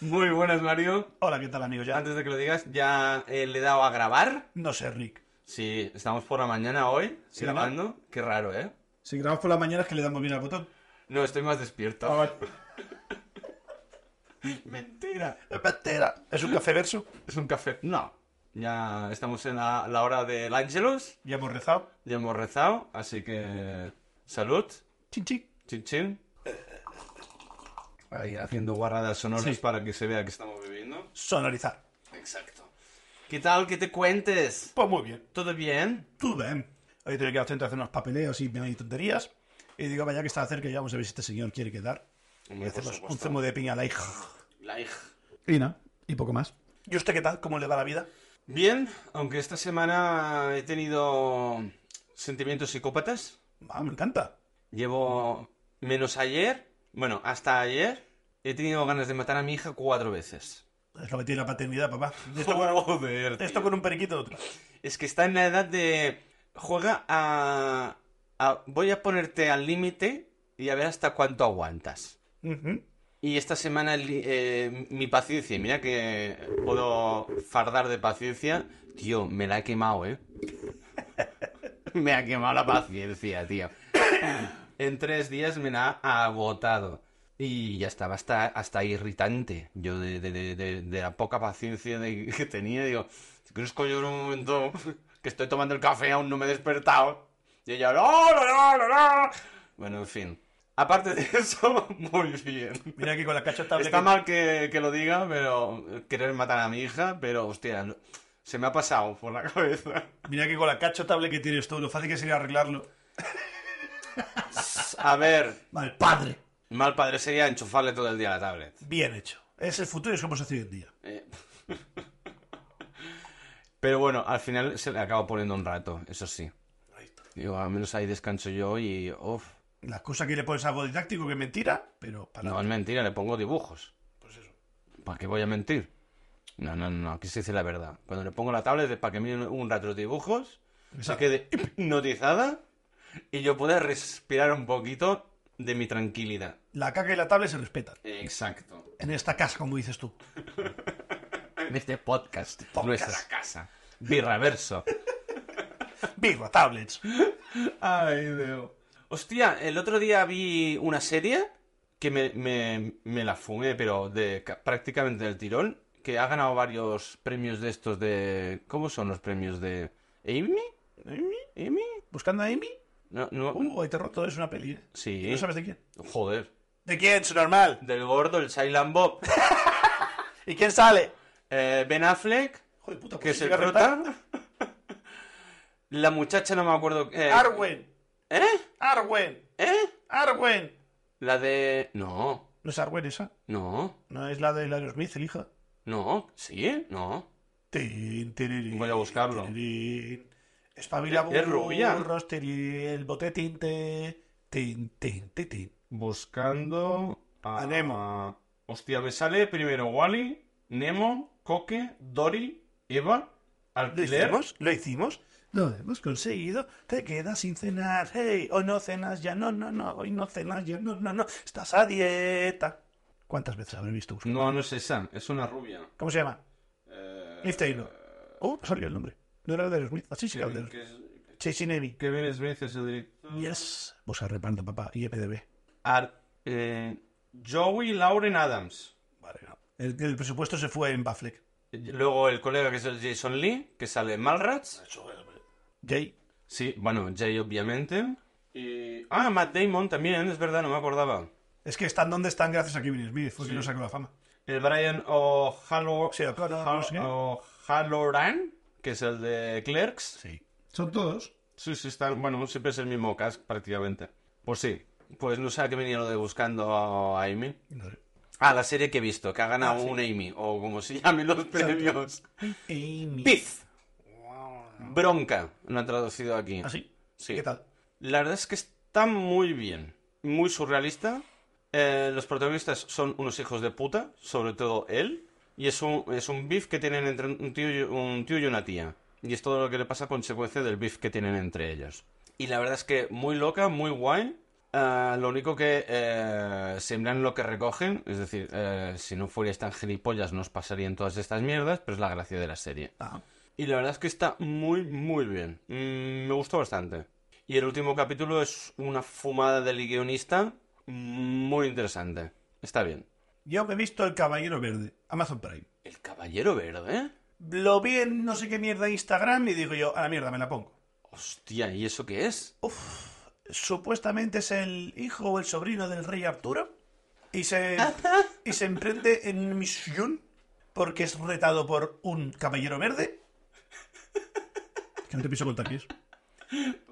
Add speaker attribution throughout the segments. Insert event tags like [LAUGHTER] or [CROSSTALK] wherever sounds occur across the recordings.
Speaker 1: Muy buenas, Mario.
Speaker 2: Hola, ¿qué tal, amigo? Ya.
Speaker 1: Antes de que lo digas, ya eh, le he dado a grabar.
Speaker 2: No sé, Rick.
Speaker 1: Sí, estamos por la mañana hoy
Speaker 2: Sí, ¿no?
Speaker 1: grabando. Qué raro, ¿eh?
Speaker 2: Si grabamos por la mañana es que le damos bien al botón.
Speaker 1: No, estoy más despierto.
Speaker 2: Ah, vale.
Speaker 1: Mentira.
Speaker 2: Es mentira. Es un café verso.
Speaker 1: Es un café. No. Ya estamos en la, la hora del Ángelus.
Speaker 2: Ya hemos rezado.
Speaker 1: Ya hemos rezado, así que. Salud.
Speaker 2: Chin, chin.
Speaker 1: Chin chin. Ahí haciendo guarradas sonoras
Speaker 2: Sí.
Speaker 1: para que se vea que estamos viviendo.
Speaker 2: Sonorizar.
Speaker 1: Exacto. ¿Qué tal? ¿Qué te cuentes?
Speaker 2: Pues muy bien.
Speaker 1: ¿Todo bien?
Speaker 2: Tú ven. Hoy tengo que ir al centro a hacer unos papeleos y me tonterías. Y digo, vaya que está cerca, ya vamos a ver si este señor quiere quedar. Y
Speaker 1: Hombre, por
Speaker 2: hacemos un
Speaker 1: supuesto.
Speaker 2: zumo de piña a la hija.
Speaker 1: Like.
Speaker 2: Y nada, y poco más. ¿Y usted qué tal? ¿Cómo le va la vida?
Speaker 1: Bien, aunque esta semana he tenido sentimientos psicópatas.
Speaker 2: Ah, me encanta.
Speaker 1: Llevo menos ayer, bueno, hasta ayer, he tenido ganas de matar a mi hija cuatro veces.
Speaker 2: Es lo que tiene la paternidad, papá. Esto, con-
Speaker 1: Joder, tío.
Speaker 2: esto con un periquito otro.
Speaker 1: Es que está en la edad de juega a, a- voy a ponerte al límite y a ver hasta cuánto aguantas.
Speaker 2: Ujú.
Speaker 1: Y esta semana el li- eh, mi paciencia, mira que puedo fardar de paciencia, tío, me la he quemado, ¿eh? [LAUGHS] me ha quemado la paciencia, tío. [COUGHS] en tres días me la ha agotado. Y ya estaba hasta, hasta irritante. Yo de, de- de- de- de la poca paciencia de- [LAUGHS] que tenía, digo, ¿crees que yo en un momento que estoy tomando el café aún no me he despertado? Y ella, no, no, no, no, no. Bueno, en fin. Aparte de [LAUGHS] eso, muy bien.
Speaker 2: Mira que con la cacha estable
Speaker 1: Está
Speaker 2: que-
Speaker 1: mal que, que lo diga, pero querer matar a mi hija, pero hostia, no- se me ha pasado por la cabeza.
Speaker 2: Mira que con la cachotable que tienes tú, lo fácil que sería arreglarlo.
Speaker 1: A ver,
Speaker 2: Mal padre.
Speaker 1: mal padre sería enchufarle todo el día a la tablet.
Speaker 2: Bien hecho. Es el futuro y es como se hace hoy en día.
Speaker 1: Eh. Pero bueno, al final se le acaba poniendo un rato, eso sí. Digo, al menos ahí descanso yo y... Uf,
Speaker 2: La excusa que le pones algo didáctico que es mentira, pero para.
Speaker 1: no es mentira, le pongo dibujos.
Speaker 2: Pues eso.
Speaker 1: ¿Para qué voy a mentir? No, no, no, aquí se dice la verdad. Cuando le pongo la tablet es para que mire un rato los dibujos, se
Speaker 2: Exacto.
Speaker 1: quede hipnotizada y yo pueda respirar un poquito de mi tranquilidad.
Speaker 2: La caca y la tablet se respetan.
Speaker 1: Eh, Exacto.
Speaker 2: En esta casa, como dices
Speaker 1: [LAUGHS]
Speaker 2: tú.
Speaker 1: En este podcast,
Speaker 2: Podcast.
Speaker 1: nuestra casa, Birraverso.
Speaker 2: Birra, tablets.
Speaker 1: Ay, veo. Hostia, el otro día vi una serie que me, me- me la fumé, pero de ca- prácticamente del tirón, que ha ganado varios premios de estos de... ¿Cómo son los premios de... Amy? ¿Amy?
Speaker 2: Buscando a Amy.
Speaker 1: No, no...
Speaker 2: Uh, ahí te he roto, es una peli. ¿eh?
Speaker 1: Sí.
Speaker 2: No sabes de quién.
Speaker 1: Joder.
Speaker 2: ¿De quién? Su normal.
Speaker 1: Del gordo, el Silent [LAUGHS] Bob.
Speaker 2: ¿Y quién sale?
Speaker 1: eh, ben Affleck,
Speaker 2: Joder, puta,
Speaker 1: que
Speaker 2: pues
Speaker 1: es el
Speaker 2: llega a
Speaker 1: prota.
Speaker 2: rentar.
Speaker 1: La muchacha no me acuerdo... eh,
Speaker 2: Arwen.
Speaker 1: ¿Eh?
Speaker 2: Arwen.
Speaker 1: ¿Eh?
Speaker 2: Arwen.
Speaker 1: La de... No.
Speaker 2: No es Arwen esa.
Speaker 1: No.
Speaker 2: No es la de Larry Smith, el hija.
Speaker 1: No. ¿Sí? No.
Speaker 2: Tin, tirirín,
Speaker 1: Voy a buscarlo.
Speaker 2: tirirín. Espabila
Speaker 1: Es- es rubia.
Speaker 2: burros, tirirín, el bote tinte. Tin, tin, tin, tin.
Speaker 1: Buscando
Speaker 2: a Nemo.
Speaker 1: Hostia, me sale primero Wally, Nemo, Coque, Dory, Eva,
Speaker 2: ¿Lo
Speaker 1: Alquiler.
Speaker 2: hicimos? ¿Lo hicimos? Lo hemos conseguido. Te quedas sin cenar. Hey, hoy no cenas ya. No, no, no. Hoy no cenas ya. No, no, no. Estás a dieta. ¿Cuántas veces habré visto? buscar?
Speaker 1: No, no es esa, es una rubia.
Speaker 2: ¿Cómo se llama?
Speaker 1: Eh,
Speaker 2: Liv Taylor. Oh, me salió el nombre. No era de Smith. Así sí que era
Speaker 1: Kevin,
Speaker 2: de
Speaker 1: eh, que es-
Speaker 2: Chasing Amy.
Speaker 1: Kevin Smith es el director.
Speaker 2: Yes. Vos arreparando, papá. E IMDB.
Speaker 1: Ar- eh, Joey Lauren Adams.
Speaker 2: Vale, no. El, el presupuesto se fue en Buffleck.
Speaker 1: Luego el colega que es el Jason Lee, que sale en Malrats.
Speaker 2: Jay.
Speaker 1: Sí, bueno, Jay obviamente. Y... Ah, Matt Damon también, es verdad, no me acordaba.
Speaker 2: Es que están donde están gracias a Kevin Smith, fue quien nos sacó la fama.
Speaker 1: El Brian O'Hallo-
Speaker 2: Sí, O'Connor,
Speaker 1: Hal-
Speaker 2: no sé qué.
Speaker 1: O'Halloran, que es el de Clerks.
Speaker 2: Sí. Son todos.
Speaker 1: Sí, sí, están, bueno, siempre es el mismo cast prácticamente. Pues sí, pues no sé a qué venía lo de buscando a Amy.
Speaker 2: No sé.
Speaker 1: Ah, la serie que he visto, que ha
Speaker 2: Ah,
Speaker 1: ganado un Amy, o como se [LAUGHS] llamen los premios.
Speaker 2: Amy.
Speaker 1: Piz. Bronca, lo han traducido aquí.
Speaker 2: ¿Ah, sí?
Speaker 1: Sí.
Speaker 2: ¿Qué tal?
Speaker 1: La verdad es que está muy bien, muy surrealista. Eh, los protagonistas son unos hijos de puta, sobre todo él. Y es un, es un beef que tienen entre un tío, y, un tío y una tía. Y es todo lo que le pasa a consecuencia del beef que tienen entre ellos. Y la verdad es que muy loca, muy guay. Ah, lo único que eh, sembran lo que recogen, es decir, eh, si no fuerais tan gilipollas nos pasarían todas estas mierdas, pero es la gracia de la serie.
Speaker 2: Ah,
Speaker 1: Y la verdad es que está muy, muy bien. Mm, me gustó bastante. Y el último capítulo es una fumada del guionista muy interesante. Está bien.
Speaker 2: yo me he visto El Caballero Verde, Amazon Prime.
Speaker 1: El Caballero Verde.
Speaker 2: Lo vi en no sé qué mierda de Instagram y digo yo, a la mierda, me la pongo.
Speaker 1: Hostia, ¿y eso qué es?
Speaker 2: Supuestamente es el hijo o el sobrino del rey Arturo y se,
Speaker 1: Ah,
Speaker 2: y se emprende en misión porque es retado por un caballero verde. Es Que no te pienso contar quién es.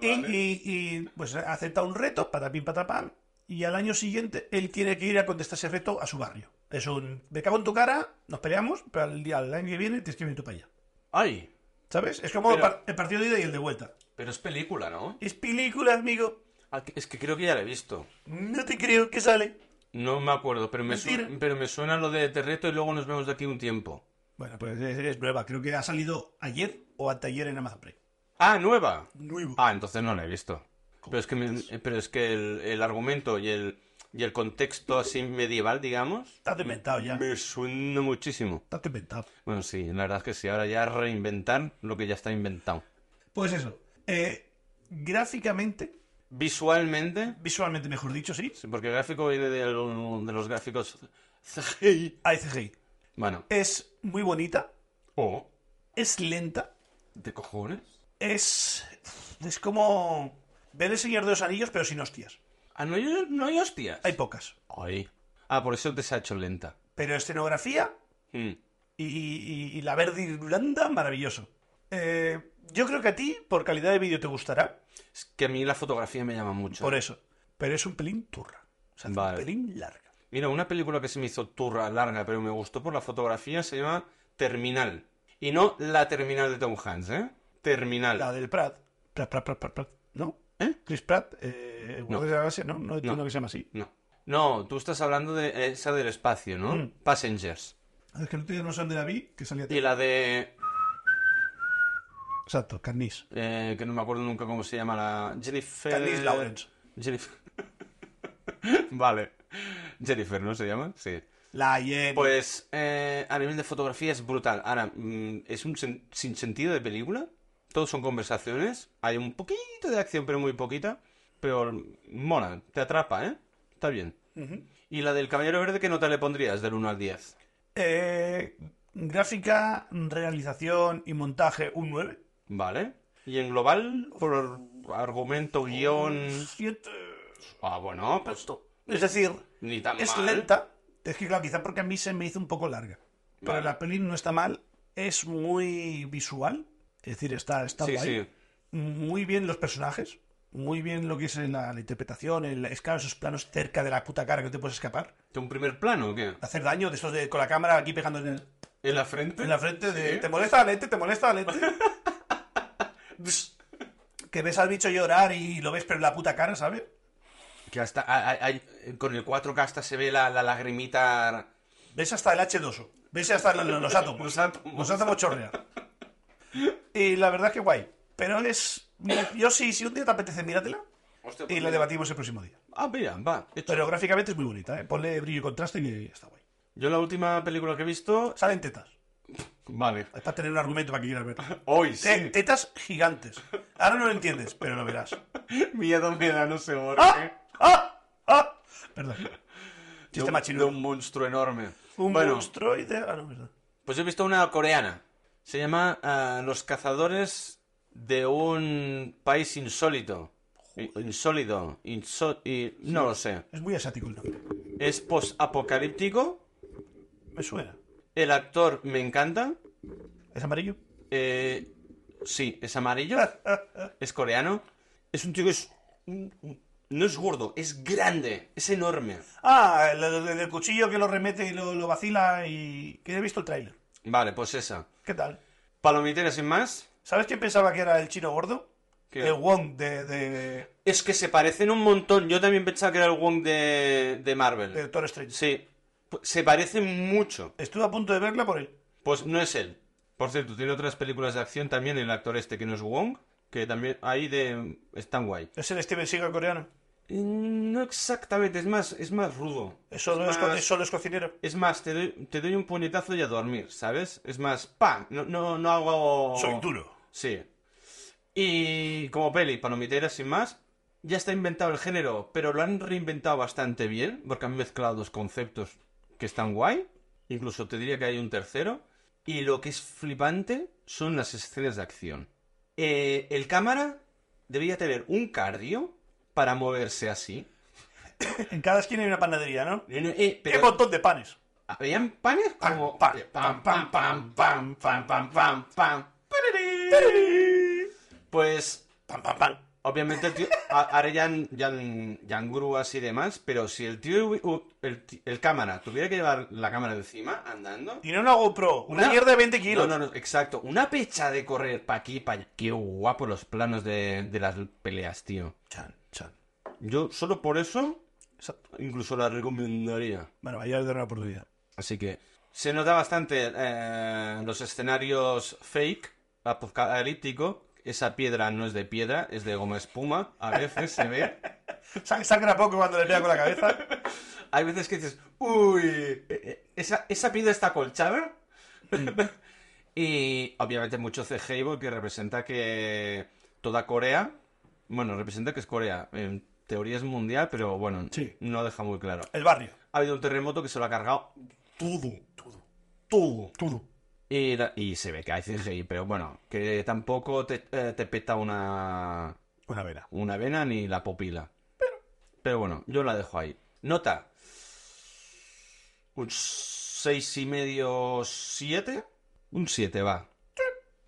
Speaker 2: Y, y- y, pues acepta un reto, patapín, patapam, y al año siguiente él tiene que ir a contestar ese reto a su barrio. Es un, me cago en tu cara, nos peleamos, pero al, día- al año que viene tienes que venir tú para allá.
Speaker 1: ¡Ay!
Speaker 2: ¿Sabes? Es como el,
Speaker 1: Pero-
Speaker 2: par- el partido de ida y el de vuelta.
Speaker 1: Pero es película, ¿no?
Speaker 2: Es película, amigo.
Speaker 1: Ah, que- Es que creo que ya la he visto.
Speaker 2: No te creo que sale.
Speaker 1: No me acuerdo, pero me, su-
Speaker 2: Mentira.
Speaker 1: pero me suena lo de te reto y luego nos vemos de aquí un tiempo.
Speaker 2: Bueno, pues es, es nueva. Creo que ha salido ayer o anteayer en Amazon Prime.
Speaker 1: ¡Ah, nueva!
Speaker 2: Nuevo.
Speaker 1: Ah, entonces no la he visto. Pero es que, me- pero es que el, el argumento y el, y el contexto así medieval, digamos,
Speaker 2: Está inventado ya.
Speaker 1: me suena muchísimo.
Speaker 2: Está inventado.
Speaker 1: Bueno, sí, la verdad es que sí, ahora ya reinventar lo que ya está inventado.
Speaker 2: Pues eso. eh, gráficamente,
Speaker 1: Visualmente,
Speaker 2: visualmente mejor dicho, sí.
Speaker 1: sí, porque el gráfico viene del- de los gráficos CGI.
Speaker 2: Hay CGI.
Speaker 1: Bueno,
Speaker 2: Es muy bonita.
Speaker 1: oh,
Speaker 2: Es lenta.
Speaker 1: ¿de cojones?
Speaker 2: Es. Es como. Ver el Señor de los Anillos, pero sin hostias.
Speaker 1: Ah, no hay, no hay hostias.
Speaker 2: Hay pocas.
Speaker 1: Ay. Ah, por eso te se ha hecho lenta.
Speaker 2: Pero escenografía,
Speaker 1: Mm.
Speaker 2: y, y- y la verde Irlanda, maravilloso. Eh, yo creo que a ti, por calidad de vídeo, te gustará,
Speaker 1: Es que a mí la fotografía me llama mucho.
Speaker 2: por e- eso. Pero es un pelín turra. O sea, es
Speaker 1: Vale.
Speaker 2: un pelín larga.
Speaker 1: Mira, una película que se me hizo turra larga, pero me gustó por la fotografía, se llama Terminal. Y no la terminal de Tom Hanks, ¿eh? Terminal.
Speaker 2: La del Pratt. Pratt, Pratt, Pratt, Pratt, Pratt. ¿No?
Speaker 1: ¿Eh?
Speaker 2: Chris Pratt. Eh,
Speaker 1: No.
Speaker 2: no. De la Galaxia, no, no entiendo
Speaker 1: No.
Speaker 2: que se llama así.
Speaker 1: No. No, tú estás hablando de esa del espacio, ¿no?
Speaker 2: Mm.
Speaker 1: Passengers.
Speaker 2: Ah, Es que no te no sé dónde la vi, que salía...
Speaker 1: Y la de...
Speaker 2: Exacto, Carniz.
Speaker 1: eh, que no me acuerdo nunca cómo se llama la... Jennifer...
Speaker 2: Carniz Lawrence.
Speaker 1: Jennifer... [LAUGHS] vale. Jennifer, ¿no se llama? Sí.
Speaker 2: La hiena.
Speaker 1: Pues eh, a nivel de fotografía es brutal. Ahora, mm, es un sen- sinsentido de película. Todos son conversaciones. Hay un poquito de acción, pero muy poquita. Pero mola, te atrapa, ¿eh? Está bien.
Speaker 2: Ujú.
Speaker 1: ¿Y la del Caballero Verde qué nota le pondrías del 1 al 10?
Speaker 2: Eh, gráfica, realización y montaje, un 9.
Speaker 1: ¿Vale? ¿Y en global? Por argumento, guión...
Speaker 2: 7.
Speaker 1: Ah, bueno, pues
Speaker 2: Es decir,
Speaker 1: ni tan
Speaker 2: Es
Speaker 1: mal.
Speaker 2: lenta. Es que, claro, quizá porque a mí se me hizo un poco larga. Pero
Speaker 1: Vale.
Speaker 2: la peli no está mal. Es muy visual. Es decir, está, está
Speaker 1: Sí,
Speaker 2: guay.
Speaker 1: sí.
Speaker 2: Muy bien los personajes. Muy bien lo que es la, la interpretación. El, es claro, esos planos cerca de la puta cara que no te puedes escapar.
Speaker 1: ¿De un primer plano o qué?
Speaker 2: Hacer daño de estos de, con la cámara aquí pegando en, el-
Speaker 1: ¿En la frente?
Speaker 2: en la frente. De,
Speaker 1: Sí.
Speaker 2: Te molesta la lente, te molesta la
Speaker 1: [LAUGHS]
Speaker 2: lente. que ves al bicho llorar y lo ves, pero en la puta cara, ¿sabes?
Speaker 1: Que hasta... hay- hay- hay- con el 4K hasta se ve la, la lagrimita...
Speaker 2: Ves hasta el H2O. Ves hasta lo-
Speaker 1: [LAUGHS]
Speaker 2: lo- los átomos.
Speaker 1: Los átomos.
Speaker 2: Los átomos chorrear. Y la verdad es que guay. Pero es. Yo sí, si un día te apetece, míratela.
Speaker 1: Hostia,
Speaker 2: Y
Speaker 1: pues
Speaker 2: la
Speaker 1: mira.
Speaker 2: debatimos el próximo día.
Speaker 1: Ah, mira, va. hecho.
Speaker 2: Pero gráficamente es muy bonita, ¿eh? Ponle brillo y contraste y está guay.
Speaker 1: Yo la última película que he visto...
Speaker 2: Salen tetas.
Speaker 1: Vale.
Speaker 2: Es para tener un argumento para que quieras ver.
Speaker 1: Hoy sí.
Speaker 2: Te- Tetas gigantes. Ahora no lo entiendes, pero lo verás.
Speaker 1: [LAUGHS] Miedo me da, no sé por
Speaker 2: ¡Ah! ¡Ah! ¡Ah! Perdón.
Speaker 1: De un,
Speaker 2: Sistema
Speaker 1: de
Speaker 2: chino.
Speaker 1: un monstruo enorme.
Speaker 2: Un
Speaker 1: bueno,
Speaker 2: monstruo y de. Ah, no, verdad.
Speaker 1: pues yo he visto una coreana. Se llama ah, Los cazadores de un país insólito. I- Insólito. Inso- y- No lo sé.
Speaker 2: Es muy asiático el nombre.
Speaker 1: Es post-apocalíptico.
Speaker 2: Me suena.
Speaker 1: El actor me encanta.
Speaker 2: ¿Es amarillo?
Speaker 1: Eh, sí, es amarillo. Es coreano. Es un tío que es. No es gordo, es grande, es enorme.
Speaker 2: Ah, el, el- el cuchillo que lo remete y lo, lo vacila y... Que he visto el tráiler.
Speaker 1: Vale, pues esa.
Speaker 2: ¿Qué tal?
Speaker 1: Palomitera sin más.
Speaker 2: ¿Sabes quién pensaba que era el chino gordo?
Speaker 1: ¿Qué?
Speaker 2: El Wong de, de,
Speaker 1: Es que se parecen un montón. Yo también pensaba que era el Wong de, de Marvel.
Speaker 2: de Doctor Strange.
Speaker 1: Sí. P- Se parecen mucho.
Speaker 2: Estuve a punto de verla por él.
Speaker 1: Pues no es él. Por cierto, tiene otras películas de acción también el actor este que no es Wong. Que también ahí de... están guay.
Speaker 2: Es el Steven Seagal coreano.
Speaker 1: No exactamente, es más, es más rudo.
Speaker 2: Eso no es, co-
Speaker 1: más-
Speaker 2: eso no es cocinero.
Speaker 1: Es más, te doy, te doy un puñetazo y a dormir, ¿sabes? Es más, ¡pam! No, no, no hago...
Speaker 2: Soy duro.
Speaker 1: Sí. Y como peli, palomitera sin más, ya está inventado el género, pero lo han reinventado bastante bien, porque han mezclado dos conceptos que están guay. Incluso te diría que hay un tercero. Y lo que es flipante son las escenas de acción. Eh, el cámara debería tener un cardio para moverse así.
Speaker 2: En cada esquina hay una panadería, ¿no?
Speaker 1: Eh, no, eh,
Speaker 2: ¡Qué
Speaker 1: pero-
Speaker 2: montón de panes!
Speaker 1: Habían panes
Speaker 2: Pam,
Speaker 1: como
Speaker 2: pam,
Speaker 1: pam pam pam pam pam pam pam pam. Parará. Pues
Speaker 2: ¡Pam, pam, pam!
Speaker 1: obviamente el tío a- ahora ya han, ya han- ya han grúas y demás, pero si el tío hu- hu- el, ti- el cámara tuviera que llevar la cámara encima andando.
Speaker 2: Y no una GoPro, una
Speaker 1: Una-
Speaker 2: mierda de 20
Speaker 1: No,
Speaker 2: kilos.
Speaker 1: no, no, exacto. Una pecha de correr pa' aquí, pa' allá. Qué guapo los planos de, de las peleas, tío.
Speaker 2: Chan, chan.
Speaker 1: Yo solo por eso
Speaker 2: Exacto.
Speaker 1: incluso la recomendaría.
Speaker 2: Bueno, vaya a dar una oportunidad.
Speaker 1: Así que se nota bastante eh, los escenarios fake, apocalíptico. Esa piedra no es de piedra, es de goma espuma. A veces se ve.
Speaker 2: Sa- Sangra poco cuando le pega con la cabeza.
Speaker 1: Hay veces que dices, uy, eh, eh, Mm. esa, esa piedra está colchada. [LAUGHS] y obviamente mucho CGI porque representa que toda Corea, bueno, representa que es Corea. En teoría es mundial, pero bueno,
Speaker 2: Sí.
Speaker 1: no deja muy claro.
Speaker 2: El barrio.
Speaker 1: Ha habido un terremoto que se lo ha cargado
Speaker 2: Todo, todo,
Speaker 1: todo.
Speaker 2: todo.
Speaker 1: Y, la- y se ve que hay CGI, pero bueno, que tampoco te, eh, te peta una,
Speaker 2: Una vena.
Speaker 1: una vena ni la pupila. Pero, pero bueno, yo la dejo ahí. Nota. Un seis y medio, 7. Un 7 va.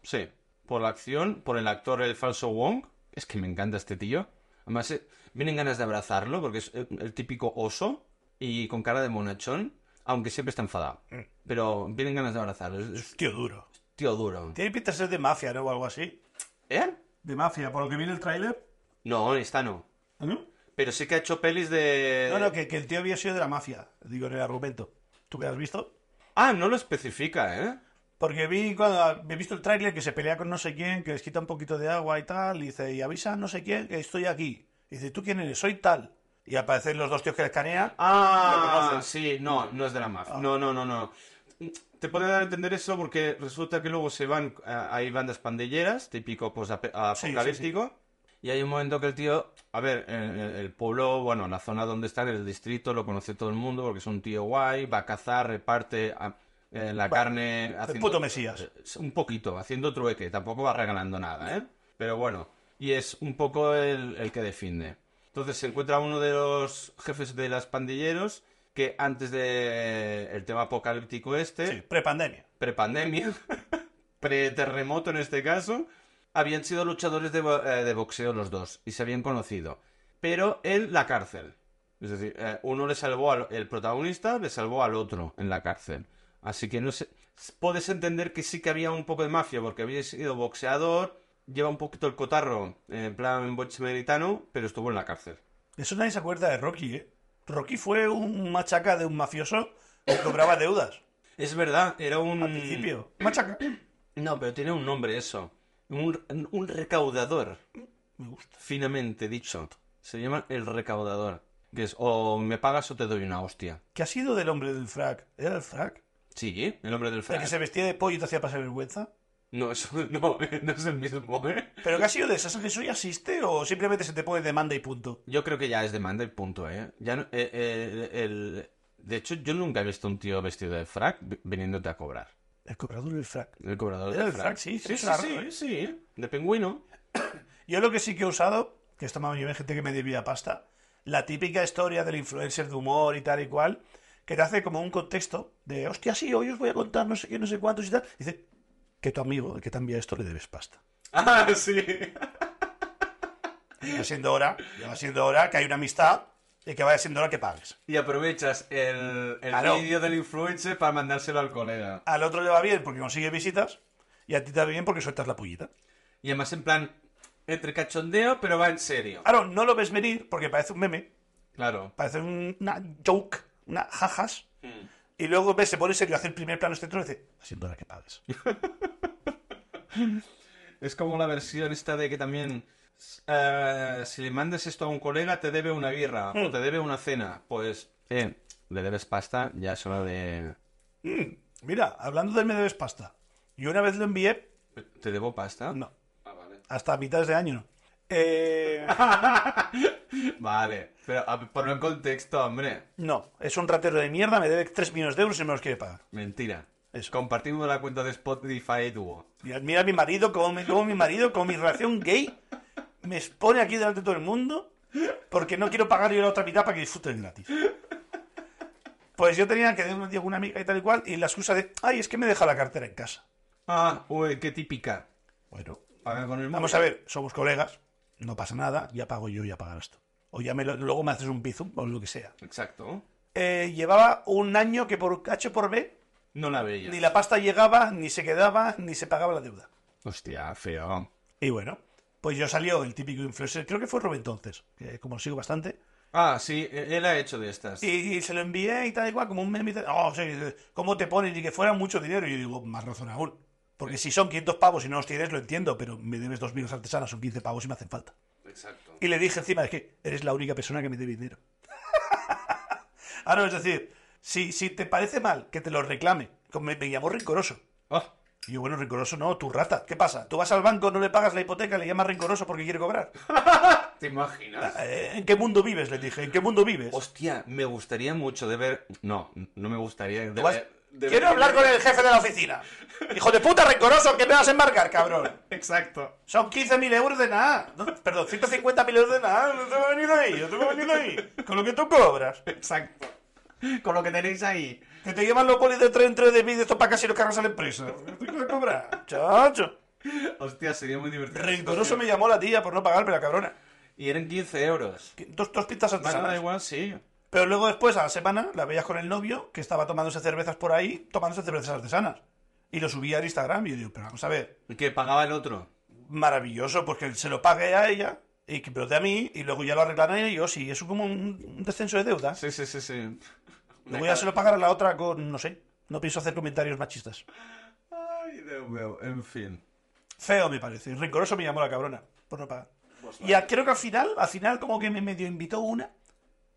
Speaker 1: Sí. Por la acción, por el actor, el falso Wong. Es que me encanta este tío. Además, eh, vienen ganas de abrazarlo porque es el, el típico oso y con cara de monachón, aunque siempre está enfadado. Pero vienen ganas de abrazarlo. Es- es
Speaker 2: Tío duro.
Speaker 1: Tío duro.
Speaker 2: Tiene pinta de ser de mafia, ¿no? O algo así.
Speaker 1: ¿Eh?
Speaker 2: De mafia, por lo que viene el tráiler.
Speaker 1: No, esta no.
Speaker 2: ¿Ah, ¿No?
Speaker 1: Pero sí que ha hecho pelis de...
Speaker 2: No, no, que, que el tío había sido de la mafia. Digo, en el argumento. ¿Tú qué has visto?
Speaker 1: Ah, no lo especifica, ¿eh?
Speaker 2: Porque vi cuando he visto el tráiler que se pelea con no sé quién, que les quita un poquito de agua y tal, y dice, y avisa a no sé quién que estoy aquí. Y dice, ¿tú quién eres? Soy tal. Y aparecen los dos tíos que les canean.
Speaker 1: Ah,
Speaker 2: Lo conoces.
Speaker 1: sí, no, no es de la mafia. No, no, no, no. Te puede dar a entender eso porque resulta que luego se van, eh, hay bandas pandilleras, típico pues, ape-
Speaker 2: Sí, sí,
Speaker 1: apocalíptico, y hay un momento que el tío, a ver, el, el- el pueblo, bueno, la zona donde está, el distrito, lo conoce todo el mundo porque es un tío guay, va a cazar, reparte ah, eh, la carne...
Speaker 2: El puto mesías.
Speaker 1: Es pues, Un poquito, haciendo trueque, tampoco va regalando nada, ¿eh? Pero bueno, y es un poco el, el que defiende. Entonces se encuentra uno de los jefes de las pandilleros que antes de el tema apocalíptico este,
Speaker 2: Sí, prepandemia.
Speaker 1: prepandemia, [LAUGHS] pre-terremoto en este caso, habían sido luchadores de, bo- eh, de boxeo los dos y se habían conocido. Pero en la cárcel. Es decir, eh, uno le salvó al el protagonista, le salvó al otro en la cárcel. Así que no sé. Puedes entender que sí que había un poco de mafia, porque había sido boxeador, lleva un poquito el cotarro, eh, en plan boxe americano, pero estuvo en la cárcel.
Speaker 2: Eso nadie se acuerda de Rocky, ¿eh? Rocky fue un machaca de un mafioso que cobraba deudas.
Speaker 1: Es verdad, era un.
Speaker 2: Al principio. Machaca.
Speaker 1: No, pero tiene un nombre eso. Un- un recaudador.
Speaker 2: Me gusta.
Speaker 1: finamente dicho. Se llama el recaudador. Que es o me pagas o te doy una hostia.
Speaker 2: ¿Qué ha sido del hombre del frac? ¿Era el frac?
Speaker 1: Sí, el hombre del
Speaker 2: ¿El
Speaker 1: frac.
Speaker 2: que se vestía de pollo y te hacía pasar vergüenza?
Speaker 1: No, eso [LAUGHS] no, no es el mismo, ¿eh?
Speaker 2: ¿Pero qué ha sido de eso? ¿Eso ya existe o simplemente se te pone demanda y punto?
Speaker 1: Yo creo que ya es demanda y punto, ¿eh? Ya no- eh, eh, el- de hecho, yo nunca he visto un tío vestido de frac vi- viniéndote a cobrar.
Speaker 2: El cobrador del frac.
Speaker 1: El cobrador
Speaker 2: Era
Speaker 1: del
Speaker 2: el frac, sí,
Speaker 1: sí,
Speaker 2: es
Speaker 1: sí,
Speaker 2: largo,
Speaker 1: sí,
Speaker 2: ¿eh?
Speaker 1: sí, De pingüino.
Speaker 2: Yo lo que sí que he usado, que esto me ha venido bien gente que me debía pasta, la típica historia del influencer de humor y tal y cual, que te hace como un contexto de, hostia, sí, hoy os voy a contar no sé qué, no sé cuántos y tal. Dice que tu amigo, el que te envía esto, le debes pasta.
Speaker 1: Ah, [LAUGHS] sí.
Speaker 2: Ya va siendo hora, ya va siendo hora que hay una amistad y que vaya siendo hora que pagues.
Speaker 1: Y aprovechas el, el
Speaker 2: Claro.
Speaker 1: vídeo del influencer para mandárselo al colega.
Speaker 2: Al otro le va bien porque consigue visitas y a ti te va bien porque sueltas la pullita.
Speaker 1: Y además en plan, entre cachondeo, pero va en serio.
Speaker 2: Claro, no lo ves venir porque parece un meme,
Speaker 1: Claro.
Speaker 2: parece un- una joke, una jajas. Y luego ves, se pone serio, hace el primer plano este trozo y dice, va siendo hora que pagues.
Speaker 1: Es como la versión esta de que también eh, si le mandas esto a un colega, te debe una birra o
Speaker 2: Hmm.
Speaker 1: te debe una cena. Pues, eh, le debes pasta, ya es hora de.
Speaker 2: Mira, hablando del me debes pasta. Yo una vez lo envié,
Speaker 1: ¿Te debo pasta?
Speaker 2: no,
Speaker 1: Ah, vale.
Speaker 2: hasta mitad de año no. Eh,
Speaker 1: Vale, pero a- ponlo en contexto, hombre.
Speaker 2: no, es un ratero de mierda, me debe 3 millones de euros y me los quiere pagar.
Speaker 1: Mentira.
Speaker 2: Eso.
Speaker 1: Compartimos la cuenta de Spotify Duo.
Speaker 2: Mira, mira a mi marido, como, me- como mi marido, con mi relación gay, me expone aquí delante de todo el mundo porque no quiero pagar yo la otra mitad para que disfruten gratis. Pues yo tenía que decir una amiga y tal y cual, y la excusa de, ay, es que me deja la cartera en casa.
Speaker 1: Ah, uy, qué típica.
Speaker 2: Bueno,
Speaker 1: Paga con el móvil.
Speaker 2: vamos a ver, somos colegas, no pasa nada, ya pago yo, ya pagarás tú. O ya me lo- luego me haces un bizum o lo que sea.
Speaker 1: Exacto.
Speaker 2: Eh, llevaba un año que por H por B
Speaker 1: No la veía.
Speaker 2: ni la pasta llegaba, ni se quedaba, ni se pagaba la deuda.
Speaker 1: Hostia, feo.
Speaker 2: Y bueno, pues yo salió el típico influencer, creo que fue Rubén entonces, que como lo sigo bastante,
Speaker 1: Ah, sí, e- él ha hecho de estas.
Speaker 2: y, se lo envié y tal y cual, como un meme y tal. Oh, sí, ¿Cómo te ponen? Y que fuera mucho dinero. Y yo digo, más razón aún. Porque si son 500 pavos y no los tienes, lo entiendo, pero me debes 2.000 artesanas, son 15 pavos y me hacen falta.
Speaker 1: Exacto.
Speaker 2: Y le dije encima, es que eres la única persona que me debe dinero. [LAUGHS] Ahora, es decir, si, si te parece mal que te lo reclame, como me, me llamó rencoroso.
Speaker 1: Ah,
Speaker 2: Y yo, bueno, rencoroso no, tu rata. ¿Qué pasa? Tú vas al banco, no le pagas la hipoteca, le llamas rencoroso porque quiere cobrar.
Speaker 1: ¿Te imaginas?
Speaker 2: Eh, ¿En qué mundo vives? Le dije, ¿en qué mundo vives?
Speaker 1: Hostia, me gustaría mucho de ver. No, no me gustaría de
Speaker 2: Tú vas-
Speaker 1: ver. eh, de
Speaker 2: Quiero
Speaker 1: ver-
Speaker 2: hablar con el jefe de la oficina. Hijo de puta, rencoroso, ¿qué me vas a embarcar, cabrón?
Speaker 1: Exacto.
Speaker 2: Son 15.000 euros de nada. No, perdón, 150.000 euros de nada. No te va a venir ahí, no te va a venir ahí. Con lo que tú cobras.
Speaker 1: Exacto. Con lo que tenéis ahí.
Speaker 2: Que te llevan los polis de tren, tren de mí, de esto para casi los cargas a la empresa. ¿Qué te vas a cobrar? Chacho.
Speaker 1: Hostia, sería muy divertido.
Speaker 2: Rencoroso me llamó la tía por no pagarme la cabrona.
Speaker 1: Y eran 15 euros.
Speaker 2: Que- Dos, dos pintas
Speaker 1: Bueno, da
Speaker 2: artesanas.
Speaker 1: igual, sí.
Speaker 2: Pero luego después, a la semana, la veías con el novio, que estaba tomándose cervezas por ahí, tomándose cervezas artesanas. Y lo subía al Instagram y yo digo, pero vamos a ver,
Speaker 1: Que pagaba el otro.
Speaker 2: maravilloso, porque se lo pague a ella, y que pelote a mí, y luego ya lo arreglarán ellos, y eso como un un descenso de deuda.
Speaker 1: Sí, sí, sí, sí.
Speaker 2: Luego ya se lo pagar a la otra con, no sé, no pienso hacer comentarios machistas.
Speaker 1: Ay, Dios mío. En fin.
Speaker 2: Feo me parece, rencoroso me llamó la cabrona, por no pagar. Y a- creo que al final, al final como que me medio invitó una,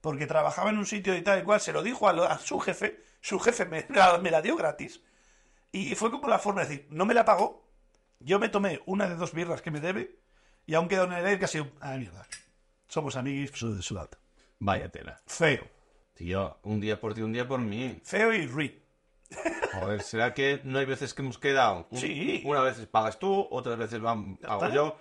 Speaker 2: porque trabajaba en un sitio y tal y cual, se lo dijo a, lo- a su jefe, su jefe me [LAUGHS] la, me la dio gratis, y fue como la forma de decir, no me la pagó, yo me tomé una de dos birras que me debe, y aún queda una en el aire que ha sido, ah, mierda, somos amigos de su lado.
Speaker 1: Vaya tela.
Speaker 2: Feo,
Speaker 1: Tío, un día por ti, un día por mí.
Speaker 2: feo y ruin.
Speaker 1: Joder, ¿será que no hay veces que hemos quedado? Un-
Speaker 2: Sí.
Speaker 1: Una veces pagas tú, otras veces van- pago
Speaker 2: está.
Speaker 1: yo.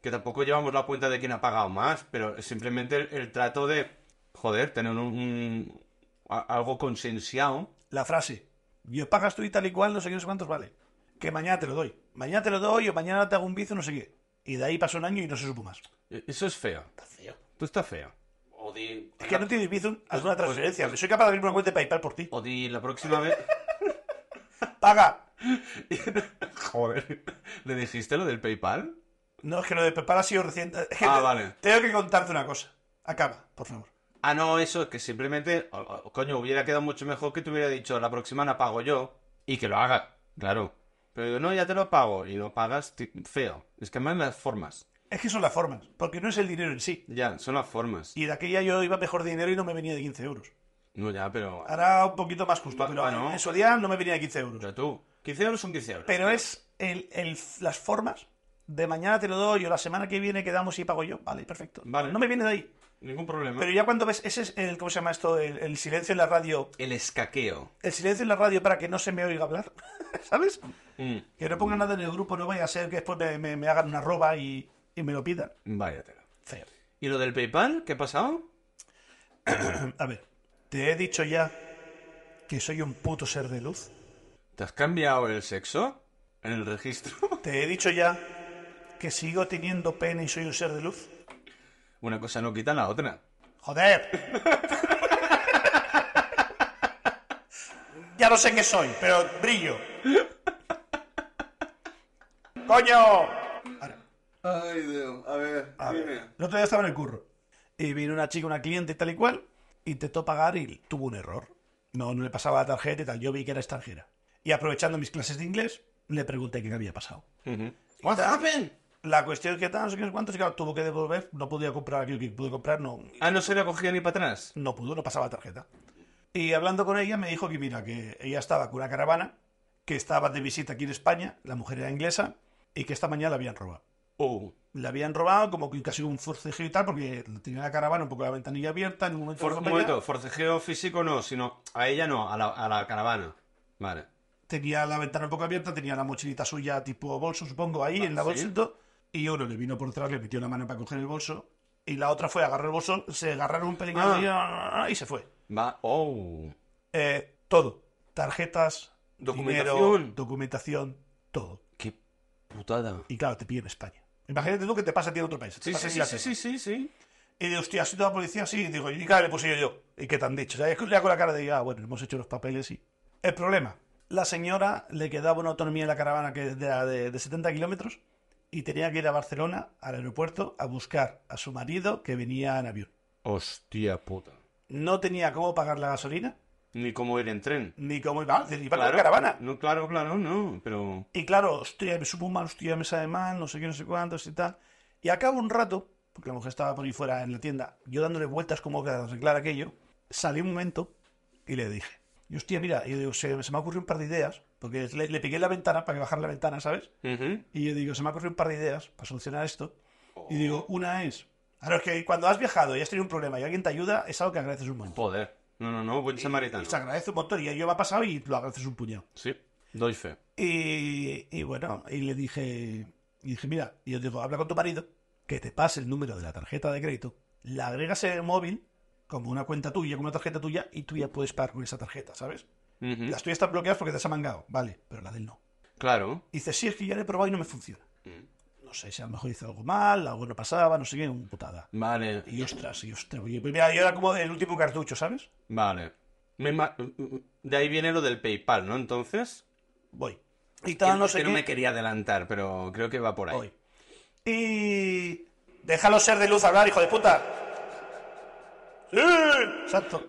Speaker 1: Que tampoco llevamos la cuenta de quién ha pagado más, pero simplemente el, el trato de, joder, tener un, un- a- algo consensuado.
Speaker 2: la frase, yo pagas tú y tal y cual, no sé qué, no sé cuántos vale. Que mañana te lo doy. Mañana te lo doy o mañana te hago un bizo, no sé qué. Y de ahí pasó un año y no se supo más.
Speaker 1: E- Eso es feo.
Speaker 2: feo.
Speaker 1: Tú estás feo. O
Speaker 2: Es que no tienes bizo
Speaker 1: Pues,
Speaker 2: alguna transferencia. Soy capaz de abrir una cuenta de PayPal por ti.
Speaker 1: di la próxima vez.
Speaker 2: Paga.
Speaker 1: [LAUGHS] Joder. ¿Le dijiste lo del PayPal?
Speaker 2: No, es que lo de PayPal ha sido reciente. Es [LAUGHS] que
Speaker 1: Ah,
Speaker 2: te-
Speaker 1: vale.
Speaker 2: Tengo que contarte una cosa. Acaba, por favor.
Speaker 1: Ah, no, eso, que simplemente, o- o- coño, hubiera quedado mucho mejor que te hubiera dicho, la próxima la pago yo y que lo haga, claro. Pero yo, no, ya te lo pago y lo pagas ti- feo. Es que más las formas.
Speaker 2: Es que son las formas, porque no es el dinero en sí.
Speaker 1: Ya, son las formas.
Speaker 2: Y de aquella yo iba mejor de dinero y no me venía de 15 euros.
Speaker 1: No, ya, pero...
Speaker 2: Ahora un poquito más justo,
Speaker 1: Va-
Speaker 2: pero
Speaker 1: bueno.
Speaker 2: en su día no me venía de 15 euros.
Speaker 1: Pero tú, 15 euros son 15 euros.
Speaker 2: Pero es el, el- las formas. De mañana te lo doy o la semana que viene quedamos y pago yo. Vale, perfecto.
Speaker 1: Vale.
Speaker 2: No me viene de ahí.
Speaker 1: Ningún problema.
Speaker 2: Pero ya cuando ves, ese es el, ¿cómo se llama esto? El, el silencio en la radio.
Speaker 1: El escaqueo.
Speaker 2: El silencio en la radio para que no se me oiga hablar. [LAUGHS] ¿Sabes?
Speaker 1: Mm,
Speaker 2: Que no ponga nada en el grupo, no vaya a ser que después me, me- me hagan una roba y, y me lo pidan.
Speaker 1: vaya tela.
Speaker 2: Feo.
Speaker 1: ¿Y lo del PayPal? ¿Qué ha pasado?
Speaker 2: A ver, te he dicho ya que soy un puto ser de luz.
Speaker 1: ¿Te has cambiado el sexo? ¿En el registro? [LAUGHS]
Speaker 2: Te he dicho ya que sigo teniendo pene y soy un ser de luz.
Speaker 1: Una cosa no quita la otra.
Speaker 2: ¡Joder! ya no sé qué soy, pero brillo. ¡Coño! Ahora,
Speaker 1: Ay, Dios. A ver,
Speaker 2: a ver. El otro día estaba en el curro. Y vino una chica, una cliente y tal y cual. Intentó pagar y tuvo un error. No, no le pasaba la tarjeta y tal. Yo vi que era extranjera. Y aprovechando mis clases de inglés, le pregunté qué había pasado.
Speaker 1: What's happened?
Speaker 2: La cuestión es que tal, no sé qué, no sé cuántos, y claro, tuvo que devolver, no podía comprar aquello que pude comprar, no,
Speaker 1: Ah, no se la cogido ni para atrás.
Speaker 2: no pudo, no pasaba tarjeta. Y hablando con ella me dijo que mira, que ella estaba con una caravana, que estaba de visita aquí en España, la mujer era inglesa, y que esta mañana la habían robado.
Speaker 1: Oh,
Speaker 2: La habían robado como que casi un forcejeo y tal, porque tenía la caravana un poco la ventanilla abierta, en un momento...
Speaker 1: for-
Speaker 2: la
Speaker 1: un
Speaker 2: compañía
Speaker 1: momento, forcejeo físico no, sino a ella no, a la, a la caravana. Vale.
Speaker 2: Tenía la ventana un poco abierta, tenía la mochilita suya tipo bolso, supongo, ahí en la
Speaker 1: Ah, ¿sí?
Speaker 2: bolsita, y uno le vino por detrás, le metió la mano para coger el bolso, y la otra fue a agarrar el bolso, se agarraron un pelín
Speaker 1: Ah.
Speaker 2: ah, y se fue.
Speaker 1: Va, oh.
Speaker 2: Eh, todo. Tarjetas,
Speaker 1: Documentación.
Speaker 2: dinero, documentación, todo.
Speaker 1: Qué putada.
Speaker 2: Y claro, te piden España. Imagínate tú que te pasa a ti en otro país. te
Speaker 1: Sí,
Speaker 2: pasa
Speaker 1: sí,
Speaker 2: en
Speaker 1: sí, sí, sí,
Speaker 2: Inglaterra.
Speaker 1: sí, sí.
Speaker 2: Y de hostia, ¿ha sido la policía? Sí, digo, y claro, le puse yo yo. ¿Y qué te han dicho? O sea, es que le hago la cara de, ah, bueno, hemos hecho los papeles y... El problema, la señora le quedaba una autonomía en la caravana que era de, de 70 kilómetros y tenía que ir a Barcelona, al aeropuerto, a buscar a su marido que venía en avión.
Speaker 1: Hostia puta.
Speaker 2: No tenía cómo pagar la gasolina,
Speaker 1: Ni cómo ir en tren.
Speaker 2: ni cómo iba, iba con la caravana.
Speaker 1: No, claro, claro, no, pero...
Speaker 2: Y claro, hostia, me supo mal, hostia, me sabe mal, no sé qué, no sé cuántos y tal. Y a cabo un rato, porque la mujer estaba por ahí fuera en la tienda, yo dándole vueltas como que a arreglar aquello, salí un momento y le dije, y hostia, mira, y yo digo, se, se me ha ocurrido un par de ideas, porque le, le piqué la ventana para que bajara la ventana, ¿sabes?
Speaker 1: Ujú.
Speaker 2: Y yo digo, se me ha ocurrido un par de ideas para solucionar esto. Y digo, una es, claro, es que cuando has viajado y has tenido un problema y alguien te ayuda, es algo que agradeces un montón.
Speaker 1: Joder. No, no, no, buen samaritano.
Speaker 2: Y se agradece un montón y yo me ha pasado y lo agradeces un puñado.
Speaker 1: Sí, doy fe.
Speaker 2: Y, y bueno, y le dije, y dije, mira, y yo digo, habla con tu marido, que te pase el número de la tarjeta de crédito, la agregas en el móvil como una cuenta tuya, como una tarjeta tuya, y tú ya puedes pagar con esa tarjeta, ¿sabes?
Speaker 1: Ujú.
Speaker 2: Las tuyas están bloqueadas porque te has amangado, vale, pero la de él no.
Speaker 1: Claro.
Speaker 2: Y dice, sí, es que ya le he probado y no me funciona. No sé, si a lo mejor hice algo mal, algo no pasaba, no sé qué, un putada.
Speaker 1: Vale,
Speaker 2: Y ostras, y ostras, y mira, yo era como el último cartucho, ¿sabes?
Speaker 1: vale. Me ima- De ahí viene lo del PayPal, ¿no? Entonces...
Speaker 2: Voy. Y tal, no
Speaker 1: que este
Speaker 2: sé
Speaker 1: no
Speaker 2: qué.
Speaker 1: me quería adelantar, pero creo que va por ahí.
Speaker 2: Hoy. Y. Déjalo ser de luz hablar, hijo de puta. ¡Sí! Exacto.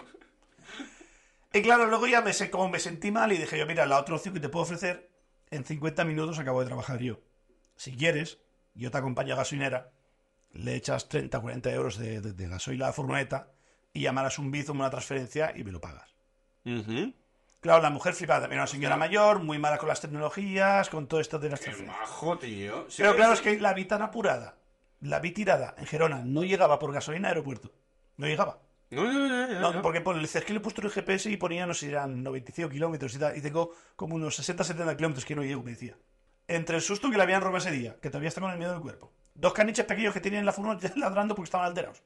Speaker 2: Y claro, luego ya me sé cómo me sentí mal y dije yo, mira, la otra opción que te puedo ofrecer, en 50 minutos acabo de trabajar yo. Si quieres, yo te acompaño a gasolinera, le echas 30 40 euros de, de, de gasoil a la furgoneta y llamarás un bizum, una transferencia y me lo pagas.
Speaker 1: Ujú.
Speaker 2: Claro, la mujer flipada, también una señora mayor, muy mala con las tecnologías, con todo esto de las
Speaker 1: Qué
Speaker 2: transferencias.
Speaker 1: majo, tío. Sí,
Speaker 2: Pero claro, es que la vi tan apurada, la vi tirada en Gerona, no llegaba por gasolina al aeropuerto. No llegaba.
Speaker 1: No, no, no, no,
Speaker 2: No,
Speaker 1: no.
Speaker 2: porque por el es que le he puesto el GPS y ponía, no sé, eran 95 kilómetros y tal, y tengo como unos 60-70 kilómetros que no llego, me decía. Entre el susto que le habían robado ese día, que todavía está con el miedo del cuerpo, dos caniches pequeños que tienen en la furgoneta [LAUGHS] ladrando porque estaban alterados.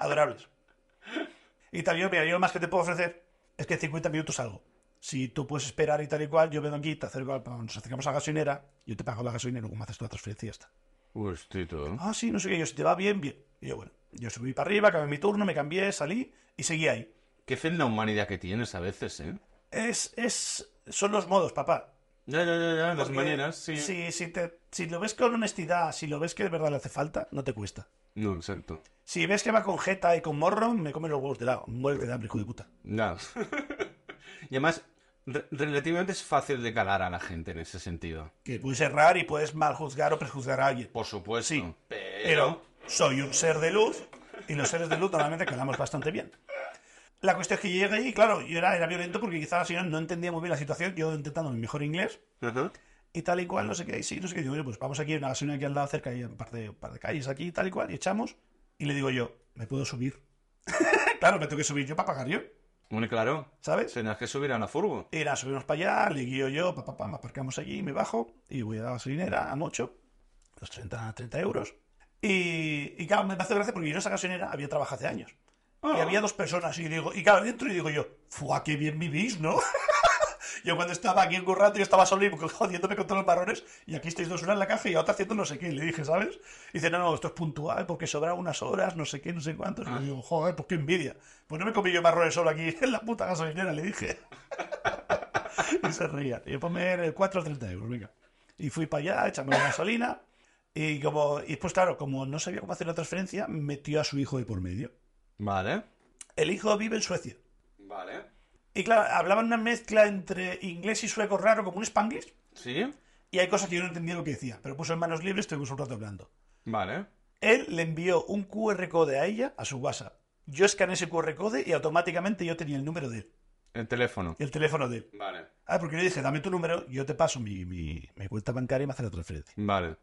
Speaker 2: Adorables. Y también, mira, yo lo más que te puedo ofrecer es que en 50 minutos salgo. Si tú puedes esperar y tal y cual, yo vengo aquí, te acerco, al- nos acercamos a la gasolinera, yo te pago la gasolinera, luego me haces tú la transferencia y ya está.
Speaker 1: Hustito.
Speaker 2: Ah, sí, no sé qué. Yo, si te va bien, bien. Y yo, bueno, yo subí para arriba, acabé mi turno, me cambié, salí y seguí ahí.
Speaker 1: Qué fe en la humanidad que tienes a veces, ¿eh?
Speaker 2: Es, es, son los modos, papá.
Speaker 1: Ya, ya, ya, ya, las
Speaker 2: Porque
Speaker 1: maneras, sí.
Speaker 2: Si, si, te, si lo ves con honestidad, si lo ves que de verdad le hace falta, no te cuesta.
Speaker 1: No, exacto.
Speaker 2: Si ves que va con jeta y con morro, me come los huevos de lado. Muerte de hambre, hijo de puta.
Speaker 1: Ya. [LAUGHS] y además, re- relativamente es fácil de calar a la gente en ese sentido.
Speaker 2: Que puedes errar y puedes mal juzgar o prejuzgar a alguien.
Speaker 1: Por supuesto.
Speaker 2: Sí,
Speaker 1: pero...
Speaker 2: Pero soy un ser de luz y los seres de luz normalmente calamos bastante bien. La cuestión es que yo llegué allí y claro, yo era, era violento porque quizás la señora no entendía muy bien la situación, yo intentando mi mejor inglés
Speaker 1: Ajá.
Speaker 2: y tal y cual, no sé qué, y sí, no sé qué, digo, oye, pues vamos aquí a una gasolina aquí al lado cerca, hay un par de, un par de calles aquí y tal y cual, y echamos, y le digo yo, ¿me puedo subir? [LAUGHS] claro, me tengo que subir yo para pagar yo,
Speaker 1: Muy claro.
Speaker 2: ¿sabes?
Speaker 1: Tenías que subir a la furgo.
Speaker 2: Y nada, subimos para allá, le guío yo, papá, pa, pa, aparcamos allí, me bajo y voy a la gasolinera a Mocho, los 30, 30 euros. Y, y claro, me hace gracia porque yo en esa gasolinera había trabajado hace años. Y
Speaker 1: Ah.
Speaker 2: había dos personas y digo, y claro, dentro y digo yo, ¡fua, qué bien vivís, ¿no? [LAUGHS] yo cuando estaba aquí en Currato, yo estaba solo y jodiéndome con todos los marrones, y aquí estáis dos una en la caja y la otra haciendo no sé qué, y le dije, ¿sabes? Y dice, no, no, esto es puntual porque sobra unas horas, no sé qué, no sé cuántos. Y yo digo, joder, pues qué envidia. Pues no me comí yo marrones solo aquí [LAUGHS] en la puta gasolinera, le dije. y se reían. Y yo ponme el 4 o 30 euros, venga. Y fui para allá, echamos la gasolina. Y como, y pues claro, como no sabía cómo hacer la transferencia, metió a su hijo de por medio.
Speaker 1: Vale.
Speaker 2: El hijo vive en Suecia.
Speaker 1: Vale.
Speaker 2: Y claro, hablaban una mezcla entre inglés y sueco raro, como un spanglish.
Speaker 1: ¿Sí?
Speaker 2: Y hay cosas que yo no entendía lo que decía, pero puso en manos libres, estuvimos un rato hablando.
Speaker 1: Vale.
Speaker 2: Él le envió un QR code a ella, a su WhatsApp. Yo escaneé ese QR code y automáticamente yo tenía el número de él,
Speaker 1: El teléfono.
Speaker 2: el teléfono de él.
Speaker 1: Vale.
Speaker 2: Ah, porque le dije, dame tu número, yo te paso mi, mi- mi cuenta bancaria y me hace la transferencia.
Speaker 1: Vale.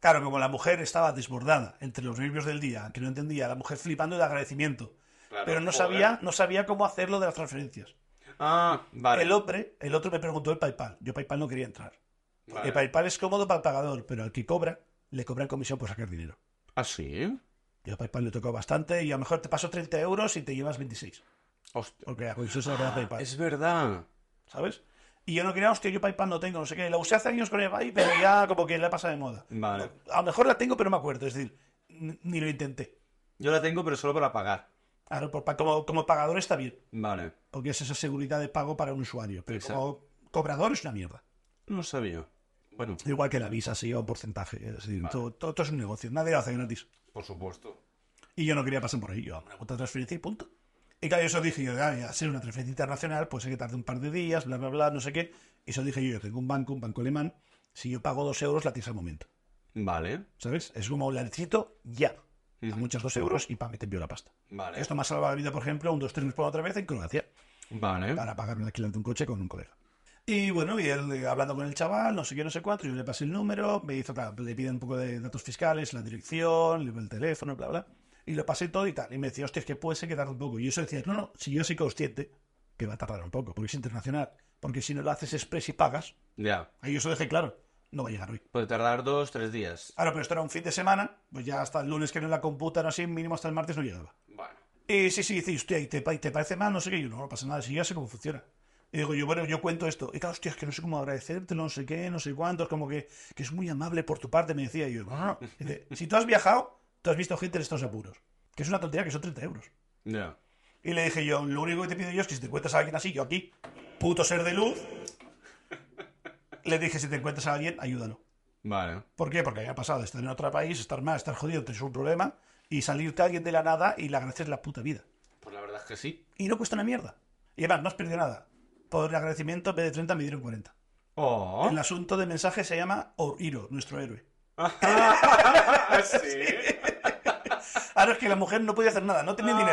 Speaker 2: Claro, como la mujer estaba desbordada entre los nervios del día, que no entendía, la mujer flipando de agradecimiento,
Speaker 1: Claro,
Speaker 2: pero no
Speaker 1: joder.
Speaker 2: sabía, no sabía cómo hacerlo de las transferencias.
Speaker 1: Ah, vale.
Speaker 2: El hombre, el otro me preguntó el PayPal. Yo PayPal no quería entrar.
Speaker 1: Vale.
Speaker 2: El PayPal es cómodo para el pagador, pero al que cobra le cobran comisión por sacar dinero.
Speaker 1: ¿Ah, sí?
Speaker 2: Yo a PayPal le tocó bastante y a lo mejor te paso 30 euros y te llevas 26.
Speaker 1: Hostia.
Speaker 2: Porque la comisión se la queda PayPal.
Speaker 1: Ah, Es verdad.
Speaker 2: ¿Sabes? Y yo no quería, hostia, yo PayPal no tengo, no sé qué. La usé hace años con el PayPal, pero ya como que la pasa de moda.
Speaker 1: Vale.
Speaker 2: A lo mejor la tengo, pero no me acuerdo. Es decir, n- ni lo intenté.
Speaker 1: Yo la tengo, pero solo para pagar.
Speaker 2: Ahora, por pa- como, como pagador está bien,
Speaker 1: Vale.
Speaker 2: porque es esa seguridad de pago para un usuario. Pero
Speaker 1: Exacto.
Speaker 2: como cobrador es una mierda.
Speaker 1: No sabía. Bueno,
Speaker 2: Igual que la visa, sí, o un porcentaje. Es decir,
Speaker 1: Vale.
Speaker 2: todo, todo- todo es un negocio. Nadie lo hace gratis.
Speaker 1: por supuesto.
Speaker 2: Y yo no quería pasar por ahí. Yo, una cuenta de transferencia y punto. Y claro, eso dije yo, ah, ya, ser una transferencia internacional, pues hay que tarde un par de días, bla, bla, bla, no sé qué. Y eso dije yo, yo tengo un banco, un banco alemán. Si yo pago dos euros, la tienes al momento.
Speaker 1: Vale.
Speaker 2: ¿Sabes? Es como la necesito ya. A
Speaker 1: Ujú.
Speaker 2: muchos dos euros y pa, me te envío la pasta.
Speaker 1: Vale.
Speaker 2: Esto me ha salvado la vida, por ejemplo, un 2-3 por otra vez en Croacia.
Speaker 1: Vale.
Speaker 2: para pagar un alquiler de un coche con un colega. Y bueno, y él eh, hablando con el chaval, no sé qué, no sé cuánto, yo le pasé el número, me hizo, claro, le piden un poco de datos fiscales, la dirección, le- el teléfono, bla, bla. Y lo pasé todo y tal. Y me decía, hostia, es que puede ser que tarde un poco. Y yo eso decía, no, no, si yo soy consciente que va a tardar un poco, porque es internacional. Porque si no lo haces express y pagas,
Speaker 1: Ya.
Speaker 2: ahí yo eso dejé claro, no va a llegar hoy.
Speaker 1: Puede tardar dos, tres días.
Speaker 2: Ahora, pero esto era un fin de semana, pues ya hasta el lunes que no la computan así, mínimo hasta el martes no llegaba.
Speaker 1: Bueno.
Speaker 2: Y Eh, sí, sí, dice, hostia, ¿y te, pa- te parece mal? No sé qué. Y yo, no, no pasa nada, si ya sé cómo funciona. Y digo, yo, bueno, yo cuento esto. Y claro, hostia, es que no sé cómo agradecértelo, no sé qué, no sé cuánto. Es como que, que es muy amable por tu parte, me decía. Y yo, no, no, no. Dice, si tú has viajado, tú has visto gente en estos apuros. Que es una tontería, que son 30 euros.
Speaker 1: Ya.
Speaker 2: Y le dije yo, lo único que te pido yo es que si te encuentras a alguien así, yo aquí, puto ser de luz, le dije, si te encuentras a alguien, ayúdalo.
Speaker 1: Vale.
Speaker 2: ¿Por qué? Porque había pasado de estar en otro país, estar mal, estar jodido, tienes un problema, y salirte a alguien de la nada y le agradeces la puta vida.
Speaker 1: Pues la verdad es que sí.
Speaker 2: Y no cuesta una mierda. Y además, no has perdido nada. Por agradecimiento, en vez de 30 me dieron 40.
Speaker 1: Oh. [LAUGHS]
Speaker 2: El asunto de mensaje se llama Oriro, nuestro héroe.
Speaker 1: sí.
Speaker 2: Ahora es que la mujer no podía hacer nada, no tenía
Speaker 1: Ay, qué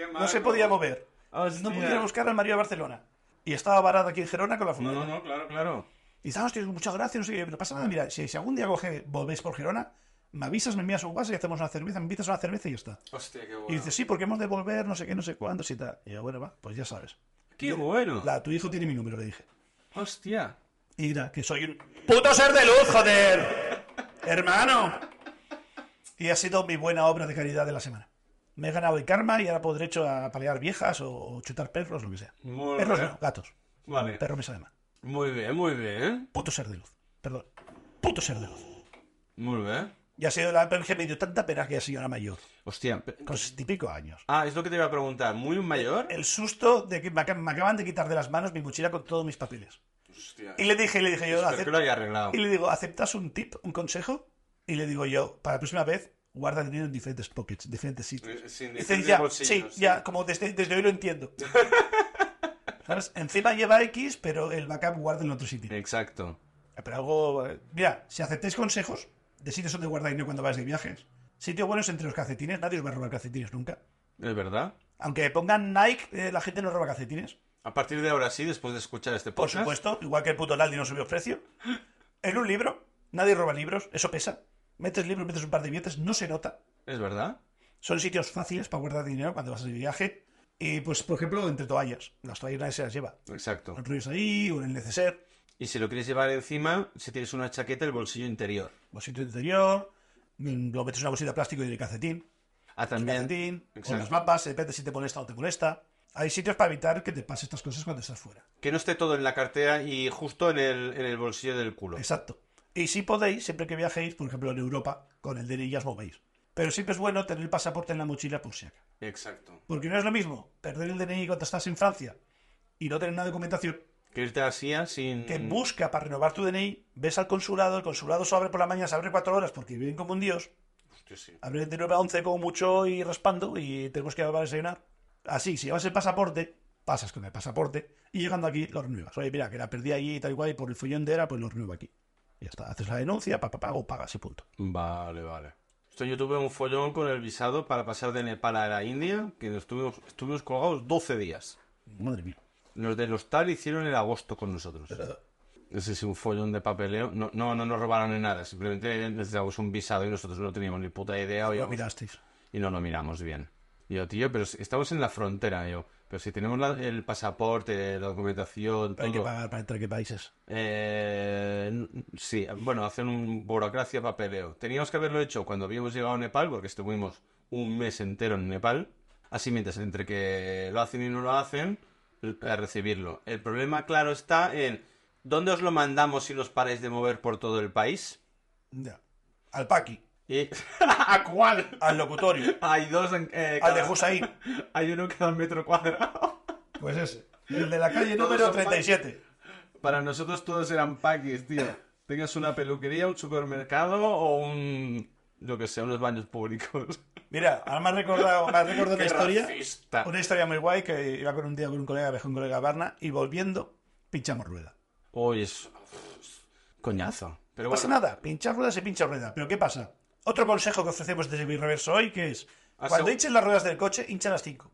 Speaker 2: dinero. No se
Speaker 1: malo.
Speaker 2: marido. podía mover. No
Speaker 1: Hostia.
Speaker 2: pudiera buscar al marido a Barcelona. Y estaba varada aquí en Gerona con la
Speaker 1: No,
Speaker 2: familia.
Speaker 1: no, no, claro, claro.
Speaker 2: Y estaba, hostia, muchas gracias, no sé qué. No pasa nada, mira, si, si algún día coge- volvéis por Gerona, me avisas, me envías un WhatsApp y hacemos una cerveza, me invitas a una cerveza y ya está.
Speaker 1: Hostia, qué bueno.
Speaker 2: Y dices, sí, porque hemos de volver, no sé qué, no sé cuántos y tal. Y yo, bueno, va, pues ya sabes.
Speaker 1: Qué bueno.
Speaker 2: La, tu hijo tiene mi número, le dije.
Speaker 1: Hostia.
Speaker 2: Y Mira, que soy un puto ser de luz, joder. Hermano. Y ha sido mi buena obra de caridad de la semana. Me he ganado el karma y ahora puedo derecho a palear viejas o, o chutar perros, lo que sea.
Speaker 1: Muy
Speaker 2: Perros
Speaker 1: bien.
Speaker 2: no, gatos.
Speaker 1: Vale.
Speaker 2: Perro me sale mal.
Speaker 1: Muy bien, muy bien.
Speaker 2: Puto ser de luz. Perdón. Puto ser de luz.
Speaker 1: Muy bien.
Speaker 2: Y ha sido la que me dio tanta pena que la señora mayor,
Speaker 1: Hostia. pe-
Speaker 2: con sesenta y pico años.
Speaker 1: Ah, es lo que te iba a preguntar. ¿Muy mayor?
Speaker 2: El susto de que me, aca- me acaban de quitar de las manos mi mochila con todos mis papeles.
Speaker 1: eh, Hostia.
Speaker 2: Y le dije, le dije yo,
Speaker 1: Espero
Speaker 2: "Acep-
Speaker 1: que lo haya arreglado.
Speaker 2: Y le digo, ¿aceptas un tip, un consejo? Y le digo yo, para la próxima vez, guarda dinero en diferentes pockets, diferentes sitios.
Speaker 1: Eh, sin
Speaker 2: Y dice,
Speaker 1: diferentes
Speaker 2: ya,
Speaker 1: bolsillos,
Speaker 2: sí, ya, como desde, desde hoy lo entiendo. ¿Sabes? Encima lleva X, pero el backup guarda en otro sitio.
Speaker 1: Exacto.
Speaker 2: Pero algo... eh, Mira, si aceptáis consejos de sitios donde guardar dinero cuando vais de viajes, sitios buenos entre los calcetines, nadie os va a robar calcetines nunca.
Speaker 1: ¿Es verdad?
Speaker 2: Aunque pongan Nike, eh, la gente no roba calcetines.
Speaker 1: A partir de ahora sí, después de escuchar este
Speaker 2: Por
Speaker 1: podcast.
Speaker 2: supuesto, igual que el puto Naldi no subió precio. En un libro, nadie roba libros, eso pesa. Metes libros, metes un par de billetes, no se nota.
Speaker 1: ¿Es verdad?
Speaker 2: Son sitios fáciles para guardar dinero cuando vas de viaje. Y pues, por ejemplo, entre toallas. Las toallas nadie se las lleva.
Speaker 1: Exacto.
Speaker 2: Los rollos ahí, o en el neceser,
Speaker 1: Y si lo quieres llevar encima, si tienes una chaqueta, el bolsillo interior.
Speaker 2: bolsito interior, mm, lo metes en una bolsita de plástico y de calcetín.
Speaker 1: Ah, también.
Speaker 2: Calcetín, o
Speaker 1: Exacto.
Speaker 2: las mapas, depende si te molesta o no te molesta. Hay sitios para evitar que te pase estas cosas cuando estás fuera.
Speaker 1: Que no esté todo en la cartera y justo en el, en el bolsillo del culo.
Speaker 2: Exacto. Y si podéis, siempre que viajéis, por ejemplo en Europa, con el DNI ya os movéis. Pero siempre es bueno tener el pasaporte en la mochila por si acaso.
Speaker 1: Exacto.
Speaker 2: Porque no es lo mismo perder el DNI cuando estás en Francia y no tener una documentación
Speaker 1: Que irte así ah, sin.
Speaker 2: que busca para renovar tu DNI, ves al consulado, el consulado se abre por la mañana, se abre cuatro horas porque viven como un dios,
Speaker 1: Hostia, sí.
Speaker 2: abre de 9 a 11 como mucho y raspando y tenemos que ir a desayunar. Así, si llevas el pasaporte, pasas con el pasaporte y llegando aquí lo renuevas. Oye, mira, que la perdí allí y tal y cual y por el follón de era, pues lo renuevo aquí. Ya está, haces la denuncia, pa, pa, pago, pagas y punto.
Speaker 1: Vale, vale. Esto yo tuve un follón con el visado para pasar de Nepal a la India, que nos estuvimos, estuvimos colgados 12 días.
Speaker 2: Madre mía.
Speaker 1: Los del hostal hicieron el agosto con nosotros. Ese es un follón de papeleo. No, no, no nos robaron ni nada. Simplemente necesitábamos un visado y nosotros no teníamos ni puta idea.
Speaker 2: Lo
Speaker 1: oíamos-
Speaker 2: mirasteis.
Speaker 1: y no lo miramos bien. Yo, tío, pero si- estamos en la frontera, yo. Pero si tenemos la- el pasaporte, la documentación,
Speaker 2: Pero hay que
Speaker 1: todo.
Speaker 2: pagar para entrar qué países.
Speaker 1: Eh, n- sí, bueno, hacen un burocracia papeleo. Teníamos que haberlo hecho cuando habíamos llegado a Nepal, porque estuvimos un mes entero en Nepal. Así mientras entre que lo hacen y no lo hacen, l- a recibirlo. El problema, claro, está en dónde os lo mandamos si nos paráis de mover por todo el país.
Speaker 2: Ya. Al Paqui,
Speaker 1: Y... ¿A cuál? [LAUGHS]
Speaker 2: al locutorio,
Speaker 1: Hay dos en, eh,
Speaker 2: al de
Speaker 1: cada-
Speaker 2: Hussein.
Speaker 1: [LAUGHS] Hay uno cada metro cuadrado.
Speaker 2: Pues ese. El de la calle
Speaker 1: Todos
Speaker 2: número
Speaker 1: son
Speaker 2: 37.
Speaker 1: Para nosotros todos eran paquis, tío. Tengas una peluquería, un supermercado o un... Lo que sea, unos baños públicos.
Speaker 2: Mira, ahora me has
Speaker 1: [LAUGHS]
Speaker 2: recordado, me has recordado una historia.
Speaker 1: racista.
Speaker 2: Una historia muy guay que iba con un día con un colega, viajé con un colega a Barna y volviendo, pinchamos rueda.
Speaker 1: Oye, es... Coñazo. Pero
Speaker 2: No pasa
Speaker 1: bueno,
Speaker 2: nada, pinchar rueda se pincha rueda. Pero ¿qué pasa? Otro consejo que ofrecemos desde mi reverso hoy que es
Speaker 1: Ah,
Speaker 2: cuando
Speaker 1: seg-
Speaker 2: hinches las ruedas del coche, hincha las 5.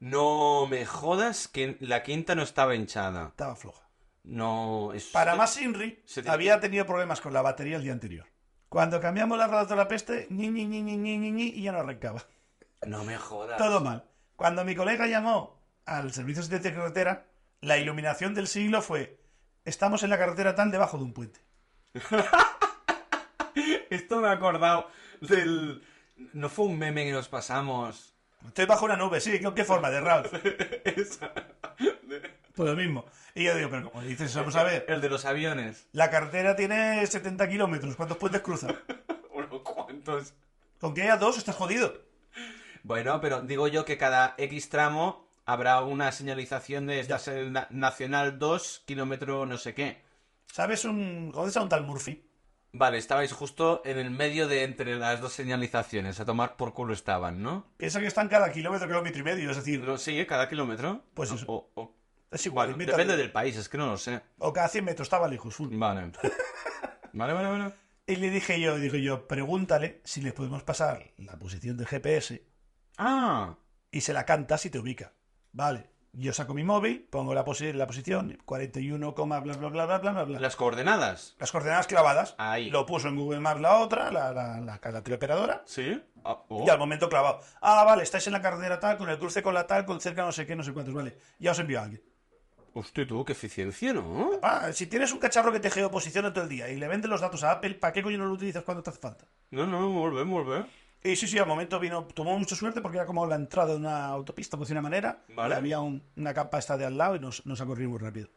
Speaker 1: no me jodas que la quinta no estaba hinchada.
Speaker 2: Estaba floja.
Speaker 1: No, es...
Speaker 2: Para más Inri,
Speaker 1: se tiene
Speaker 2: había tenido problemas con la batería el día anterior. Cuando cambiamos las ruedas de la peste, ni ni ni ni ni ni ni y ya no arrancaba.
Speaker 1: No me jodas.
Speaker 2: Todo mal. Cuando mi colega llamó al servicio de carretera, la iluminación del siglo fue estamos en la carretera tal debajo de un puente.
Speaker 1: Esto me ha acordado del... No fue un meme que nos pasamos.
Speaker 2: Estoy bajo una nube, sí, ¿con qué forma?
Speaker 1: [LAUGHS]
Speaker 2: De Ralph. Pues lo mismo. Y yo digo, pero como dices, vamos a ver,
Speaker 1: El de los [LAUGHS] aviones.
Speaker 2: la carretera tiene 70 kilómetros, ¿cuántos puentes cruza?
Speaker 1: Unos cuantos.
Speaker 2: Con que haya dos estás jodido.
Speaker 1: Bueno, pero digo yo que cada X tramo habrá una señalización de esta se- na- Nacional 2, kilómetro no sé qué.
Speaker 2: ¿Sabes un... ¿Conoces a un tal Murphy?
Speaker 1: Vale, estabais justo en el medio de entre las dos señalizaciones. A tomar por culo estaban, ¿no?
Speaker 2: Piensa que están cada kilómetro, kilómetro y medio, es decir,
Speaker 1: Pero sí, ¿eh? cada kilómetro.
Speaker 2: Pues eso.
Speaker 1: O, o-
Speaker 2: es igual.
Speaker 1: bueno,
Speaker 2: invéntate.
Speaker 1: depende del país, es que no lo sé.
Speaker 2: O cada 100 metros, estaba lejos, full.
Speaker 1: Vale. [LAUGHS] Vale, vale, vale.
Speaker 2: Y le dije yo, digo yo, pregúntale si les podemos pasar la posición del GPS
Speaker 1: Ah,
Speaker 2: y se la cantas y te ubica. Vale. Yo saco mi móvil, pongo la, posi- la posición 41, bla bla bla bla bla bla bla.
Speaker 1: las coordenadas.
Speaker 2: Las coordenadas clavadas.
Speaker 1: Ahí.
Speaker 2: Lo puso en Google Maps la otra, la, la, la, la teleoperadora.
Speaker 1: ¿Sí? Ah, oh.
Speaker 2: Y al momento clavado. Ah, vale, estáis en la carretera tal, con el cruce con la tal, con cerca no sé qué, no sé cuántos, vale. Ya os envío a alguien.
Speaker 1: Hostia, tú, qué eficiencia, ¿no?
Speaker 2: Ah, si tienes un cacharro que te geoposiciona todo el día y le vendes los datos a Apple, ¿para qué coño no lo utilizas cuando te hace falta?
Speaker 1: No, no, volve, volve.
Speaker 2: Y Eh, sí, sí, al momento vino, tomó mucha suerte porque era como la entrada de una autopista, por decir una manera.
Speaker 1: Vale.
Speaker 2: Y había un- una capa esta de al lado y nos, nos ha corrido muy rápido.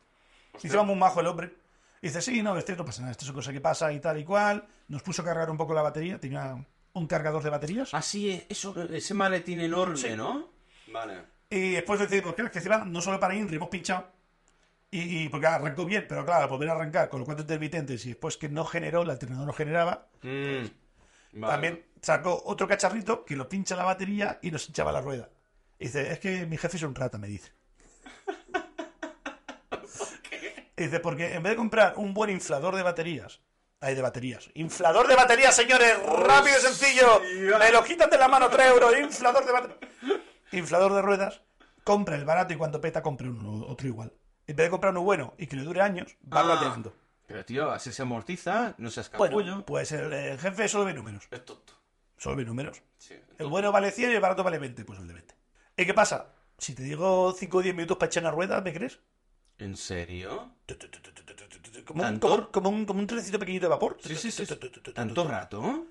Speaker 2: Y se va muy majo el hombre. Y dice, sí, no, este no pasa nada, esto es una cosa que pasa y tal y cual. Nos puso a cargar un poco la batería, tenía un cargador de baterías.
Speaker 1: Ah, sí, eso, ese maletín enorme,
Speaker 2: Sí.
Speaker 1: ¿no? Vale.
Speaker 2: Y después decidimos, claro, que encima no solo para Inri, hemos pinchado. Y, y porque arrancó bien, pero claro, al volver a arrancar con los cuatro intermitentes y después que no generó, el alternador no generaba,
Speaker 1: Mm, vale.
Speaker 2: También sacó otro cacharrito que lo pincha la batería y nos hinchaba la rueda. Y dice, es que mi jefe es un rata,
Speaker 1: [LAUGHS]
Speaker 2: me dice. Y Dice, porque en vez de comprar un buen inflador de baterías, hay de baterías. Inflador de baterías, señores,
Speaker 1: Oh,
Speaker 2: rápido y sencillo. Me lo quitan de la mano 3 euros. Inflador de baterías. Inflador de ruedas, compra el barato y cuando peta, compra uno, otro igual. En vez de comprar uno bueno y que le dure años, va
Speaker 1: Ah.
Speaker 2: plateando.
Speaker 1: Pero tío, así se amortiza, no se escapullo.
Speaker 2: Bueno, pues el, eh, jefe solo ve números.
Speaker 1: Es tonto.
Speaker 2: Solo ve números.
Speaker 1: Sí, es
Speaker 2: El
Speaker 1: tonto.
Speaker 2: bueno vale 100 y el barato vale 20. Pues el de 20. ¿Y qué pasa? Si te digo 5 o 10 minutos para echar una rueda, ¿me crees?
Speaker 1: ¿En serio?
Speaker 2: Tu, tu, tu, tu, tu, tu, tu, tu, tu, Como un,
Speaker 1: ¿Tanto?
Speaker 2: como, un- como un, como un trenecito pequeñito de vapor.
Speaker 1: Sí, sí, sí.
Speaker 2: Tu, tu, tu, tu, tu,
Speaker 1: ¿Tanto
Speaker 2: tu, tu.
Speaker 1: rato?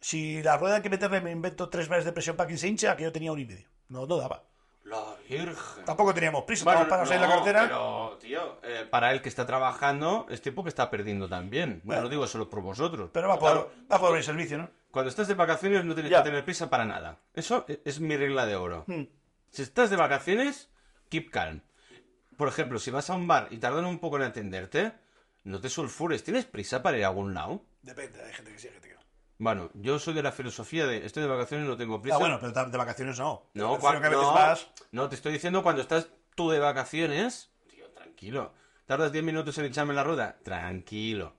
Speaker 2: Si la rueda hay que meterle me invento 3 bares de presión para que se hinche, aquí yo tenía un y medio. No, no daba.
Speaker 1: La virgen.
Speaker 2: Tampoco teníamos prisa,
Speaker 1: Bueno,
Speaker 2: estábamos para salir
Speaker 1: no,
Speaker 2: la carretera.
Speaker 1: Pero, tío, eh, para el que está trabajando, es tiempo que está perdiendo también.
Speaker 2: Bueno.
Speaker 1: No lo digo solo por vosotros.
Speaker 2: Eh. Pero va por,
Speaker 1: Claro,
Speaker 2: va por el servicio, ¿no?
Speaker 1: cuando estás de vacaciones no tienes
Speaker 2: Ya.
Speaker 1: que tener prisa para nada. Eso e- es mi regla de oro.
Speaker 2: Hmm.
Speaker 1: Si estás de vacaciones, keep calm. Por ejemplo, si vas a un bar y tardan un poco en atenderte, no te sulfures. ¿Tienes prisa para ir a algún lado?
Speaker 2: Depende, hay gente que sí, hay gente que no.
Speaker 1: Bueno, yo soy de la filosofía de estoy de vacaciones, no tengo prisa.
Speaker 2: Ah, bueno, pero de vacaciones no.
Speaker 1: no,
Speaker 2: Prefiero
Speaker 1: cuan-
Speaker 2: que a veces
Speaker 1: no,
Speaker 2: vas-
Speaker 1: no, te estoy diciendo cuando estás tú de
Speaker 2: Hmm.
Speaker 1: vacaciones, tío, tranquilo. Tardas 10 minutos en echarme la rueda, tranquilo.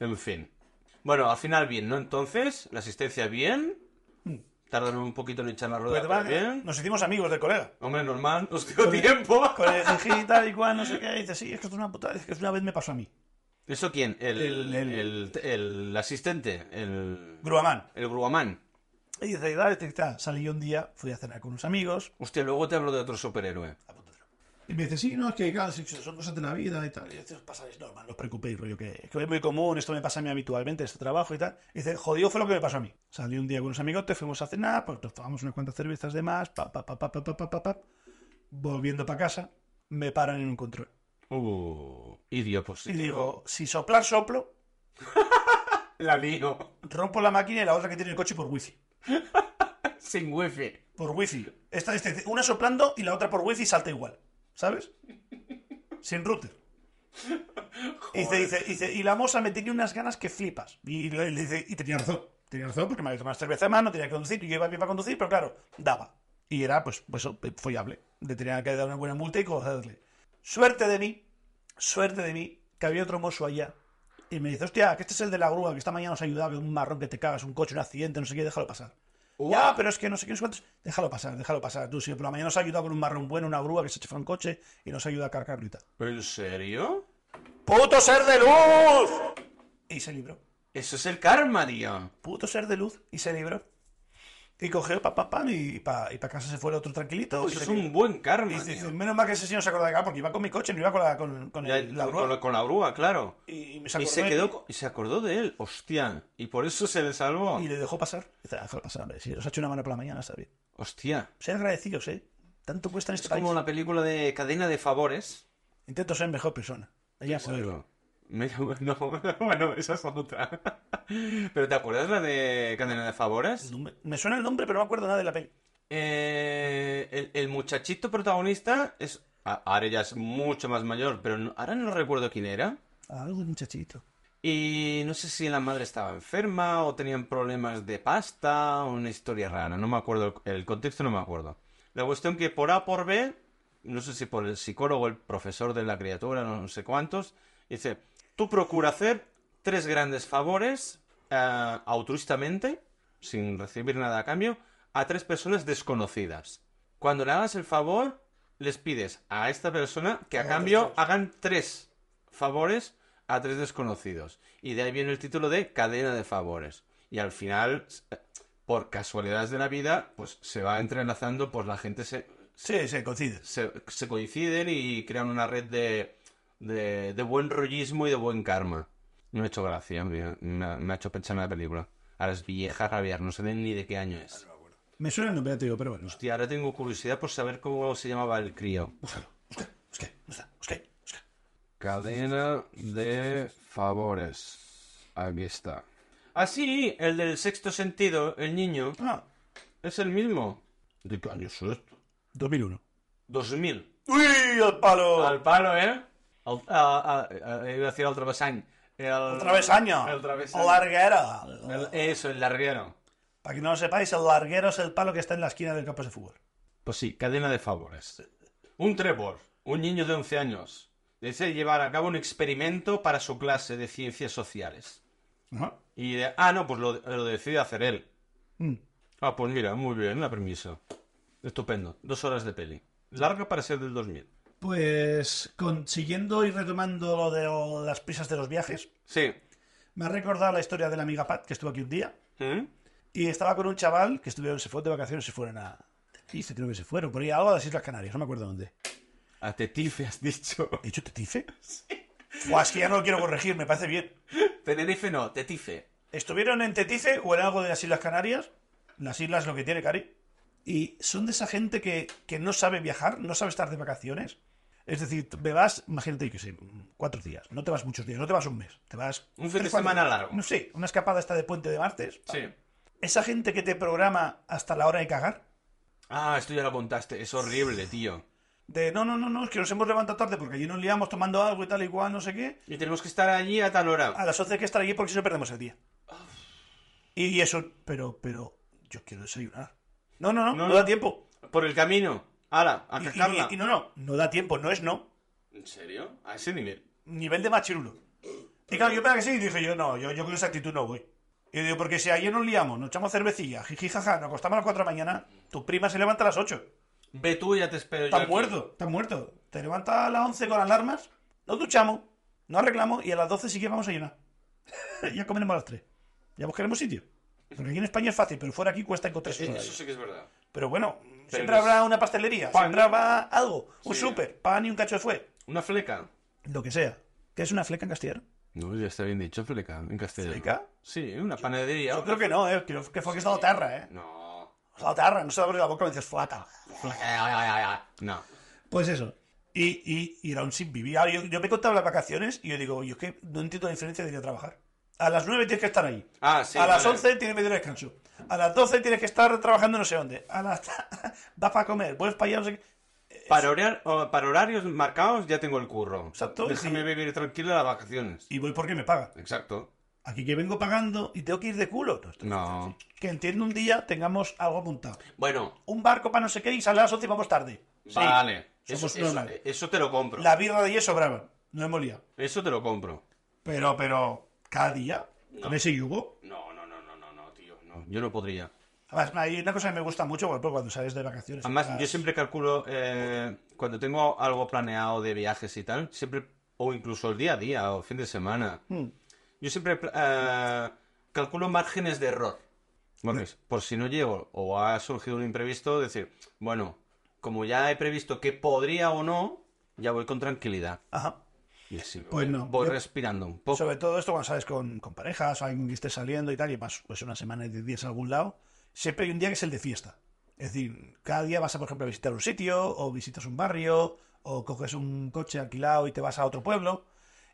Speaker 1: En fin. Bueno, al final bien, ¿no? Entonces, la asistencia bien. Tardaron un poquito en echar la rueda,
Speaker 2: Pues
Speaker 1: pero
Speaker 2: va,
Speaker 1: bien.
Speaker 2: Nos hicimos amigos del colega.
Speaker 1: Hombre, normal,
Speaker 2: [LAUGHS]
Speaker 1: nos dio
Speaker 2: el-
Speaker 1: tiempo.
Speaker 2: Con el jeje y tal y cual, no sé qué. Y dice, sí, es que esto es una putada. Es que una vez me pasó a mí.
Speaker 1: ¿Eso quién? El,
Speaker 2: El-
Speaker 1: el,
Speaker 2: el-
Speaker 1: el asistente, el,
Speaker 2: Gruamán.
Speaker 1: el gruamán.
Speaker 2: Y este dice, y tal, y tal. Salí yo un día, fui a cenar con unos amigos.
Speaker 1: Hostia, luego te hablo de otro superhéroe.
Speaker 2: Apúntatelo. Y me dice, sí, no, es que claro, sí, son cosas de la vida y tal. Y esto os pasa, es normal, no os preocupéis, rollo, que, que es muy común, esto me pasa a mí habitualmente, este trabajo y tal. Y dice, jodido fue lo que me pasó a mí. Salí un día con unos amigotes, fuimos a cenar, pues nos tomamos unas cuantas cervezas de más, pa, pa, pa, pa, pa, pa, pa, pa, pa. Volviendo para casa, me paran en un control.
Speaker 1: Uh,
Speaker 2: Y
Speaker 1: idiopos.
Speaker 2: digo, si soplar soplo,
Speaker 1: La lío. [LAUGHS]
Speaker 2: rompo la máquina y la otra que tiene el coche por wifi.
Speaker 1: Sin wifi.
Speaker 2: Por wifi. Esta, este, una soplando y la otra por wifi salta igual. ¿Sabes? Sin router. Y, dice, dice- dice, y la moza me tenía unas ganas que flipas. Y, le- le dice- y tenía razón. Tenía razón porque me había tomado una cerveza de mano, tenía que conducir, y yo iba bien para conducir, pero claro, daba. Y era, pues, pues eso, pe- follable. Le tenía que dar una buena multa y cogerle. Suerte de mí, suerte de mí, que había otro mozo allá. Y me dice, hostia, que este es el de la grúa, que esta mañana nos ha ayudado, que un marrón que te cagas, un coche, un accidente, no sé qué, déjalo pasar. Ya, pero es que no sé qué nos cuentas. Déjalo pasar, déjalo pasar. Tú, si por la mañana nos ha ayudado con un marrón bueno, una grúa que se chefa un coche y nos ayuda a cargarlo y tal.
Speaker 1: ¿En serio?
Speaker 2: ¡Puto ser de luz! Y se libró.
Speaker 1: Eso es el karma, tío.
Speaker 2: Puto ser de luz y se libró. Y cogió pa pa pam y pa, y pa casa se fue el otro tranquilito. y
Speaker 1: Eso
Speaker 2: se
Speaker 1: es
Speaker 2: quedó.
Speaker 1: un buen
Speaker 2: Y
Speaker 1: karma,
Speaker 2: dice,
Speaker 1: tío.
Speaker 2: menos mal que ese señor se acordó de acá porque iba con mi coche, no iba con la, con, con
Speaker 1: Ya,
Speaker 2: el- la grúa.
Speaker 1: con, la- con la grúa, claro.
Speaker 2: Y, y me
Speaker 1: Y
Speaker 2: acordó
Speaker 1: se
Speaker 2: de-
Speaker 1: quedó co- y se acordó de él, hostia. Y por eso se le salvó.
Speaker 2: Y le dejó pasar. Dice, "Ah, déjalo pasar, hombre. Si os ha hecho una mano por la mañana, está bien.
Speaker 1: Hostia.
Speaker 2: Ser agradecidos, ¿eh? Tanto cuesta en este
Speaker 1: Es
Speaker 2: país.
Speaker 1: como la película de Cadena de Favores.
Speaker 2: Intento ser mejor persona. Ya sabes.
Speaker 1: Mira, [LAUGHS] bueno, bueno, esa es otra. [LAUGHS] Pero ¿te acuerdas la de Cadena de Favores?
Speaker 2: No Me me suena el nombre, pero no me acuerdo nada de la peli.
Speaker 1: Eh, el, el muchachito protagonista es. a- Ahora ya es mucho más mayor, pero no- ahora no recuerdo quién era.
Speaker 2: Ah, Algo de muchachito.
Speaker 1: Y no sé si la madre estaba enferma o tenían problemas de pasta, una historia rara, no me acuerdo, el el contexto no me acuerdo. La cuestión que por A por B, no sé si por el psicólogo, el profesor de la criatura, no sé cuántos, dice, tú procura hacer tres grandes favores eh, altruistamente, sin recibir nada a cambio, a tres personas desconocidas. Cuando le hagas el favor, les pides a esta persona que a
Speaker 2: Haga
Speaker 1: cambio
Speaker 2: otros tres.
Speaker 1: hagan tres favores a tres desconocidos. Y de ahí viene el título de cadena de favores. Y al final, s- eh, por casualidades de la vida, pues se va entrelazando, pues la gente se,
Speaker 2: Sí, sí, coincide.
Speaker 1: se, se coinciden y crean una red de, de, de buen rollismo y de buen karma. Me ha hecho gracia, me, me ha, me ha hecho pensar en la película. Ahora es vieja rabiar, no sé de- ni de qué año es.
Speaker 2: Me suena el nombre, ya te digo, pero bueno.
Speaker 1: Hostia, ahora tengo curiosidad por saber cómo se llamaba el crío.
Speaker 2: Búscalo, búscalo, búscalo, búscalo, búscalo, búscalo.
Speaker 1: Cadena de favores. Aquí está. Ah, sí, el del sexto sentido, el niño,
Speaker 2: Ah,
Speaker 1: es el mismo. ¿De qué año es esto?
Speaker 2: 2001.
Speaker 1: 2000.
Speaker 2: ¡Uy, al palo!
Speaker 1: Al palo, ¿eh? Al- a- a- a- iba a decir al travesaño. El,
Speaker 2: El travesaño.
Speaker 1: El travesaño.
Speaker 2: O larguero.
Speaker 1: El- eso, el larguero.
Speaker 2: Para que no lo sepáis, el larguero es el palo que está en la esquina del campo de fútbol.
Speaker 1: Pues sí, cadena de favores. Un Trevor, un niño de 11 años, desea llevar a cabo un experimento para su clase de ciencias sociales.
Speaker 2: Ajá.
Speaker 1: Y, de- ah, no, pues lo, lo decide hacer él.
Speaker 2: Mm.
Speaker 1: Ah, pues mira, muy bien, la premisa. Estupendo. Dos horas de peli. Larga para ser del 2000.
Speaker 2: Pues consiguiendo y retomando lo de lo- las prisas de los viajes,
Speaker 1: Sí.
Speaker 2: me ha recordado la historia de la amiga Pat, que estuvo aquí un día,
Speaker 1: ¿Mm?
Speaker 2: y estaba con un chaval que estuvieron, se fue de vacaciones, se fueron a... Tenerife, creo que se fueron, por ahí algo de las Islas Canarias, no me acuerdo dónde.
Speaker 1: A Tetife has dicho.
Speaker 2: ¿He dicho
Speaker 1: [LAUGHS]
Speaker 2: Tetife? Buah, es que ya no lo quiero corregir, me parece bien.
Speaker 1: Tenerife no, Tetife.
Speaker 2: ¿Estuvieron en Tetife o en algo de las Islas Canarias? Las islas lo que tiene, Cari. Y son de esa gente que, que no sabe viajar, no sabe estar de vacaciones. Es decir, me vas, imagínate que sí, cuatro días. No te vas muchos días, no te vas un mes. Te vas.
Speaker 1: Un fin de
Speaker 2: tres, cuatro
Speaker 1: semana
Speaker 2: días.
Speaker 1: largo.
Speaker 2: No sé, una escapada esta de puente de martes.
Speaker 1: Sí.
Speaker 2: Esa gente que te programa hasta la hora de cagar.
Speaker 1: Ah, esto ya lo contaste. Es horrible, tío.
Speaker 2: De no, no, no, no, es que nos hemos levantado tarde porque allí nos liamos tomando algo y tal y cual, no sé qué.
Speaker 1: Y tenemos que estar allí a tal hora.
Speaker 2: A las 11 hay que estar allí porque si no perdemos el día. Y eso, pero, pero, yo quiero desayunar. No, no, no, no,
Speaker 1: No,
Speaker 2: da
Speaker 1: no.
Speaker 2: tiempo.
Speaker 1: Por el camino. Ala, a
Speaker 2: Y, y-
Speaker 1: cagarla.
Speaker 2: y no, no, no da tiempo, no es no.
Speaker 1: ¿En serio? ¿A ese nivel?
Speaker 2: Nivel de machirulo. Y claro, yo para que sí, y dije yo, no, yo, yo con esa actitud no voy. Y digo, porque si ayer nos liamos, nos echamos cervecilla, jiji, jaja, nos acostamos a las 4 de la mañana, tu prima se levanta a las 8.
Speaker 1: Ve tú, ya te espero yo.
Speaker 2: Estás
Speaker 1: aquí.
Speaker 2: muerto, estás muerto. Te levantas a las 11 con alarmas, nos duchamos, nos arreglamos y a las 12 sí que vamos a llenar. [LAUGHS] ya comeremos a las 3. Ya buscaremos sitio. Porque aquí en España es fácil, pero fuera aquí cuesta encontrar
Speaker 1: Eh,
Speaker 2: sitio.
Speaker 1: Eso sí que es verdad.
Speaker 2: Pero bueno, siempre
Speaker 1: es-
Speaker 2: habrá una pastelería,
Speaker 1: Pan.
Speaker 2: siempre habrá algo, un
Speaker 1: Sí.
Speaker 2: súper, pan y un cacho de fue,
Speaker 1: Una fleca.
Speaker 2: lo que sea. ¿Qué es una fleca en castellano?
Speaker 1: No, ya está bien dicho, fleca, en castellano.
Speaker 2: ¿Fleca?
Speaker 1: Sí, una panadería.
Speaker 2: Yo creo que no, eh. Creo que fue que has dado terra, eh.
Speaker 1: No.
Speaker 2: Has dado terra, no se abre la boca y dices flaca.
Speaker 1: No.
Speaker 2: Pues eso. Y, y, y era un sin vivir. Ahora, Yo, yo me he contado las vacaciones y yo digo, yo es que no entiendo la diferencia de ir a trabajar. A las 9 tienes que estar ahí.
Speaker 1: Ah, sí,
Speaker 2: a las
Speaker 1: vale.
Speaker 2: 11 tienes medio descanso. A las 12 tienes que estar trabajando no sé dónde. A las... [LAUGHS] Vas para comer, vuelves para allá, no sé qué.
Speaker 1: Para, horar- o- para horarios marcados ya tengo el curro.
Speaker 2: Exacto,
Speaker 1: Déjame
Speaker 2: sí.
Speaker 1: vivir tranquilo las vacaciones.
Speaker 2: Y voy porque me paga.
Speaker 1: Exacto.
Speaker 2: Aquí que vengo pagando y tengo que ir de culo. No, esto-
Speaker 1: No.
Speaker 2: Que entiendo un día tengamos algo apuntado.
Speaker 1: Bueno,
Speaker 2: Un barco para no sé qué y sale a las 11 y vamos tarde. Sí.
Speaker 1: vale. Eso,
Speaker 2: Somos
Speaker 1: eso- eh.
Speaker 2: normales.
Speaker 1: eso te lo compro.
Speaker 2: La birra de ayer sobraba. No hemos liado.
Speaker 1: Eso te lo compro.
Speaker 2: Pero, pero, cada día, con ese yugo.
Speaker 1: No, no, no, no, no, no, tío. no. Yo no podría.
Speaker 2: Además, hay una cosa que me gusta mucho bueno, pues cuando sales de vacaciones. ah,
Speaker 1: Además,
Speaker 2: estás-
Speaker 1: yo siempre calculo, eh, cuando tengo algo planeado de viajes y tal, siempre, o incluso el día a día o fin de semana, yo siempre eh, calculo márgenes de error. Porque por si no llego o ha surgido un imprevisto, decir, bueno, como ya he previsto que podría o no, ya voy con tranquilidad.
Speaker 2: Ajá.
Speaker 1: Y así voy-
Speaker 2: Pues no,
Speaker 1: voy
Speaker 2: yo-
Speaker 1: respirando un poco.
Speaker 2: Sobre todo esto cuando sales con, con parejas, o alguien que esté saliendo y tal, y vas pues una semana y diez días a algún lado. Siempre hay un día que es el de fiesta. Es decir, cada día vas a, por ejemplo, a visitar un sitio, o visitas un barrio, o coges un coche alquilado y te vas a otro pueblo.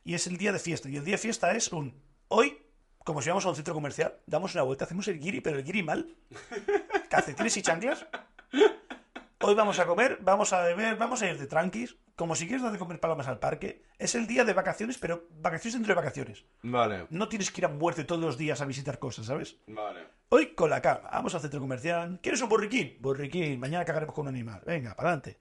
Speaker 2: Y es el día de fiesta. Y el día de fiesta es un hoy, como si vamos a un centro comercial, damos una vuelta, hacemos el guiri, pero el
Speaker 1: [LAUGHS]
Speaker 2: guiri mal. Calcetines y chanclas. Hoy vamos a comer, vamos a beber, vamos a ir de tranquis. Como si quieres dar de comer palomas al parque. Es el día de vacaciones, pero vacaciones dentro de vacaciones.
Speaker 1: Vale,
Speaker 2: No tienes que ir a muerte todos los días a visitar cosas, ¿sabes?
Speaker 1: vale.
Speaker 2: Hoy con la calma, vamos al centro comercial. ¿Quieres un borriquín? Borriquín, mañana cagaremos con un animal. Venga, para adelante.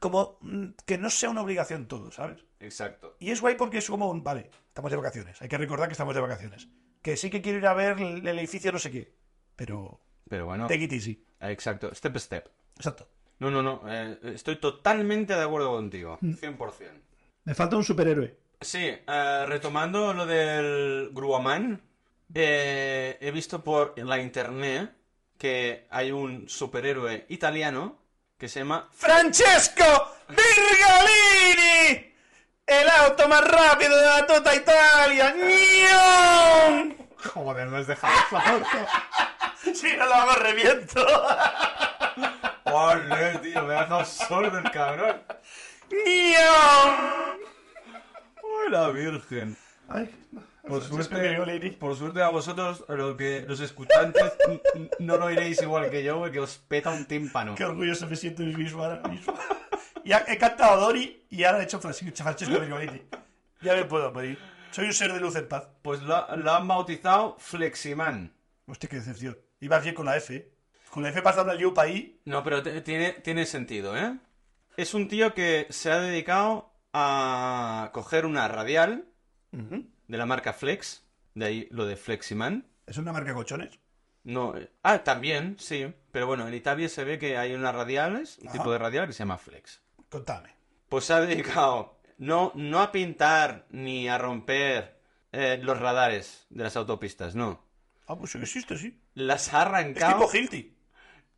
Speaker 2: Como mm, que no sea una obligación todo, ¿sabes?
Speaker 1: Exacto.
Speaker 2: Y es guay porque es como un, vale, estamos de vacaciones. Hay que recordar que estamos de vacaciones. Que sí que quiero ir a ver el el edificio no sé qué. Pero
Speaker 1: Pero bueno,
Speaker 2: take it easy.
Speaker 1: exacto. Step by step.
Speaker 2: Exacto.
Speaker 1: No, no, no. eh, estoy totalmente de acuerdo contigo. 100%.
Speaker 2: Me falta un superhéroe.
Speaker 1: Sí, eh, retomando lo del Gruaman, eh, he visto por la internet que hay un superhéroe italiano que se llama...
Speaker 2: Francesco Virgalini, el auto más rápido de la tota Italia. ¡Nión!
Speaker 1: Joder, no has dejado
Speaker 2: Si no lo hago, reviento.
Speaker 1: ¡Ole, tío! Me ha dejado sordo el cabrón.
Speaker 2: ¡Nión!
Speaker 1: ¡Uy, la virgen!
Speaker 2: Ay,
Speaker 1: Por
Speaker 2: Francesco
Speaker 1: suerte,
Speaker 2: Virgolini.
Speaker 1: por suerte a vosotros, lo que, los escuchantes, n- n- no lo iréis igual que yo, porque os peta un tímpano.
Speaker 2: Qué orgulloso me siento de mí mismo ahora mismo. Ya he cantado Dori y ahora he hecho Francisco Francesco Virgolini. Ya me puedo morir. Soy un ser de luz en paz.
Speaker 1: Pues lo, lo han bautizado Fleximan.
Speaker 2: Hostia, qué decepción. Iba bien con la F. ¿eh? Con la F pasa una liupa ahí.
Speaker 1: No, pero te- tiene, tiene sentido, ¿eh? Es un tío que se ha dedicado a coger una radial de la marca Flex, de ahí lo de Fleximan.
Speaker 2: Es una marca de colchones.
Speaker 1: No, eh, ah, también, sí. Pero bueno, en Italia se ve que hay unas radiales, un
Speaker 2: Ajá.
Speaker 1: tipo de radial que se llama Flex.
Speaker 2: Contame.
Speaker 1: Pues se ha dedicado no, no a pintar ni a romper eh, los radares de las autopistas, no.
Speaker 2: Ah, pues existe, sí.
Speaker 1: Las ha
Speaker 2: Es
Speaker 1: arrancado
Speaker 2: tipo Hilti.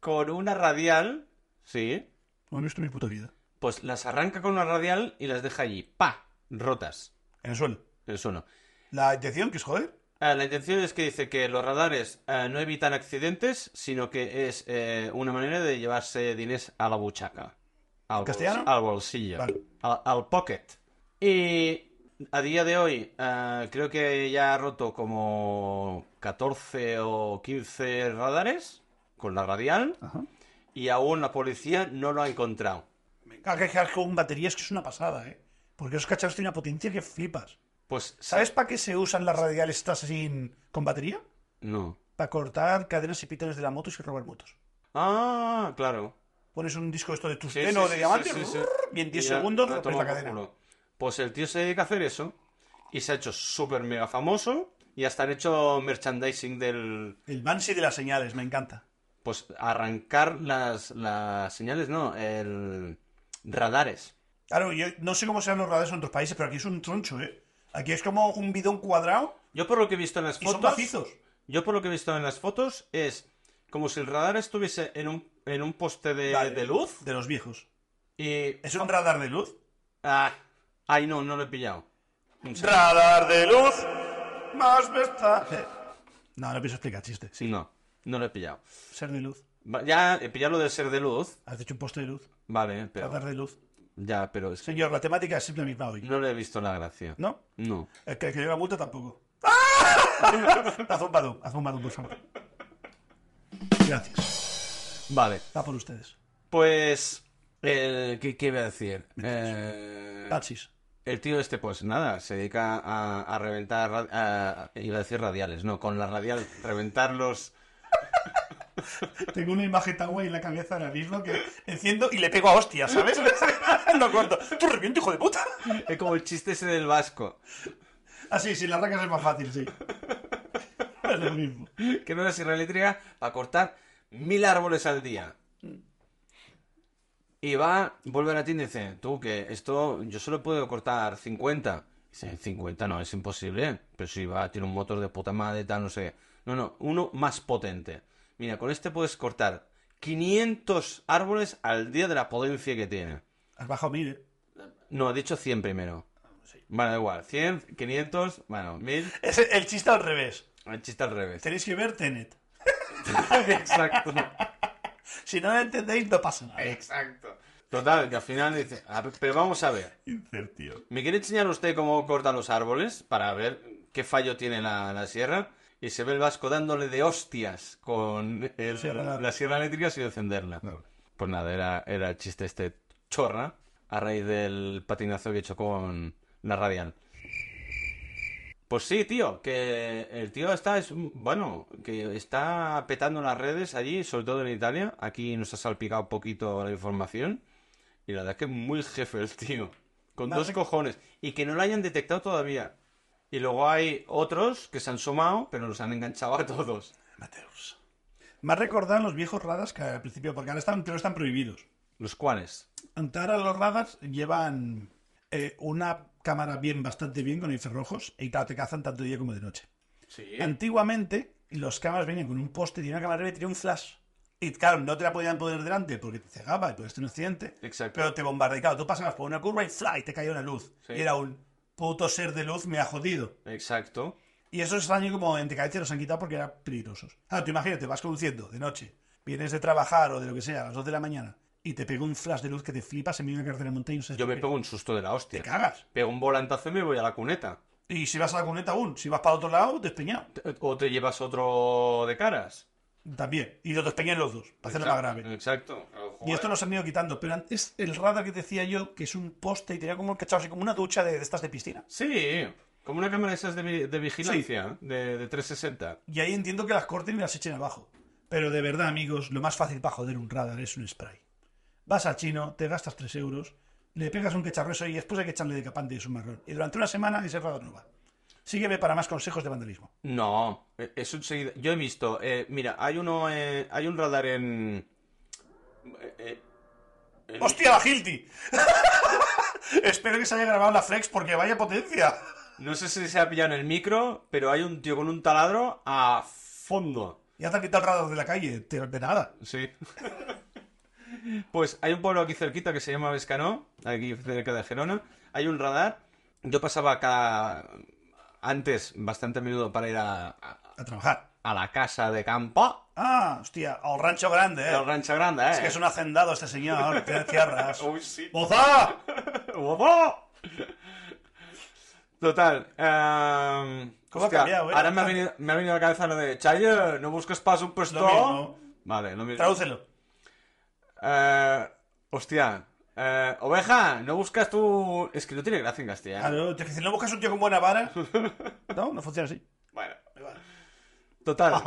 Speaker 1: con una radial, sí,
Speaker 2: No he visto en mi puta vida.
Speaker 1: Pues las arranca con una radial y las deja allí. ¡Pa! Rotas.
Speaker 2: En el suelo.
Speaker 1: Eso no.
Speaker 2: La intención, que es joder.
Speaker 1: Ah, la intención es que dice que los radares ah, no evitan accidentes, sino que es eh, una manera de llevarse dinero a la buchaca. Al, bols-
Speaker 2: ¿Castellano?
Speaker 1: al bolsillo.
Speaker 2: Vale.
Speaker 1: Al, al pocket. Y a día de hoy ah, creo que ya ha roto como 14 o 15 radares con la radial
Speaker 2: Ajá.
Speaker 1: y aún la policía no lo ha encontrado.
Speaker 2: Me encanta que Hardcore con baterías, que es una pasada, ¿eh? Porque esos cacharros tienen una potencia que flipas.
Speaker 1: Pues,
Speaker 2: ¿Sabes para qué se usan las radiales estas sin... con batería?
Speaker 1: No.
Speaker 2: Para cortar cadenas y pitones de la moto y robar motos.
Speaker 1: Ah, claro.
Speaker 2: Pones un disco de esto Eh, de
Speaker 1: Sí,
Speaker 2: tusteno
Speaker 1: sí,
Speaker 2: de
Speaker 1: sí,
Speaker 2: diamante
Speaker 1: sí, sí, sí.
Speaker 2: y en 10
Speaker 1: Y ya,
Speaker 2: segundos
Speaker 1: a
Speaker 2: rompes
Speaker 1: tomar
Speaker 2: la
Speaker 1: por
Speaker 2: cadena.
Speaker 1: culo. Pues el tío se dedica a hacer eso y se ha hecho súper mega famoso y hasta han hecho merchandising del...
Speaker 2: El Banshee de las señales, me encanta.
Speaker 1: Pues arrancar las, las señales, no, el... Radares.
Speaker 2: Claro, yo no sé cómo sean los radares en otros países, pero aquí es un troncho, ¿eh? Aquí es como un bidón cuadrado
Speaker 1: Yo por lo que he visto en las
Speaker 2: y
Speaker 1: fotos...
Speaker 2: son macizos.
Speaker 1: Yo por lo que he visto en las fotos es como si el radar estuviese en un, en un poste de,
Speaker 2: Vale.
Speaker 1: de luz
Speaker 2: Eh, De los viejos.
Speaker 1: y...
Speaker 2: ¿Es un radar de luz?
Speaker 1: Ah, ay no, no lo he pillado. Un segundo.
Speaker 2: Radar de luz, más vestaje. No, no pienso explicar chiste. Sí,
Speaker 1: No, no lo he pillado.
Speaker 2: ser de luz.
Speaker 1: Va- Ya he pillado lo de ser de luz,
Speaker 2: Has dicho un poste de luz.
Speaker 1: vale, pero...
Speaker 2: Radar de luz.
Speaker 1: Ya, pero es que
Speaker 2: Señor, la temática es siempre la misma hoy.
Speaker 1: no le he visto la gracia.
Speaker 2: ¿No?
Speaker 1: No.
Speaker 2: El que, el que lleva multa tampoco. ¡Ah! [LAUGHS] haz un badum, haz un badum, por favor. Gracias.
Speaker 1: Vale.
Speaker 2: Va por ustedes.
Speaker 1: Pues. eh, ¿qué, qué iba a decir? Eh,
Speaker 2: Taxis.
Speaker 1: el tío este, pues nada, se dedica a, a reventar. ra- a- iba a decir radiales, no, con la radial, reventar los.
Speaker 2: Tengo una imagen tan guay en la cabeza ahora mismo que enciendo y le pego a hostia, ¿sabes? [LAUGHS] no corto. ¡Tú reviento, hijo de puta!
Speaker 1: Es como el chiste ese del vasco,
Speaker 2: Así, si Ah, la arrancas es más fácil, [LAUGHS] sí. Es lo mismo.
Speaker 1: que no una sierra eléctrica para cortar mil árboles al día. Y va, vuelve a la tienda y dice: Tú, que esto yo solo puedo cortar 50. Dice: 50 no, es imposible. Pero si va, tiene un motor de puta madre, tal, no sé. No, no, uno más potente. Mira, con este puedes cortar 500 árboles al día de la potencia que tiene.
Speaker 2: Has bajado mil, ¿eh?
Speaker 1: No, he dicho 100 primero. Ah, Bueno, da igual, 100, 500, bueno, 1000.
Speaker 2: Es el chiste al revés.
Speaker 1: El chiste al revés.
Speaker 2: Tenéis que ver Tenet.
Speaker 1: [LAUGHS] Exacto. [LAUGHS]
Speaker 2: Si no lo entendéis, no pasa nada.
Speaker 1: Exacto. Total, que al final dice, "A ver, pero vamos a ver, ¿me quiere enseñar usted cómo corta los árboles para ver qué fallo tiene la, la sierra? Y se ve el vasco dándole de hostias con el-
Speaker 2: Sierra.
Speaker 1: la sierra eléctrica sin encenderla. Pues nada, era, era el chiste este chorra a raíz del patinazo que chocó con la radial. Pues sí, tío, que el tío está, es, un- bueno, que está petando las redes allí, sobre todo en Italia. Aquí nos ha salpicado un poquito la información. Y la verdad es que es muy jefe el tío. Con dos cojones. Y que no lo hayan detectado todavía. Y luego hay otros que se han sumado, pero los han enganchado a todos.
Speaker 2: Mateus. Me ha recordado los viejos radas que al principio, porque ahora están, creo que están prohibidos.
Speaker 1: Los cuales.
Speaker 2: Antes ahora los radars llevan eh, una cámara bien, bastante bien con infrarrojos y claro, te cazan tanto de día como de noche.
Speaker 1: Sí.
Speaker 2: Antiguamente, los cámaras venían con un poste y una cámara leve tenía un flash. Y claro, no te la podían poner delante porque te cegaba y podías tener un accidente.
Speaker 1: Exacto.
Speaker 2: Pero te bombardeaba. Claro, Tú pasabas por una curva y fly, te caía una luz.
Speaker 1: Sí.
Speaker 2: Y era un puto ser de luz, me ha jodido.
Speaker 1: Exacto.
Speaker 2: Y esos años como en Decadete los han quitado porque eran peligrosos. Claro, tú imagínate, vas conduciendo de noche, vienes de trabajar o de lo que sea a las 2 de la mañana y te pega un flash de luz que te flipas en medio de una carretera de montaña y no sabes
Speaker 1: Yo me
Speaker 2: qué.
Speaker 1: pego un susto de la
Speaker 2: Te
Speaker 1: hostia.
Speaker 2: cagas.
Speaker 1: Pego un volantazo y me voy a la cuneta.
Speaker 2: Y si vas a la cuneta aún, si vas para otro lado, despeñado.
Speaker 1: Te- O te llevas otro de caras.
Speaker 2: También. Y los despeñan los dos, para hacerlo más grave.
Speaker 1: Exacto.
Speaker 2: Y esto nos han ido quitando, pero antes el radar que decía yo, que es un poste y tenía como el cachado así como una ducha de, de estas de piscina.
Speaker 1: Sí, como una cámara de esas de, vi- de vigilancia, de, de 360.
Speaker 2: Y ahí entiendo que las corten y las echen abajo. Pero de verdad, amigos, lo más fácil para joder un radar es un spray. Vas al chino, te gastas 3 euros, le pegas un quecharreso y después hay que echarle decapante y es un marrón. Y durante una semana ese radar no va. Sígueme para más consejos de vandalismo.
Speaker 1: No, eh, es un seguido. Yo he visto, eh, mira, hay uno, eh, hay un radar en. eh, eh, en-
Speaker 2: ¡Hostia, la Hilti! [LAUGHS] Espero que se haya grabado la Flex porque vaya potencia.
Speaker 1: no sé si se ha pillado en el micro, pero hay un tío con un taladro a fondo.
Speaker 2: Ya te han quitado el radar de la calle, te- de nada.
Speaker 1: Sí. Pues hay un pueblo aquí cerquita que se llama Vescanó, aquí cerca de Gerona. Hay un radar. Yo pasaba cada. Antes, bastante a menudo para ir a, a-
Speaker 2: A trabajar.
Speaker 1: a la casa de campo.
Speaker 2: Ah, hostia, al rancho grande, eh.
Speaker 1: El rancho grande, ¿eh?
Speaker 2: Es que es un hacendado este señor, tiene tierras.
Speaker 1: Uy, sí. [LAUGHS]
Speaker 2: ¡Moza!
Speaker 1: ¡Guapo! Total. ehm,
Speaker 2: ¿Cómo ha cambiado, eh?
Speaker 1: Ahora me ha, venido, me ha venido a la cabeza lo de Chayo, no busques paso un puesto.
Speaker 2: Lo mismo.
Speaker 1: Vale, lo mismo.
Speaker 2: Tradúcelo.
Speaker 1: Eh, hostia. Eh, oveja, no buscas tú. Es que no tiene gracia en castellano.
Speaker 2: Claro, te dicen, ¿no buscas un tío con buena vara? No, no funciona así.
Speaker 1: Bueno, total.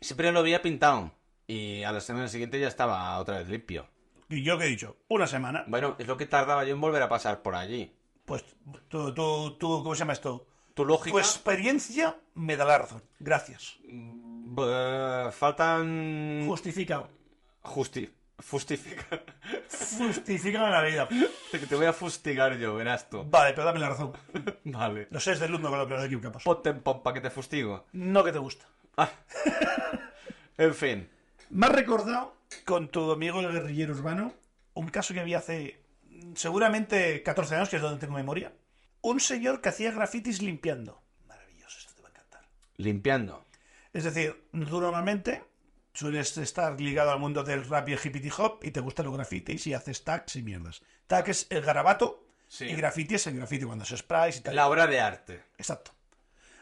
Speaker 1: Siempre lo había pintado. Y a la semana siguiente ya estaba otra vez limpio.
Speaker 2: ¿Y yo qué he dicho? Una semana.
Speaker 1: Bueno, es lo que tardaba yo en volver a pasar por allí.
Speaker 2: Pues tú, tú, tú, ¿cómo se llama esto?
Speaker 1: Tu lógica.
Speaker 2: Tu experiencia me da la razón. Gracias.
Speaker 1: Eh, faltan.
Speaker 2: Justificado.
Speaker 1: Justi. [LAUGHS] Justifica.
Speaker 2: Justificado en la vida.
Speaker 1: Te te voy a fustigar yo, verás tú. [LAUGHS]
Speaker 2: Vale, pero dame la razón.
Speaker 1: Vale.
Speaker 2: No seas del mundo con lo que nos equivocamos.
Speaker 1: Ponte en pompa que te fustigo.
Speaker 2: No que te gusta.
Speaker 1: Ah. en fin.
Speaker 2: Me has recordado con tu amigo el guerrillero urbano un caso que había hace mm, seguramente 14 años, que es donde tengo memoria. Un señor que hacía grafitis limpiando. Maravilloso, esto te va a encantar.
Speaker 1: Limpiando.
Speaker 2: Es decir, tú normalmente sueles estar ligado al mundo del rap y el hippity hop y te gustan los grafitis y haces tags y mierdas. Tag es el garabato
Speaker 1: Sí.
Speaker 2: y graffiti es el graffiti cuando se sprays y tal.
Speaker 1: La obra de arte.
Speaker 2: Exacto.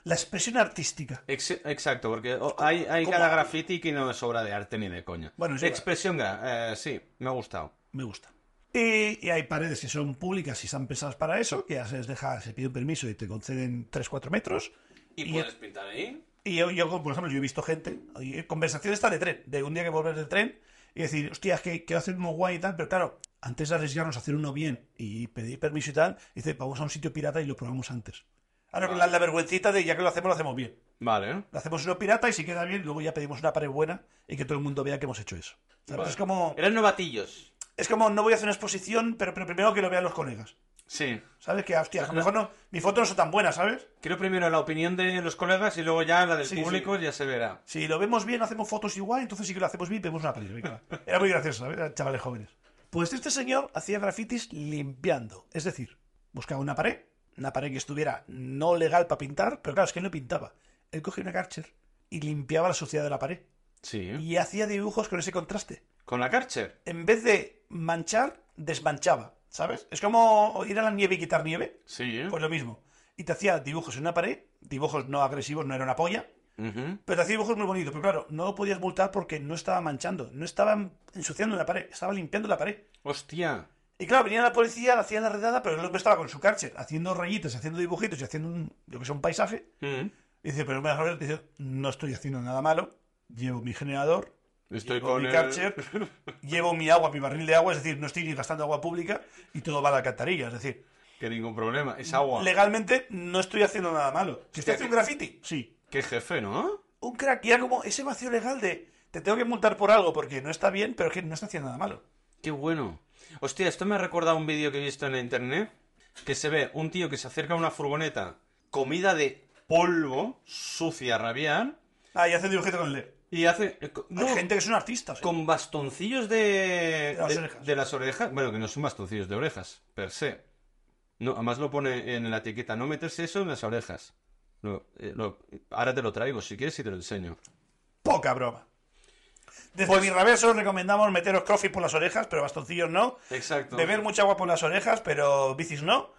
Speaker 2: La expresión artística.
Speaker 1: Ex- exacto, porque o- hay, hay
Speaker 2: ¿Cómo?
Speaker 1: cada graffiti que no es obra de arte ni de coña.
Speaker 2: Bueno, sí,
Speaker 1: Expresión, gra- eh, sí, me ha gustado.
Speaker 2: Me gusta. Y, y hay paredes que son públicas y están pensadas para eso, que ya se les deja, se pide un permiso y te conceden 3-4 metros. Y-
Speaker 1: pintar ahí?
Speaker 2: Y yo, yo, por ejemplo, yo he visto gente, y conversaciones está de tren, de un día que volver del tren y decir, hostia, es que quiero hacer uno guay y tal, pero claro, antes de arriesgarnos a hacer uno bien y pedir permiso y tal, dice, vamos a un sitio pirata y lo probamos antes. Ahora con la, la vergüencita de ya que lo hacemos, lo hacemos bien.
Speaker 1: Vale.
Speaker 2: Lo hacemos uno pirata y si queda bien, luego ya pedimos una pared buena y que todo el mundo vea que hemos hecho eso. ¿Sabes?
Speaker 1: Vale.
Speaker 2: Es como,
Speaker 1: Eran novatillos.
Speaker 2: es como, no voy a hacer una exposición, pero, pero primero que lo vean los colegas.
Speaker 1: Sí.
Speaker 2: ¿Sabes? Que, hostia, a lo mejor no, mis fotos no son tan buenas, ¿sabes?
Speaker 1: Quiero primero la opinión de los colegas y luego ya la del
Speaker 2: Sí,
Speaker 1: público ya se verá.
Speaker 2: Si lo vemos bien, hacemos fotos igual, entonces sí que lo hacemos bien y vemos una peli. venga. Era muy gracioso, ¿sabes? Eran Chavales jóvenes. Pues este señor hacía grafitis limpiando. Es decir, buscaba una pared, una pared que estuviera no legal para pintar, pero claro, es que él no pintaba. Él cogía una Karcher y limpiaba la suciedad de la pared.
Speaker 1: Sí.
Speaker 2: Y hacía dibujos con ese contraste.
Speaker 1: Con la Karcher.
Speaker 2: En vez de manchar, desmanchaba, ¿sabes? Es como ir a la nieve y quitar nieve.
Speaker 1: Sí.
Speaker 2: Pues lo mismo. Y te hacía dibujos en una pared, dibujos no agresivos, no era una polla,
Speaker 1: Ujú.
Speaker 2: pero te hacía dibujos muy bonitos, pero claro, no lo podías multar porque no estaba manchando, no estaba ensuciando la pared, estaba limpiando la pared.
Speaker 1: Hostia.
Speaker 2: Y claro, venía la policía, le hacían la redada, pero el hombre estaba con su cárcel, haciendo rayitas, haciendo dibujitos y haciendo un, lo que sea, un paisaje.
Speaker 1: Mm.
Speaker 2: Y dice, pero me vas a ver, dice, no estoy haciendo nada malo, llevo mi generador,
Speaker 1: Estoy
Speaker 2: llevo
Speaker 1: con
Speaker 2: mi
Speaker 1: el- [LAUGHS]
Speaker 2: Karcher, llevo mi agua, mi barril de agua, es decir, no estoy ni gastando agua pública y todo va a la alcantarilla, es decir,
Speaker 1: Que ningún problema. Es agua.
Speaker 2: legalmente no estoy haciendo nada malo. ¿Que estoy
Speaker 1: Hostia,
Speaker 2: haciendo un graffiti? Sí.
Speaker 1: Qué jefe, ¿no?
Speaker 2: un crack y era como ese vacío legal de te tengo que multar por algo porque no está bien, pero es que no está haciendo nada malo.
Speaker 1: Qué bueno. Hostia, esto me ha recordado un vídeo que he visto en la internet. Que se ve un tío que se acerca a una furgoneta, comida de polvo, sucia, rabiar,
Speaker 2: Ah, y hace un dibujito con el dedo.
Speaker 1: y hace. No,
Speaker 2: Hay gente que son artistas. ¿eh?
Speaker 1: con bastoncillos de.
Speaker 2: De las
Speaker 1: de-
Speaker 2: orejas.
Speaker 1: de las orejas. Bueno, que no son bastoncillos de orejas, per se. No, además lo pone en la etiqueta, no meterse eso en las orejas. Lo- eh, lo- ahora te lo traigo, si quieres, y te lo enseño.
Speaker 2: Poca broma. Desde
Speaker 1: Pues
Speaker 2: mi reverso os recomendamos meteros coffee por las orejas, pero bastoncillos no.
Speaker 1: Exacto.
Speaker 2: Beber mucha agua por las orejas, pero bicis no.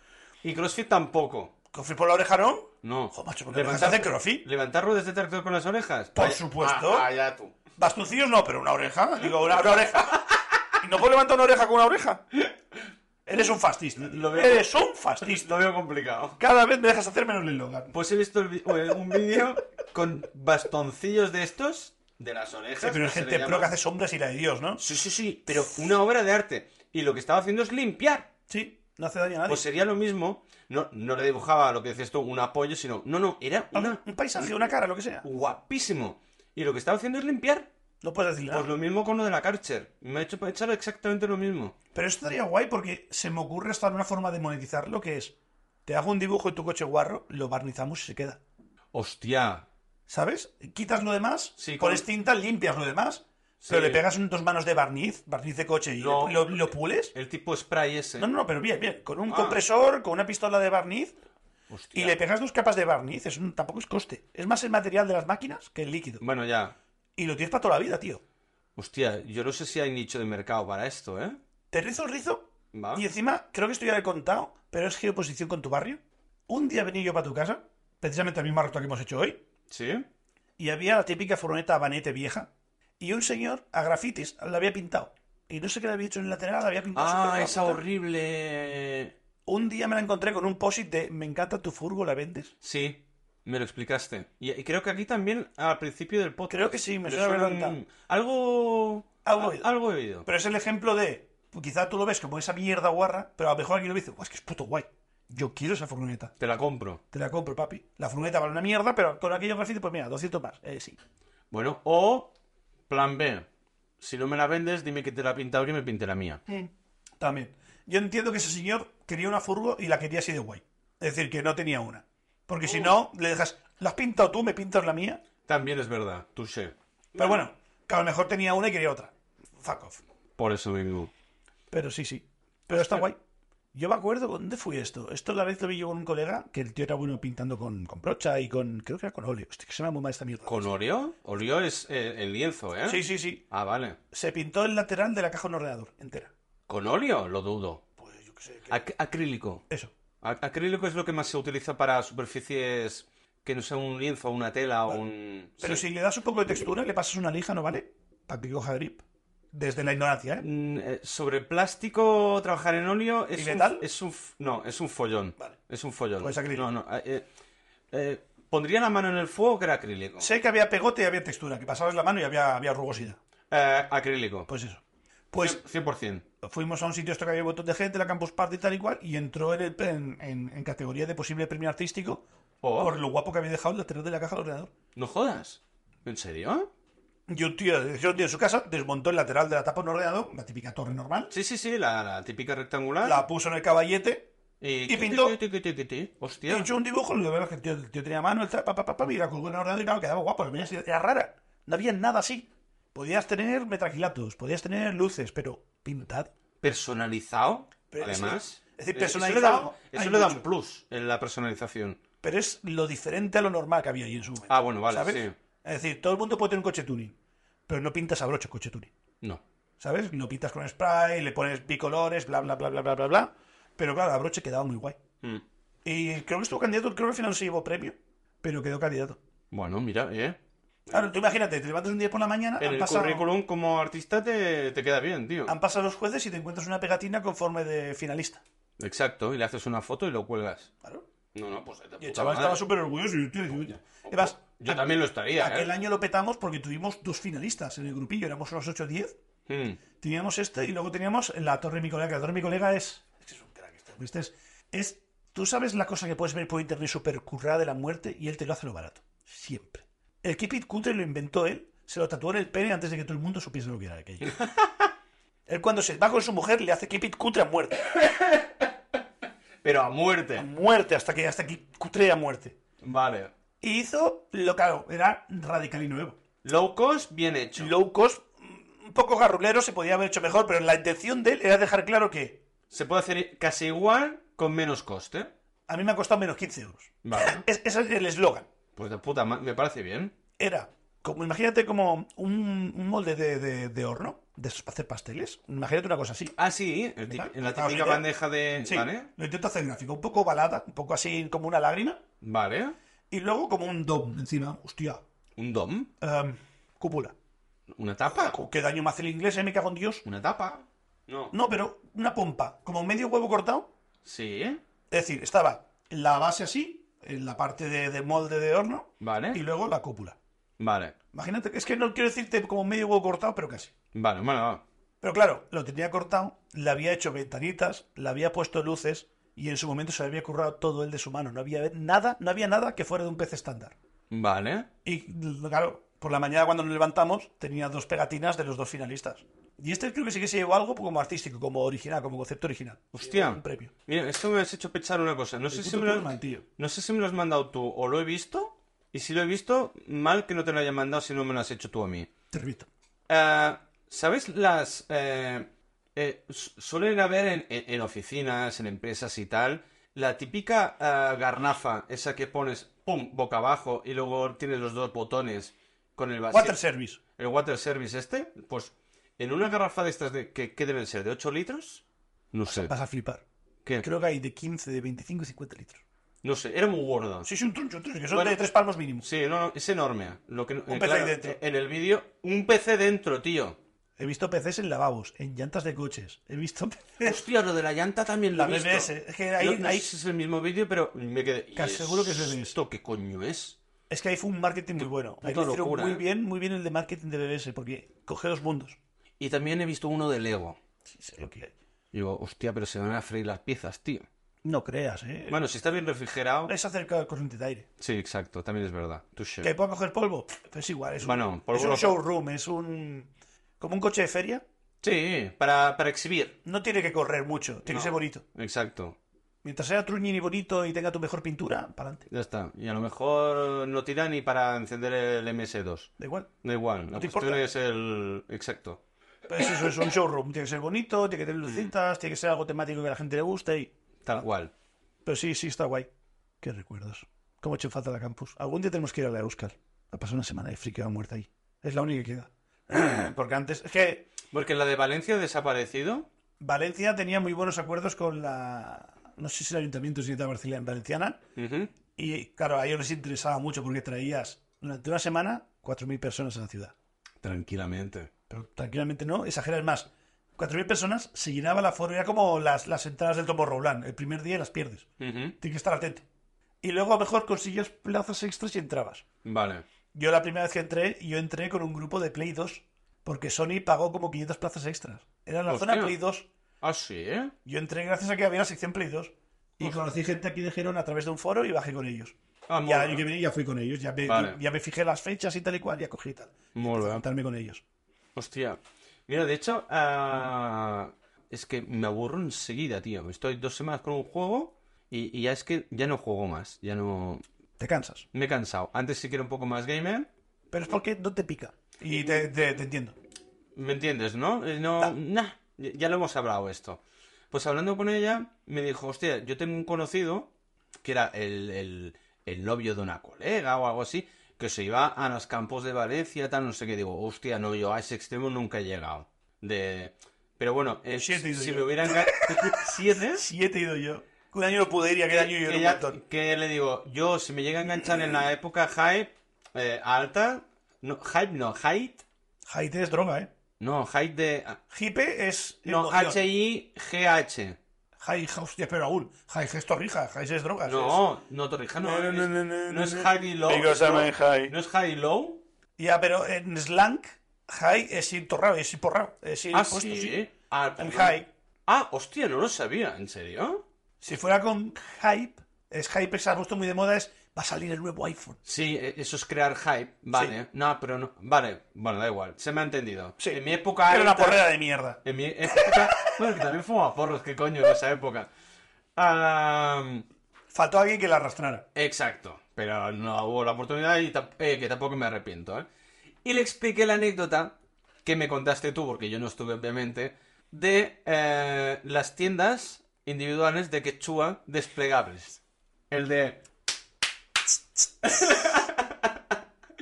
Speaker 1: Y CrossFit tampoco.
Speaker 2: Coffee por la oreja no.
Speaker 1: No.
Speaker 2: Joder, macho, ¿por qué
Speaker 1: Levantar,
Speaker 2: hace crossfit?
Speaker 1: levantar ruedas de tractor con las orejas.
Speaker 2: Por
Speaker 1: Vaya-
Speaker 2: supuesto.
Speaker 1: Ah, allá tú.
Speaker 2: Bastoncillos no, pero una oreja. Digo, una,
Speaker 1: [LAUGHS]
Speaker 2: una oreja. ¿Y no puedo levantar una oreja con una oreja? Eres un fascista.
Speaker 1: Lo veo.
Speaker 2: Eres un fascista.
Speaker 1: Lo veo complicado.
Speaker 2: Cada vez me dejas hacer menos el logan.
Speaker 1: Pues he visto el vi- eh, un vídeo con bastoncillos de estos, de las orejas.
Speaker 2: Sí, pero es
Speaker 1: que se le
Speaker 2: gente
Speaker 1: llama.
Speaker 2: pro que hace sombras y la de Dios, ¿no?
Speaker 1: Sí, sí, sí, pero una obra de arte. Y lo que estaba haciendo es limpiar.
Speaker 2: Sí, no hace daño a nadie.
Speaker 1: Pues sería lo mismo. No, no le dibujaba lo que decías tú, un apoyo, sino. No, no, era una.
Speaker 2: un paisaje, una cara, lo que sea.
Speaker 1: Guapísimo. Y lo que estaba haciendo es limpiar.
Speaker 2: No puedes decir nada.
Speaker 1: Pues lo mismo con lo de la Karcher. Me ha hecho pensar exactamente lo mismo.
Speaker 2: Pero esto estaría guay porque se me ocurre hasta una forma de monetizar lo que es. Te hago un dibujo en tu coche guarro, lo barnizamos y se queda.
Speaker 1: Hostia.
Speaker 2: ¿Sabes? Quitas lo demás,
Speaker 1: Sí,
Speaker 2: pones
Speaker 1: con-
Speaker 2: tinta, limpias lo demás,
Speaker 1: Sí.
Speaker 2: pero le pegas un- dos manos de barniz, barniz de coche y
Speaker 1: No.
Speaker 2: lo, lo pules.
Speaker 1: El tipo spray ese.
Speaker 2: No, no, no, pero bien, bien. Con un
Speaker 1: Ah.
Speaker 2: compresor, con una pistola de barniz
Speaker 1: Hostia.
Speaker 2: y le pegas dos capas de barniz. Eso no- tampoco es coste. Es más el material de las máquinas que el líquido.
Speaker 1: Bueno, ya.
Speaker 2: Y lo tienes para toda la vida, tío.
Speaker 1: Hostia, yo no sé si hay nicho de mercado para esto, ¿eh?
Speaker 2: Te rizo el rizo
Speaker 1: Va.
Speaker 2: Y encima, creo que esto ya lo he contado, pero es geoposición con tu barrio. Un día venía yo para tu casa, precisamente la misma ruta que hemos hecho hoy,
Speaker 1: ¿Sí?
Speaker 2: y había la típica furgoneta abanete vieja, y un señor a grafitis la había pintado. Y no sé qué le había hecho en el lateral, la había pintado.
Speaker 1: Ah,
Speaker 2: superguapa,
Speaker 1: esa
Speaker 2: tal.
Speaker 1: horrible.
Speaker 2: Un día me la encontré con un posit de me encanta tu furgo, ¿la vendes?
Speaker 1: Sí, me lo explicaste. Y, y creo que aquí también al principio del podcast.
Speaker 2: Creo que sí, me
Speaker 1: me
Speaker 2: suena haber
Speaker 1: suena un-
Speaker 2: contado.
Speaker 1: Algo.
Speaker 2: Algo he
Speaker 1: al-
Speaker 2: oído.
Speaker 1: algo he oído.
Speaker 2: Pero es el ejemplo de, pues, quizá tú lo ves como esa mierda guarra, pero a lo mejor aquí lo dices, "Buah, es que es puto guay. Yo quiero esa furgoneta.
Speaker 1: Te la compro.
Speaker 2: Te la compro, papi. La furgoneta vale una mierda, pero con aquellos grafitis, pues mira, 200 más. Eh, sí.
Speaker 1: Bueno, o plan B. Si no me la vendes, dime que te la pinta y me pinte la mía.
Speaker 2: También. Yo entiendo que ese señor quería una furgo y la quería así de guay. Es decir, que no tenía una. Porque si no, le dejas, la has pintado tú, me pintas la mía.
Speaker 1: También es verdad, touché.
Speaker 2: Pero bueno, que a lo mejor tenía una y quería otra. Fuck off.
Speaker 1: Por eso vengo.
Speaker 2: Pero sí, sí. Pero está guay. Yo me acuerdo dónde fue esto. Esto la vez lo vi yo con un colega que el tío era bueno pintando con, con brocha y con. Creo que era con óleo. Hostia, que se me muy mal esta mierda.
Speaker 1: ¿Con Oreo? Oreo es eh, el lienzo, ¿eh?
Speaker 2: Sí, sí, sí.
Speaker 1: Ah, vale.
Speaker 2: Se pintó el lateral de la caja de un ordenador entera.
Speaker 1: ¿Con Oreo? Lo dudo.
Speaker 2: Pues yo qué sé. que-
Speaker 1: Ac- acrílico.
Speaker 2: Eso.
Speaker 1: Ac- acrílico es lo que más se utiliza para superficies que no sean un lienzo, una tela o un.
Speaker 2: Pero
Speaker 1: Sí.
Speaker 2: si le das un poco de textura, le pasas una lija, ¿no vale? Para que coja grip. Desde la ignorancia, ¿eh?
Speaker 1: Mm, eh, Sobre plástico, trabajar en óleo es
Speaker 2: ¿Y
Speaker 1: un,
Speaker 2: metal?
Speaker 1: es un f- no, es un follón.
Speaker 2: Vale.
Speaker 1: Es un follón.
Speaker 2: Pues acrílico.
Speaker 1: No, no. eh, eh, eh, pondría la mano en el fuego que era acrílico.
Speaker 2: Sé que había pegote y había textura, que pasabas la mano y había, había rugosidad.
Speaker 1: Eh, acrílico.
Speaker 2: Pues eso. Pues
Speaker 1: 100%.
Speaker 2: fuimos a un sitio esto que había un montón de gente, la Campus Party y tal y cual, y entró en, el- en- en- en categoría de posible premio artístico
Speaker 1: Oh.
Speaker 2: por lo guapo que había dejado el lateral de la caja del ordenador.
Speaker 1: No jodas. ¿En serio?
Speaker 2: Y un tío, yo un tío en su casa desmontó el lateral de la tapa de un ordenador, la típica torre normal,
Speaker 1: Sí, sí, sí, la, la típica rectangular.
Speaker 2: la puso en el caballete,
Speaker 1: Y,
Speaker 2: y pintó.
Speaker 1: tiqui, tiqui, tiqui, tiqui. Hostia.
Speaker 2: hizo un dibujo, lo verdad es que el tío, el tío tenía mano, el tra- pa, pa, pa, pa, y la colgó en el ordenador y claro, quedaba guapo, pero mira, era rara. No había nada así. Podías tener metraquilatos, podías tener luces, pero pintad.
Speaker 1: Personalizado.
Speaker 2: Pero es-
Speaker 1: además.
Speaker 2: es decir,
Speaker 1: Eh, eso le
Speaker 2: personalizado
Speaker 1: da-
Speaker 2: hay
Speaker 1: Eso le da, un
Speaker 2: mucho.
Speaker 1: plus en la personalización.
Speaker 2: Pero es lo diferente a lo normal que había ahí en su momento.
Speaker 1: Ah, bueno, vale, sí.
Speaker 2: Es decir, todo el mundo puede tener un coche tuning, pero no pintas a broche coche tuning.
Speaker 1: No.
Speaker 2: ¿Sabes? Lo pintas con spray, le pones bicolores, bla, bla, bla, bla, bla, bla, bla. Pero claro, a broche quedaba muy guay.
Speaker 1: Mm.
Speaker 2: Y creo que estuvo candidato, creo que al final no se llevó premio, pero quedó candidato.
Speaker 1: Bueno, mira, ¿eh?
Speaker 2: Claro, tú imagínate, te levantas un día por la mañana,
Speaker 1: En
Speaker 2: han
Speaker 1: el
Speaker 2: pasado,
Speaker 1: currículum como artista te, te queda bien, tío.
Speaker 2: han pasado los jueces y te encuentras una pegatina conforme de finalista.
Speaker 1: Exacto, y le haces una foto y lo cuelgas.
Speaker 2: Claro.
Speaker 1: No, no, pues de
Speaker 2: Y
Speaker 1: puta
Speaker 2: el chaval
Speaker 1: madre.
Speaker 2: estaba súper orgulloso. Y tío, dice, "Oye". Además,
Speaker 1: Yo también lo estaría,
Speaker 2: aquel
Speaker 1: ¿eh?
Speaker 2: año lo petamos porque tuvimos dos finalistas en el grupillo, éramos unos 8 o 10.
Speaker 1: Mm.
Speaker 2: Teníamos este y luego teníamos la torre de mi colega. que La torre de mi colega es. Es que es un crack este, ¿viste? Es, es- Tú sabes la cosa que puedes ver por internet súper currada de la muerte y él te lo hace lo barato. Siempre. El Keep It Cutre lo inventó él, se lo tatuó en el pene antes de que todo el mundo supiese lo que era
Speaker 1: [LAUGHS]
Speaker 2: aquello. él cuando se va con su mujer le hace Keep It Cutre a muerte.
Speaker 1: Pero a
Speaker 2: A
Speaker 1: muerte.
Speaker 2: muerte, hasta que hasta que cutre a muerte.
Speaker 1: Vale.
Speaker 2: Y hizo lo claro, era radical y nuevo.
Speaker 1: Low cost, bien hecho.
Speaker 2: Low cost, un poco garrulero, se podía haber hecho mejor, pero la intención de él era dejar claro que
Speaker 1: Se puede hacer casi igual con menos coste.
Speaker 2: a mí me ha costado menos 15 euros.
Speaker 1: Vale.
Speaker 2: Es- ese es el eslogan.
Speaker 1: Pues de puta madre, me parece bien.
Speaker 2: Era, como imagínate como un, un molde de, de- de horno, de esos para hacer pasteles. Imagínate una cosa así.
Speaker 1: Ah, sí, el ti-
Speaker 2: ¿Vale?
Speaker 1: en la
Speaker 2: Vamos,
Speaker 1: típica
Speaker 2: idea.
Speaker 1: bandeja de...
Speaker 2: ¿eh? Sí,
Speaker 1: Vale.
Speaker 2: Lo intento hacer gráfico, un poco balada, un poco así como una lágrima.
Speaker 1: Vale.
Speaker 2: Y luego como un dom encima. Hostia.
Speaker 1: Un dom.
Speaker 2: em, cúpula.
Speaker 1: Una tapa.
Speaker 2: ¿Qué daño me hace el inglés? eh? Me cago en Dios.
Speaker 1: Una tapa. No.
Speaker 2: No, pero una pompa, como medio huevo cortado.
Speaker 1: Sí.
Speaker 2: Es decir, estaba la base así, en la parte de, de molde de horno, y
Speaker 1: Vale.
Speaker 2: luego la cúpula.
Speaker 1: Vale.
Speaker 2: Imagínate, es que no quiero decirte como medio huevo cortado, pero casi.
Speaker 1: Vale, bueno, va.
Speaker 2: Pero claro, lo tenía cortado, le había hecho ventanitas, le había puesto luces, y en su momento se le había currado todo el de su mano. No había nada, no había nada que fuera de un pez estándar.
Speaker 1: Vale.
Speaker 2: Y claro, por la mañana cuando nos levantamos tenía dos pegatinas de los dos finalistas. Y este creo que sí que se llevó algo como artístico, como original, como concepto original.
Speaker 1: Hostia.
Speaker 2: Un premio.
Speaker 1: Mira, esto me has hecho pensar una cosa. No sé,
Speaker 2: El
Speaker 1: si
Speaker 2: puto
Speaker 1: me lo,
Speaker 2: Turman, tío.
Speaker 1: no sé si me lo has mandado tú o lo he visto. Y si lo he visto, mal que no te lo haya mandado si no me lo has hecho tú a mí.
Speaker 2: Te repito.
Speaker 1: Eh, ¿Sabes las... eh, eh, su- suelen haber en, en- en oficinas, en empresas y tal, la típica eh, garnafa, esa que pones, pum, boca abajo y luego tienes los dos botones con el vacío.
Speaker 2: Water Service.
Speaker 1: El water service este, pues en una garrafa de estas de, que, que deben ser de 8 litros, no sé.
Speaker 2: Vas a flipar.
Speaker 1: ¿Qué?
Speaker 2: Creo que hay de 15, de 25 y 50 litros.
Speaker 1: No sé, era muy gorda.
Speaker 2: Sí, es un truncho, un truncho, que son
Speaker 1: Bueno.
Speaker 2: de tres palmos mínimo.
Speaker 1: Sí, no, no, es enorme. Lo que, eh,
Speaker 2: Un PC ahí dentro.
Speaker 1: En el vídeo, un PC dentro, tío.
Speaker 2: He visto PCs en lavabos, en llantas de coches. He visto [LAUGHS] PCs
Speaker 1: Hostia, lo de la llanta también lo
Speaker 2: la
Speaker 1: he visto.
Speaker 2: BBS. Es que ahí,
Speaker 1: No- no sé
Speaker 2: ahí-
Speaker 1: si es el mismo vídeo, pero me quedé.
Speaker 2: Casi
Speaker 1: ¿y
Speaker 2: seguro que es BBS.
Speaker 1: ¿Esto qué coño es?
Speaker 2: es que ahí fue un marketing muy bueno. Ahí
Speaker 1: puta
Speaker 2: lo hicieron
Speaker 1: locura,
Speaker 2: muy
Speaker 1: eh.
Speaker 2: bien, muy bien el de marketing de BBS, porque coge los mundos.
Speaker 1: Y también he visto uno de Lego.
Speaker 2: Sí, sé lo que hay.
Speaker 1: Y digo, hostia, pero se van a freír las piezas, tío.
Speaker 2: No creas, ¿eh?
Speaker 1: Bueno, si está bien refrigerado.
Speaker 2: Es acerca del corriente de aire.
Speaker 1: Sí, exacto, también es verdad. Touché.
Speaker 2: Que pueda coger polvo, pff, es igual. Es un,
Speaker 1: Bueno, polvo
Speaker 2: es un
Speaker 1: lo-
Speaker 2: showroom, es un. como un coche de feria.
Speaker 1: Sí, para, para exhibir.
Speaker 2: No tiene que correr mucho, tiene que ser bonito.
Speaker 1: Exacto.
Speaker 2: Mientras sea truñín y bonito y tenga tu mejor pintura, para adelante.
Speaker 1: Ya está. Y a lo mejor no tira ni para encender el MS2.
Speaker 2: Da igual.
Speaker 1: Da igual. La
Speaker 2: te
Speaker 1: cuestión
Speaker 2: importa.
Speaker 1: es el. Exacto.
Speaker 2: Pues eso es un showroom. Tiene que ser bonito, tiene que tener lucitas, tiene que ser algo temático que a la gente le guste. Y...
Speaker 1: Tal cual.
Speaker 2: Pero sí, sí, está guay. Qué recuerdos. Cómo he hecho falta la campus. Algún día tenemos que ir a la Euskal. Ha pasado una semana de friqueada muerta ahí. Es la única que queda. [CLEARS THROAT] Porque antes. Es que
Speaker 1: Porque la de Valencia ha desaparecido.
Speaker 2: Valencia tenía muy buenos acuerdos con la. No sé si el ayuntamiento si la Barcelona Valenciana.
Speaker 1: Ujú.
Speaker 2: Y claro, a ellos les interesaba mucho porque traías durante una semana 4.000 personas a la ciudad.
Speaker 1: Tranquilamente.
Speaker 2: Pero tranquilamente no, exageras más. 4.000 personas se llenaba la foro, era como las, las entradas del Tomo Roland. El primer día las pierdes.
Speaker 1: Ujú.
Speaker 2: Tienes que estar atento. Y luego a lo mejor consigues plazas extras y entrabas.
Speaker 1: Vale.
Speaker 2: Yo la primera vez que entré, yo entré con un grupo de Play 2, porque Sony pagó como 500 plazas extras. Era la
Speaker 1: Hostia.
Speaker 2: zona Play 2.
Speaker 1: Ah, sí, ¿eh?
Speaker 2: Yo entré gracias a que había la sección Play 2. Y conocí gente aquí de Gerona a través de un foro y bajé con ellos.
Speaker 1: Ah,
Speaker 2: Y al
Speaker 1: mola.
Speaker 2: año que viene ya fui con ellos, ya me,
Speaker 1: Vale.
Speaker 2: ya me fijé las fechas y tal y cual, ya cogí y tal.
Speaker 1: Mola.
Speaker 2: Para juntarme con ellos.
Speaker 1: Hostia. Mira, de hecho, ah, es que me aburro enseguida, tío. Estoy dos semanas con un juego y, y ya es que ya no juego más. Ya no.
Speaker 2: Te cansas.
Speaker 1: Me he cansado. Antes sí que era un poco más gamer.
Speaker 2: Pero es porque no te pica. Y te, te- te entiendo.
Speaker 1: ¿Me entiendes, no? Eh, No, nah, ya ya lo hemos hablado esto. Pues hablando con ella, me dijo, hostia, yo tengo un conocido que era el, el- el novio de una colega o algo así, que se iba a los campos de Valencia, tal, no sé qué. Digo, hostia, no, yo a ese extremo nunca he llegado. De... Pero bueno, eh,
Speaker 2: Siete,
Speaker 1: si
Speaker 2: digo
Speaker 1: me
Speaker 2: yo.
Speaker 1: hubieran...
Speaker 2: [LAUGHS]
Speaker 1: ga- ¿Siete?
Speaker 2: Siete he ido yo. Un año no pude ir y aquel año yo era un
Speaker 1: Ella-
Speaker 2: montón.
Speaker 1: que le digo, yo si me llega a enganchar en la época hype eh, alta, no, hype no, height,
Speaker 2: Jaite es droga, ¿eh?
Speaker 1: no, height de...
Speaker 2: Hipe es.
Speaker 1: No,
Speaker 2: emoción.
Speaker 1: H-I-G-H.
Speaker 2: Jai, hostia, pero aún. Jai es torrija. Jai es drogas.
Speaker 1: No, no Torrijano.
Speaker 2: No, no,
Speaker 1: es-
Speaker 2: no, no, no,
Speaker 1: no es
Speaker 2: no.
Speaker 1: high y low.
Speaker 2: Because I'm
Speaker 1: no,
Speaker 2: a high.
Speaker 1: no es high y low.
Speaker 2: es. Ya, pero en slang, Jai es ir torrado, es ir porrado. Es ir
Speaker 1: Ah,
Speaker 2: puesto,
Speaker 1: sí.
Speaker 2: sí.
Speaker 1: Ah,
Speaker 2: En
Speaker 1: perdón.
Speaker 2: Jai.
Speaker 1: Ah, hostia, no lo sabía. ¿En serio?
Speaker 2: Si fuera con hype, es hype que se ha puesto muy de moda, es va a salir el nuevo iPhone.
Speaker 1: Sí, e- eso es crear hype. Vale. No, pero no. Vale. Bueno, da igual. Se me ha entendido.
Speaker 2: Sí.
Speaker 1: En mi época
Speaker 2: Era una
Speaker 1: alta-
Speaker 2: porrera de mierda.
Speaker 1: En mi época... [LAUGHS] bueno, que también fumaba porros. ¿Qué coño en esa época? Ah,
Speaker 2: Faltó alguien que la arrastrara.
Speaker 1: Exacto, pero no hubo la oportunidad y tam- eh, que tampoco me arrepiento. ¿eh? Y le expliqué la anécdota que me contaste tú, porque yo no estuve obviamente, de eh, las tiendas individuales de quechua desplegables. El de...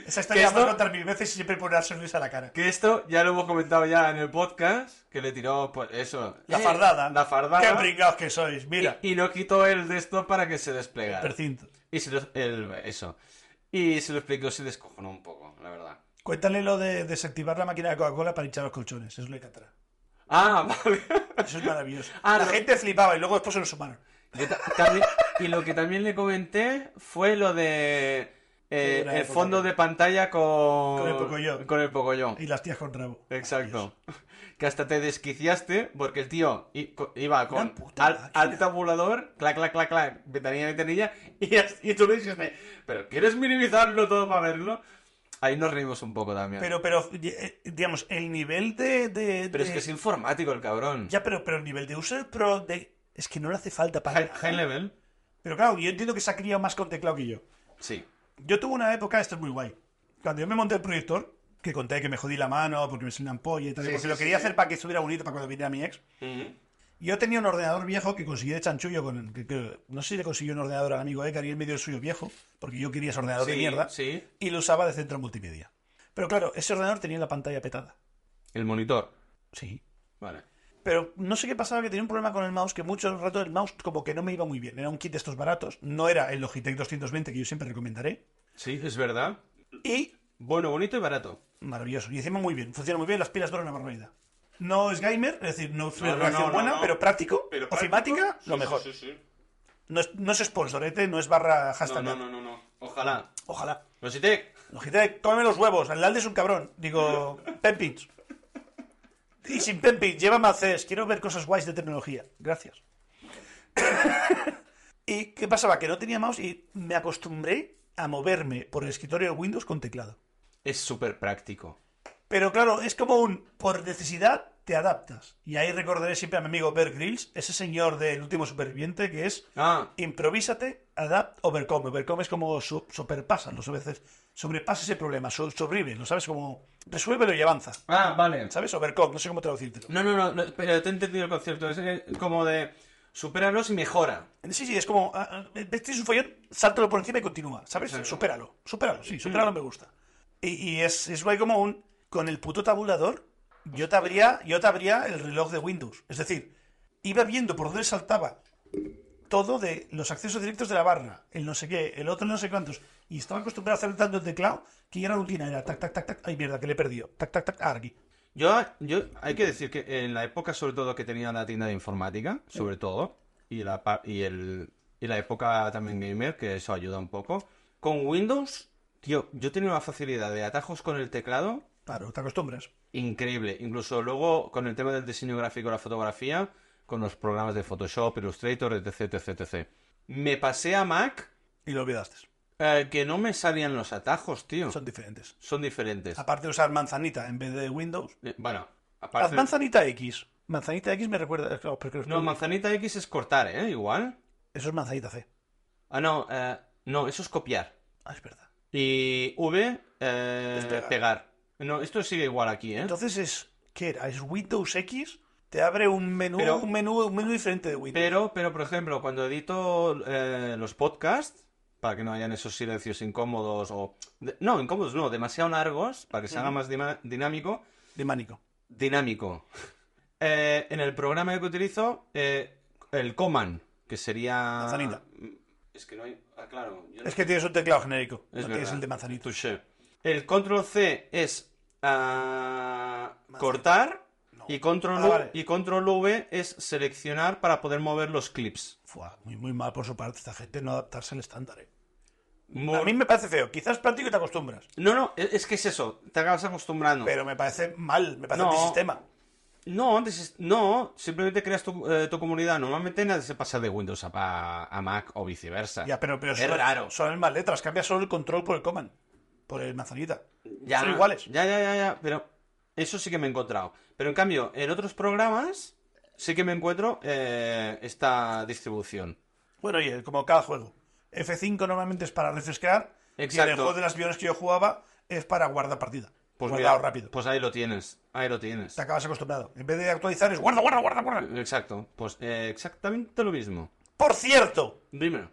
Speaker 2: Esa historia la
Speaker 1: esto-
Speaker 2: puedo contar mil veces y siempre pone una sonrisa a la cara.
Speaker 1: Que esto ya lo hemos comentado ya en el podcast, que le tiró pues eso.
Speaker 2: La
Speaker 1: eh,
Speaker 2: fardada.
Speaker 1: La
Speaker 2: Qué
Speaker 1: fardada.
Speaker 2: pringados que sois, mira.
Speaker 1: Y, y no quitó el de esto para que se desplegara.
Speaker 2: Percinto.
Speaker 1: Y se lo- el- eso. Y se lo explicó, se descojonó un poco, la verdad.
Speaker 2: Cuéntale lo de desactivar la máquina de Coca-Cola para hinchar los colchones. Eso le encantará.
Speaker 1: Ah, [LAUGHS] vale.
Speaker 2: Eso es maravilloso.
Speaker 1: [LAUGHS] Ah,
Speaker 2: la
Speaker 1: no.
Speaker 2: gente flipaba y luego después se lo sumaron.
Speaker 1: Yo ta- también- y lo que también le comenté fue lo de eh,
Speaker 2: Sí, la
Speaker 1: el
Speaker 2: época.
Speaker 1: fondo de pantalla con,
Speaker 2: Con el Pocoyo.
Speaker 1: con el Pocoyo.
Speaker 2: Y las tías con rabo.
Speaker 1: Exacto. Que hasta te desquiciaste porque el tío i- co- iba con
Speaker 2: puta
Speaker 1: al,
Speaker 2: máquina.
Speaker 1: al tabulador, clac, clac, clac, clac, ventanilla, ventanilla, [LAUGHS] y, as- y tú le dijiste, pero ¿quieres minimizarlo todo para verlo? Ahí nos reímos un poco también.
Speaker 2: Pero, pero, eh, digamos, el nivel de. de-
Speaker 1: Pero es
Speaker 2: de-
Speaker 1: que es informático el cabrón.
Speaker 2: Ya, pero, pero el nivel de user pro. De... Es que no le hace falta para.
Speaker 1: High, high level.
Speaker 2: Pero claro, yo entiendo que se ha criado más con teclado que yo.
Speaker 1: Sí.
Speaker 2: Yo tuve una época, esto es muy guay. Cuando yo me monté el proyector, que conté que me jodí la mano porque me salió una ampolla y tal,
Speaker 1: Sí,
Speaker 2: porque
Speaker 1: sí,
Speaker 2: lo
Speaker 1: sí,
Speaker 2: quería
Speaker 1: sí.
Speaker 2: hacer para que estuviera bonito para cuando viniera mi ex. Yo tenía un ordenador viejo que conseguí de chanchullo con. que- que- no sé si le consiguió un ordenador al amigo Edgar y él me dio el suyo viejo, porque yo quería ese ordenador de
Speaker 1: Sí,
Speaker 2: mierda.
Speaker 1: sí.
Speaker 2: Y lo usaba de centro multimedia. Pero claro, ese ordenador tenía la pantalla petada.
Speaker 1: El monitor.
Speaker 2: Sí.
Speaker 1: Vale.
Speaker 2: Pero no sé qué pasaba, que tenía un problema con el mouse, que mucho rato el mouse como que no me iba muy bien. Era un kit de estos baratos, no era el Logitech 220 que yo siempre recomendaré.
Speaker 1: Sí, es verdad.
Speaker 2: Y
Speaker 1: Bueno, bonito y barato.
Speaker 2: Maravilloso. Y encima muy bien. Funciona muy bien. Las pilas duran una barbaridad. No es gamer, es decir, no es una
Speaker 1: no,
Speaker 2: relación
Speaker 1: no,
Speaker 2: buena,
Speaker 1: no.
Speaker 2: pero práctico, ofimática, lo mejor. No, es, no es sponsorete, no es barra hashtag.
Speaker 1: no, no, no. Ojalá.
Speaker 2: Ojalá.
Speaker 1: Logitech.
Speaker 2: Logitech, cómeme los huevos. Allalde es un cabrón.
Speaker 1: [LAUGHS]
Speaker 2: Digo, Penpins. Y sin Penpins, lleva maces. Quiero ver cosas guays de tecnología. Gracias. [LAUGHS] ¿Y qué pasaba? Que no tenía mouse y me acostumbré a moverme por el escritorio de Windows con teclado.
Speaker 1: Es súper práctico.
Speaker 2: Pero claro, es como un por necesidad te adaptas. Y ahí recordaré siempre a mi amigo Bear Grylls, ese señor del último superviviente que es
Speaker 1: Ah,
Speaker 2: improvísate, adapt, overcome. Overcome es como su- superpásalo a veces. Sobrepasa ese problema, so- sobrevive, ¿no sabes? Como resuélvelo y avanza.
Speaker 1: ah, vale.
Speaker 2: ¿Sabes? Overcome, no sé cómo traducírtelo.
Speaker 1: No, no, no, no, pero te he entendido el concepto. Es eh, como de superarlos y mejora.
Speaker 2: Sí, sí, es como, ah, ah, ves tienes un follón, sáltalo por encima y continúa, ¿sabes?
Speaker 1: Exacto.
Speaker 2: Supéralo, supéralo, sí, supéralo me gusta. Y, y es, es guay como un, con el puto tabulador, yo te abría, yo te abría el reloj de Windows. Es decir, iba viendo por dónde saltaba todo de los accesos directos de la barra, el no sé qué, el otro no sé cuántos, y estaba acostumbrado a hacer tanto el teclado que ya era rutina, era tac, tac, tac, tac, ay mierda, que le he perdido, tac, tac, tac, ah, aquí.
Speaker 1: Yo, yo, hay que decir que en la época, sobre todo, que tenía la tienda de informática, sobre todo, y la, pa- y el, y la época también gamer, que eso ayuda un poco, con Windows, tío, yo tenía una facilidad de atajos con el teclado
Speaker 2: Claro, te acostumbras.
Speaker 1: increíble. Incluso luego, con el tema del diseño gráfico y la fotografía, con los programas de Photoshop, Illustrator, etc, etc, etc. Me pasé a Mac,
Speaker 2: Y lo olvidaste.
Speaker 1: eh, que no me salían los atajos, tío.
Speaker 2: Son Ah. diferentes.
Speaker 1: Son diferentes.
Speaker 2: Aparte de usar manzanita en vez de Windows,
Speaker 1: Eh, Bueno,
Speaker 2: Haz
Speaker 1: aparte...
Speaker 2: Ah, manzanita X. Manzanita X me recuerda. eh, claro, porque los-
Speaker 1: No, manzanita X es cortar, ¿eh? Igual.
Speaker 2: Eso es manzanita C.
Speaker 1: Ah, no, eh, no, eso es copiar.
Speaker 2: Ah, es verdad.
Speaker 1: ¿Eh? Y V, eh,
Speaker 2: Es pegar.
Speaker 1: pegar. No, esto sigue igual aquí, ¿eh?
Speaker 2: Entonces es. ¿Qué era? ¿Es Windows X? Te abre un menú,
Speaker 1: Pero-
Speaker 2: un menú, un menú diferente de Windows.
Speaker 1: Pero, pero, por ejemplo, cuando edito eh, los podcasts, para que no hayan esos silencios incómodos o... de- no, incómodos no, demasiado largos, para que se haga más dima- dinámico,
Speaker 2: De Manico.
Speaker 1: dinámico. [LAUGHS] Eh, en el programa que utilizo, eh, el Coman, que sería... Mm,
Speaker 2: Manzanita.
Speaker 1: Es que no hay... Ah, claro. yo no-
Speaker 2: Es que tienes un teclado genérico.
Speaker 1: Es
Speaker 2: no tienes
Speaker 1: verdad.
Speaker 2: el de manzanito.
Speaker 1: Touché. El control C es ah,
Speaker 2: Más
Speaker 1: cortar
Speaker 2: No.
Speaker 1: y control,
Speaker 2: Ah, vale.
Speaker 1: y control V es seleccionar para poder mover los clips.
Speaker 2: Fua, muy, muy mal por su parte esta gente no adaptarse al estándar. eh.
Speaker 1: Mo-
Speaker 2: A mí me parece feo. Quizás práctico y te acostumbras.
Speaker 1: No, no, es es que es eso, te acabas acostumbrando.
Speaker 2: Pero me parece mal. Me parece
Speaker 1: No.
Speaker 2: un sistema.
Speaker 1: No, antes es- no, simplemente creas tu, eh, tu comunidad. Normalmente nadie se pasa de Windows a, pa- a Mac o viceversa.
Speaker 2: Ya, pero, pero
Speaker 1: Es
Speaker 2: son,
Speaker 1: raro.
Speaker 2: son las mismas letras. Cambia solo el control por el command. Por el manzanita.
Speaker 1: Ya,
Speaker 2: son
Speaker 1: no.
Speaker 2: iguales.
Speaker 1: Ya, ya, ya, ya, pero eso sí que me he encontrado. Pero en cambio, en otros programas sí que me encuentro eh, esta distribución. Pues
Speaker 2: Bueno, oye, como cada juego. F5 normalmente es para refrescar. Y
Speaker 1: Exacto.
Speaker 2: el juego de las aviones que yo jugaba es para guardar partida.
Speaker 1: Pues
Speaker 2: Guardado
Speaker 1: mira,
Speaker 2: rápido.
Speaker 1: Pues ahí lo tienes, ahí lo tienes.
Speaker 2: Te acabas acostumbrado. En vez de actualizar es guarda, guarda, guarda, guarda.
Speaker 1: Exacto, pues eh, exactamente lo mismo.
Speaker 2: Por cierto.
Speaker 1: Dime.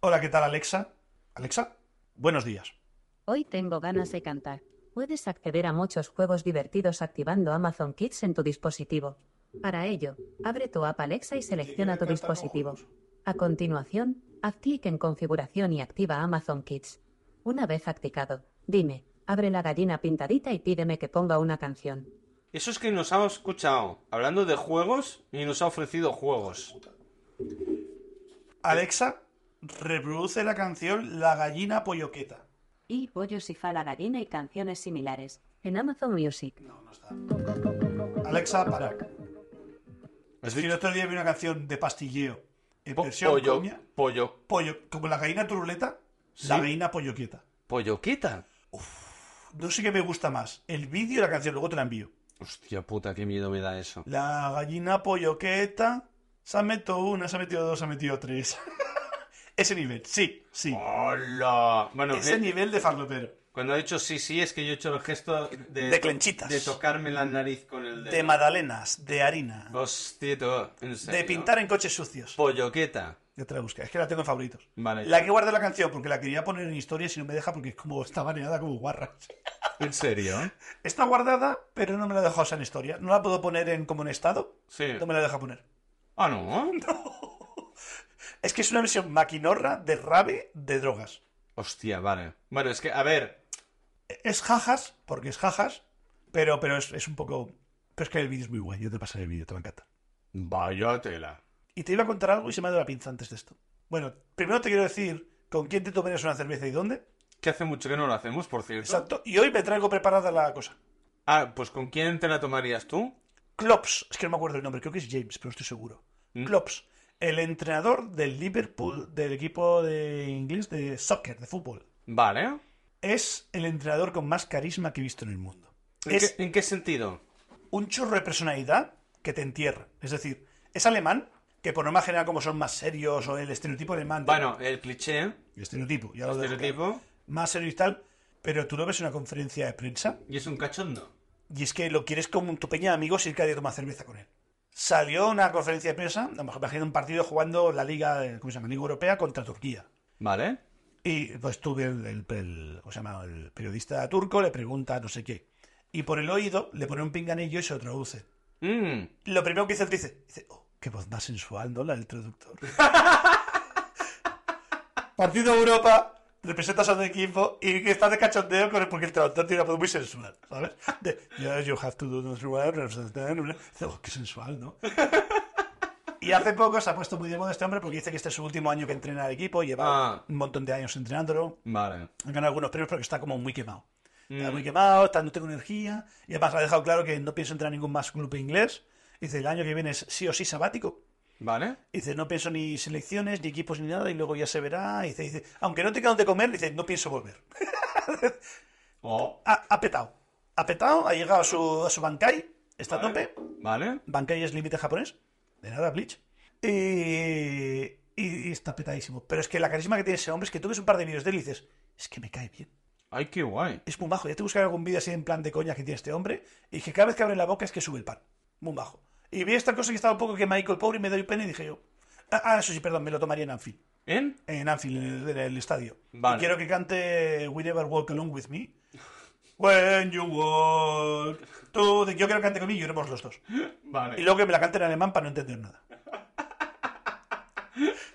Speaker 2: Hola, ¿qué tal Alexa? Alexa, buenos días.
Speaker 3: Hoy tengo ganas de cantar. Puedes acceder a muchos juegos divertidos activando Amazon Kids en tu dispositivo. Para ello, abre tu app Alexa y selecciona tu dispositivo. A continuación, haz clic en Configuración y activa Amazon Kids. Una vez activado, dime, abre la gallina pintadita y pídeme que ponga una canción.
Speaker 1: Eso es que nos ha escuchado hablando de juegos y nos ha ofrecido juegos.
Speaker 2: Alexa, reproduce la canción La gallina polloqueta.
Speaker 3: Y pollos y fa la gallina y canciones similares. En Amazon Music.
Speaker 2: No, no está. Alexa, para.
Speaker 1: ¿Has
Speaker 2: Sí, el
Speaker 1: dicho
Speaker 2: otro día vi una canción de pastilleo. En
Speaker 1: po-
Speaker 2: versión
Speaker 1: pollo,
Speaker 2: coña,
Speaker 1: pollo,
Speaker 2: pollo, como la gallina turuleta, la
Speaker 1: Sí.
Speaker 2: gallina polloqueta.
Speaker 1: polloquita?
Speaker 2: No sé qué me gusta más, el vídeo o la canción, luego te la envío.
Speaker 1: Hostia puta, qué miedo me da eso.
Speaker 2: La gallina polloqueta se ha metido una, se ha metido dos, se ha metido tres. [LAUGHS] Ese nivel, sí, sí.
Speaker 1: ¡Hola! Bueno,
Speaker 2: Ese
Speaker 1: eh,
Speaker 2: nivel de farlopero.
Speaker 1: cuando he hecho sí, sí, es que yo he hecho el gesto de,
Speaker 2: De clenchitas.
Speaker 1: de tocarme la nariz con el dedo.
Speaker 2: De magdalenas, de harina,
Speaker 1: Hostia, tú, en
Speaker 2: de
Speaker 1: serio.
Speaker 2: pintar en coches sucios.
Speaker 1: Polloqueta.
Speaker 2: Ya te la busqué, es que la tengo en favoritos.
Speaker 1: Vale.
Speaker 2: La que guarda la canción, porque la quería poner en historias y no me deja porque es como está baneada como guarra. [LAUGHS]
Speaker 1: ¿En serio?
Speaker 2: Está guardada, pero no me la deja usar en historia. No la puedo poner en como en estado.
Speaker 1: Sí.
Speaker 2: No me la deja poner.
Speaker 1: Ah, no.
Speaker 2: Es que es una versión maquinorra de rave de drogas.
Speaker 1: Hostia, vale. Bueno, es que, a ver,
Speaker 2: Es jajas, porque es jajas, pero, pero es, es un poco. Pero es que el vídeo es muy guay, yo te pasaré el vídeo, te va a encantar.
Speaker 1: Vaya tela.
Speaker 2: Y te iba a contar algo y se me ha dado la pinza antes de esto. Bueno, primero te quiero decir con quién te tomarías una cerveza y dónde.
Speaker 1: Que hace mucho que no lo hacemos, por cierto.
Speaker 2: Exacto. Y hoy me traigo preparada la cosa.
Speaker 1: Ah, pues ¿con quién te la tomarías tú?
Speaker 2: Klops, es que no me acuerdo el nombre, creo que es James, pero estoy seguro.
Speaker 1: Mm.
Speaker 2: Klops el entrenador del Liverpool, del equipo de inglés de soccer, de fútbol.
Speaker 1: Vale.
Speaker 2: Es el entrenador con más carisma que he visto en el mundo.
Speaker 1: ¿En,
Speaker 2: Es
Speaker 1: qué, en qué sentido?
Speaker 2: un chorro de personalidad que te entierra. Es decir, es alemán, que por norma general, como son más serios o el estereotipo alemán. de-
Speaker 1: Bueno, el cliché,
Speaker 2: el estereotipo, ya
Speaker 1: el
Speaker 2: lo dejo
Speaker 1: estereotipo,
Speaker 2: claro. Más serio y tal. Pero tú lo ves en una conferencia de prensa
Speaker 1: y es un cachondo.
Speaker 2: y es que lo quieres como un tu peña de amigos y ir cada día a tomar cerveza con él. Salió a una conferencia de prensa, a lo mejor imagino un partido jugando la Liga, eh, ¿cómo se llama? Liga Europea contra Turquía.
Speaker 1: Vale.
Speaker 2: Y pues tuve el, el- el- ¿cómo se llama? el periodista turco, le pregunta no sé qué. Y por el oído le pone un pinganillo y se lo traduce.
Speaker 1: Mm,
Speaker 2: Lo primero que dice el dice, dice, "Oh, qué voz más sensual, ¿no? La del traductor. [LAUGHS] Partido Europa, representas a un equipo y que estás de cachondeo con el, porque el traductor tiene una voz muy sensual, ¿sabes? De, "Yeah, you have to do this well, dice, "Oh, qué sensual, [LAUGHS] ¿no? Y hace poco se ha puesto muy de moda este hombre porque dice que este es su último año que entrena al equipo, lleva
Speaker 1: Ah.
Speaker 2: un montón de años entrenándolo,
Speaker 1: vale.
Speaker 2: ha ganado algunos premios porque está como muy quemado. Está muy quemado, está, no tengo energía. Y además ha dejado claro que no pienso entrar a ningún más club inglés. Dice, el año que viene es sí o sí sabático.
Speaker 1: Vale.
Speaker 2: Dice, no pienso ni selecciones, ni equipos, ni nada. Y luego ya se verá. Dice, dice aunque no tenga donde comer, dice, no pienso volver.
Speaker 1: Oh.
Speaker 2: Ha, ha petado. Ha petado, ha llegado a su, a su Bankai. Está a
Speaker 1: Vale.
Speaker 2: tope.
Speaker 1: Vale.
Speaker 2: Bankai es límite japonés. De nada, Bleach. Y, y- y está petadísimo. Pero es que la carisma que tiene ese hombre es que tú ves un par de vídeos de él y dices, es que me cae bien.
Speaker 1: Ay, qué guay.
Speaker 2: es muy bajo. Ya te buscaré algún vídeo así en plan de coña que tiene este hombre. Y que cada vez que abre la boca es que sube el pan. Muy bajo. Y vi esta cosa que estaba un poco que Michael Pobre y me doy pena y dije yo. Ah, ah, eso sí, perdón, me lo tomaría en Anfield.
Speaker 1: ¿En?
Speaker 2: En Anfield, en el, en el estadio.
Speaker 1: Vale.
Speaker 2: Y quiero que cante We Never Walk Alone With Me. When you walk. Tú, yo quiero que cante conmigo y lloremos los dos.
Speaker 1: Vale.
Speaker 2: Y luego que me la cante en alemán para no entender nada.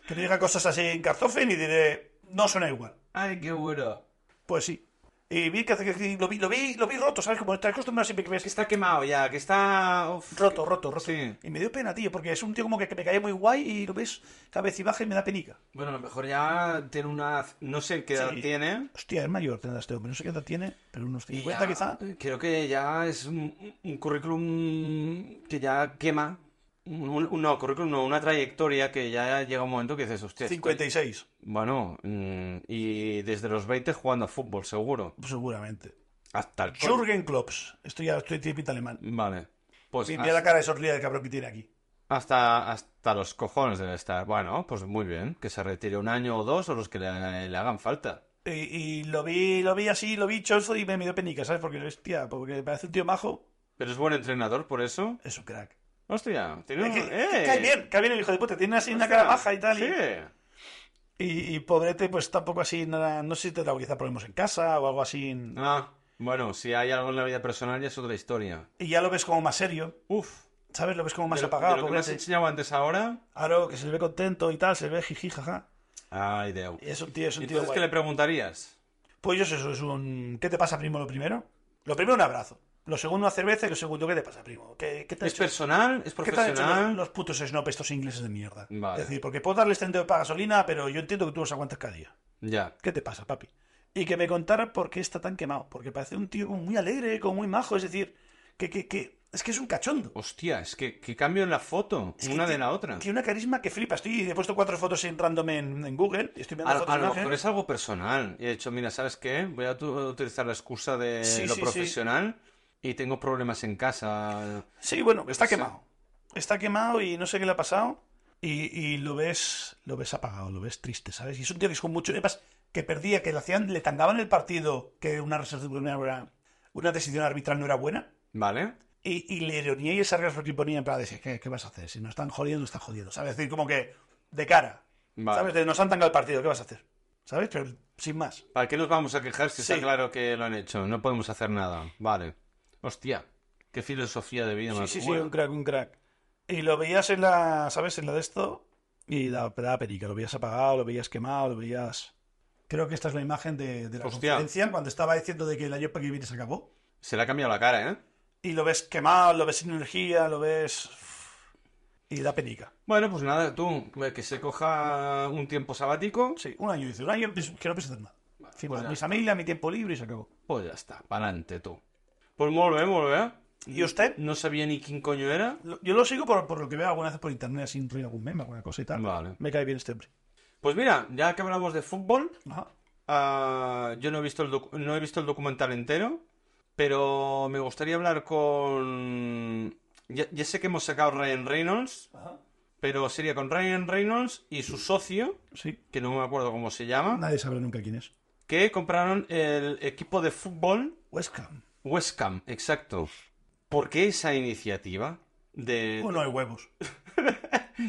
Speaker 2: Que no diga cosas así en Kartoffen y diré. No suena igual.
Speaker 1: Ay, qué bueno.
Speaker 2: Pues sí. Y vi que, que- que lo vi, lo vi, lo vi roto, ¿sabes? Como estás acostumbrado siempre que ves
Speaker 1: Que está quemado ya, que está... uf,
Speaker 2: roto, roto, roto.
Speaker 1: Sí.
Speaker 2: Y me dio pena, tío, porque es un tío como que, que me cae muy guay y lo ves cabecibaje y me da penica.
Speaker 1: Bueno, a lo mejor ya tiene una... No sé qué edad
Speaker 2: Sí.
Speaker 1: tiene.
Speaker 2: Hostia, es mayor tendrá este hombre, no sé qué edad tiene, pero unos 50
Speaker 1: Ya,
Speaker 2: quizá.
Speaker 1: Creo que ya es un, un currículum que ya quema. Un- un- no, currículum no, una trayectoria que ya llega un momento que dices, hostia, estoy-
Speaker 2: 56,
Speaker 1: Bueno, mm, y desde los 20 jugando a fútbol, seguro.
Speaker 2: seguramente.
Speaker 1: Hasta el...
Speaker 2: Jürgen Klopps. Esto ya estoy típico alemán.
Speaker 1: Vale. Pues
Speaker 2: Mira la cara de sonrisa del cabrón que tiene aquí.
Speaker 1: Hasta, hasta los cojones debe estar. Bueno, pues muy bien. Que se retire un año o dos o los que le, le hagan falta.
Speaker 2: Y, y lo vi, lo vi así, lo vi cholzo y me, me dio penica, ¿sabes? Porque, hostia, porque me parece un tío majo,
Speaker 1: Pero es buen entrenador por eso.
Speaker 2: es un crack.
Speaker 1: Hostia, tiene un...
Speaker 2: Que- que-
Speaker 1: ¡Eh!
Speaker 2: Cae bien, cae bien el hijo de puta, tiene así una
Speaker 1: Hostia,
Speaker 2: cara baja y tal. y-
Speaker 1: Sí.
Speaker 2: Y, y pobrete, pues tampoco así, nada, no sé si tendrá quizá problemas en casa o algo así.
Speaker 1: Ah, bueno, si hay algo en la vida personal ya es otra historia.
Speaker 2: Y ya lo ves como más serio,
Speaker 1: Uf.
Speaker 2: ¿sabes? Lo ves como
Speaker 1: de
Speaker 2: más
Speaker 1: lo-
Speaker 2: apagado.
Speaker 1: de lo que me has
Speaker 2: pobrete.
Speaker 1: enseñado antes ahora...
Speaker 2: Claro, que se le ve contento y tal, se le ve jiji, jaja.
Speaker 1: Ay, Deu.
Speaker 2: Y es un tío, es un tío
Speaker 1: Entonces, ¿qué
Speaker 2: guay.
Speaker 1: le preguntarías?
Speaker 2: Pues yo sé, eso es un... ¿Qué te pasa, primo, lo primero? Lo primero, un abrazo. Lo segundo, una cerveza. Y lo segundo, ¿qué te pasa, primo? ¿Qué, qué te ha
Speaker 1: ¿Es
Speaker 2: hecho?
Speaker 1: personal? ¿Es
Speaker 2: ¿Qué te han hecho los,
Speaker 1: profesional?
Speaker 2: los putos snob estos ingleses de mierda?
Speaker 1: Vale.
Speaker 2: Es decir, porque puedo darles 30 euros para gasolina, pero yo entiendo que tú los aguantas cada día.
Speaker 1: Ya.
Speaker 2: ¿Qué te pasa, papi? Y que me contara por qué está tan quemado. Porque parece un tío como muy alegre, como muy majo. Es decir, que, que, que- es que es un cachondo.
Speaker 1: Hostia, es que, que cambio en la foto.
Speaker 2: Es que
Speaker 1: una de
Speaker 2: tiene-
Speaker 1: la otra.
Speaker 2: Tiene una carisma que flipa. Estoy, he puesto cuatro fotos en random en, en Google. y Estoy
Speaker 1: A,
Speaker 2: mirando
Speaker 1: a
Speaker 2: fotos de
Speaker 1: lo
Speaker 2: imagen.
Speaker 1: mejor es algo personal. Y he dicho, mira, ¿sabes qué? Voy a tu- utilizar la excusa de
Speaker 2: Sí,
Speaker 1: lo
Speaker 2: sí, sí.
Speaker 1: profesional y tengo problemas en casa.
Speaker 2: Sí, bueno, está
Speaker 1: no sé.
Speaker 2: quemado. Está quemado y no sé qué le ha pasado. Y, y lo ves lo ves apagado, lo ves triste, ¿sabes? Y es un tío que es con mucho... además, que perdía, que le hacían, le tangaban el partido, que una, una, una decisión arbitral no era buena.
Speaker 1: ¿Vale?
Speaker 2: Y, y la ironía y esa razón que ponía en plan de decir, ¿qué, qué vas a hacer? Si nos están jodiendo, están jodiendo. ¿Sabes? Es decir, como que de cara.
Speaker 1: Vale.
Speaker 2: ¿Sabes? De nos han tangado el partido, ¿qué vas a hacer? ¿Sabes? Pero sin más.
Speaker 1: ¿Para qué nos vamos a quejar si está
Speaker 2: Sí.
Speaker 1: claro que lo han hecho? No podemos hacer nada. Vale. Hostia, qué filosofía de vida
Speaker 2: Sí,
Speaker 1: más
Speaker 2: sí, sí,
Speaker 1: buena.
Speaker 2: un crack, un crack. Y lo veías en la, ¿sabes? En la de esto y la, la perica. Lo veías apagado, lo veías quemado, lo veías... Creo que esta es la imagen de, de la
Speaker 1: Hostia.
Speaker 2: conferencia cuando estaba diciendo de que el año que viene se acabó.
Speaker 1: Se le ha cambiado la cara, ¿eh?
Speaker 2: Y lo ves quemado, lo ves sin energía, lo ves... Y da penica.
Speaker 1: Bueno, pues nada, tú, que se coja un tiempo sabático,
Speaker 2: Sí, un año dice, un año pues, que no pienso hacer nada. Firmo
Speaker 1: pues ya
Speaker 2: mi familia, mi tiempo libre y se acabó.
Speaker 1: pues ya está, pa'lante tú. Pues molt bé, molt bé.
Speaker 2: ¿Y usted?
Speaker 1: No sabía ni quién coño era.
Speaker 2: Lo- Yo lo sigo por, por lo que veo algunas veces por internet, sin reír algún meme, alguna cosita.
Speaker 1: Vale.
Speaker 2: Me cae bien este hombre.
Speaker 1: Pues mira, ya que hablamos de fútbol,
Speaker 2: Ajá.
Speaker 1: ah, yo no he, visto el docu- no he visto el documental entero, pero me gustaría hablar con... Ya, ya sé que hemos sacado Ryan Reynolds, pero sería con Ryan Reynolds y su socio,
Speaker 2: Sí.
Speaker 1: que no me acuerdo cómo se llama,
Speaker 2: Nadie sabrá nunca quién es.
Speaker 1: que compraron el equipo de fútbol
Speaker 2: West Ham.
Speaker 1: West Ham, exacto. ¿Por qué esa iniciativa? De...
Speaker 2: Uno hay huevos.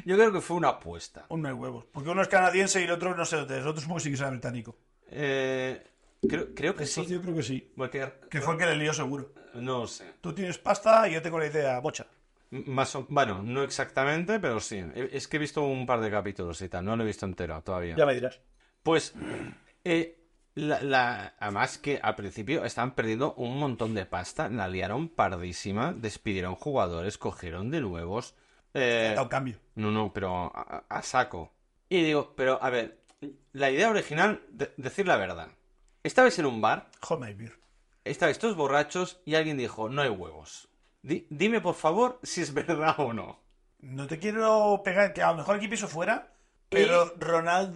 Speaker 1: Yo creo que fue una apuesta.
Speaker 2: Uno hay huevos. Porque uno es canadiense y el otro no sé dónde es. El otro supongo que sí que será británico.
Speaker 1: Eh, creo, creo que
Speaker 2: Eso
Speaker 1: sí.
Speaker 2: yo creo que sí.
Speaker 1: Porque-
Speaker 2: Que fue el que le lió seguro.
Speaker 1: No sé.
Speaker 2: Tú tienes pasta y yo tengo la idea, bocha.
Speaker 1: M- Más o- Bueno, no exactamente, pero sí. E- Es que he visto un par de capítulos y tal. No lo he visto entero todavía.
Speaker 2: me dirás.
Speaker 1: Pues, eh, la, la- además que al principio estaban perdiendo un montón de pasta. La liaron pardísima. Despidieron jugadores, cogieron de nuevos. Eh,
Speaker 2: Da un cambio.
Speaker 1: no, no, pero a, a- a saco. Y digo, pero a ver, la idea original, de- decir la verdad. Estabais en un bar,
Speaker 2: Hold my beer.
Speaker 1: estabais todos borrachos y alguien dijo, no hay huevos. Di- dime por favor si es [LAUGHS] verdad o no.
Speaker 2: No te quiero pegar, que a lo mejor aquí piso fuera, pero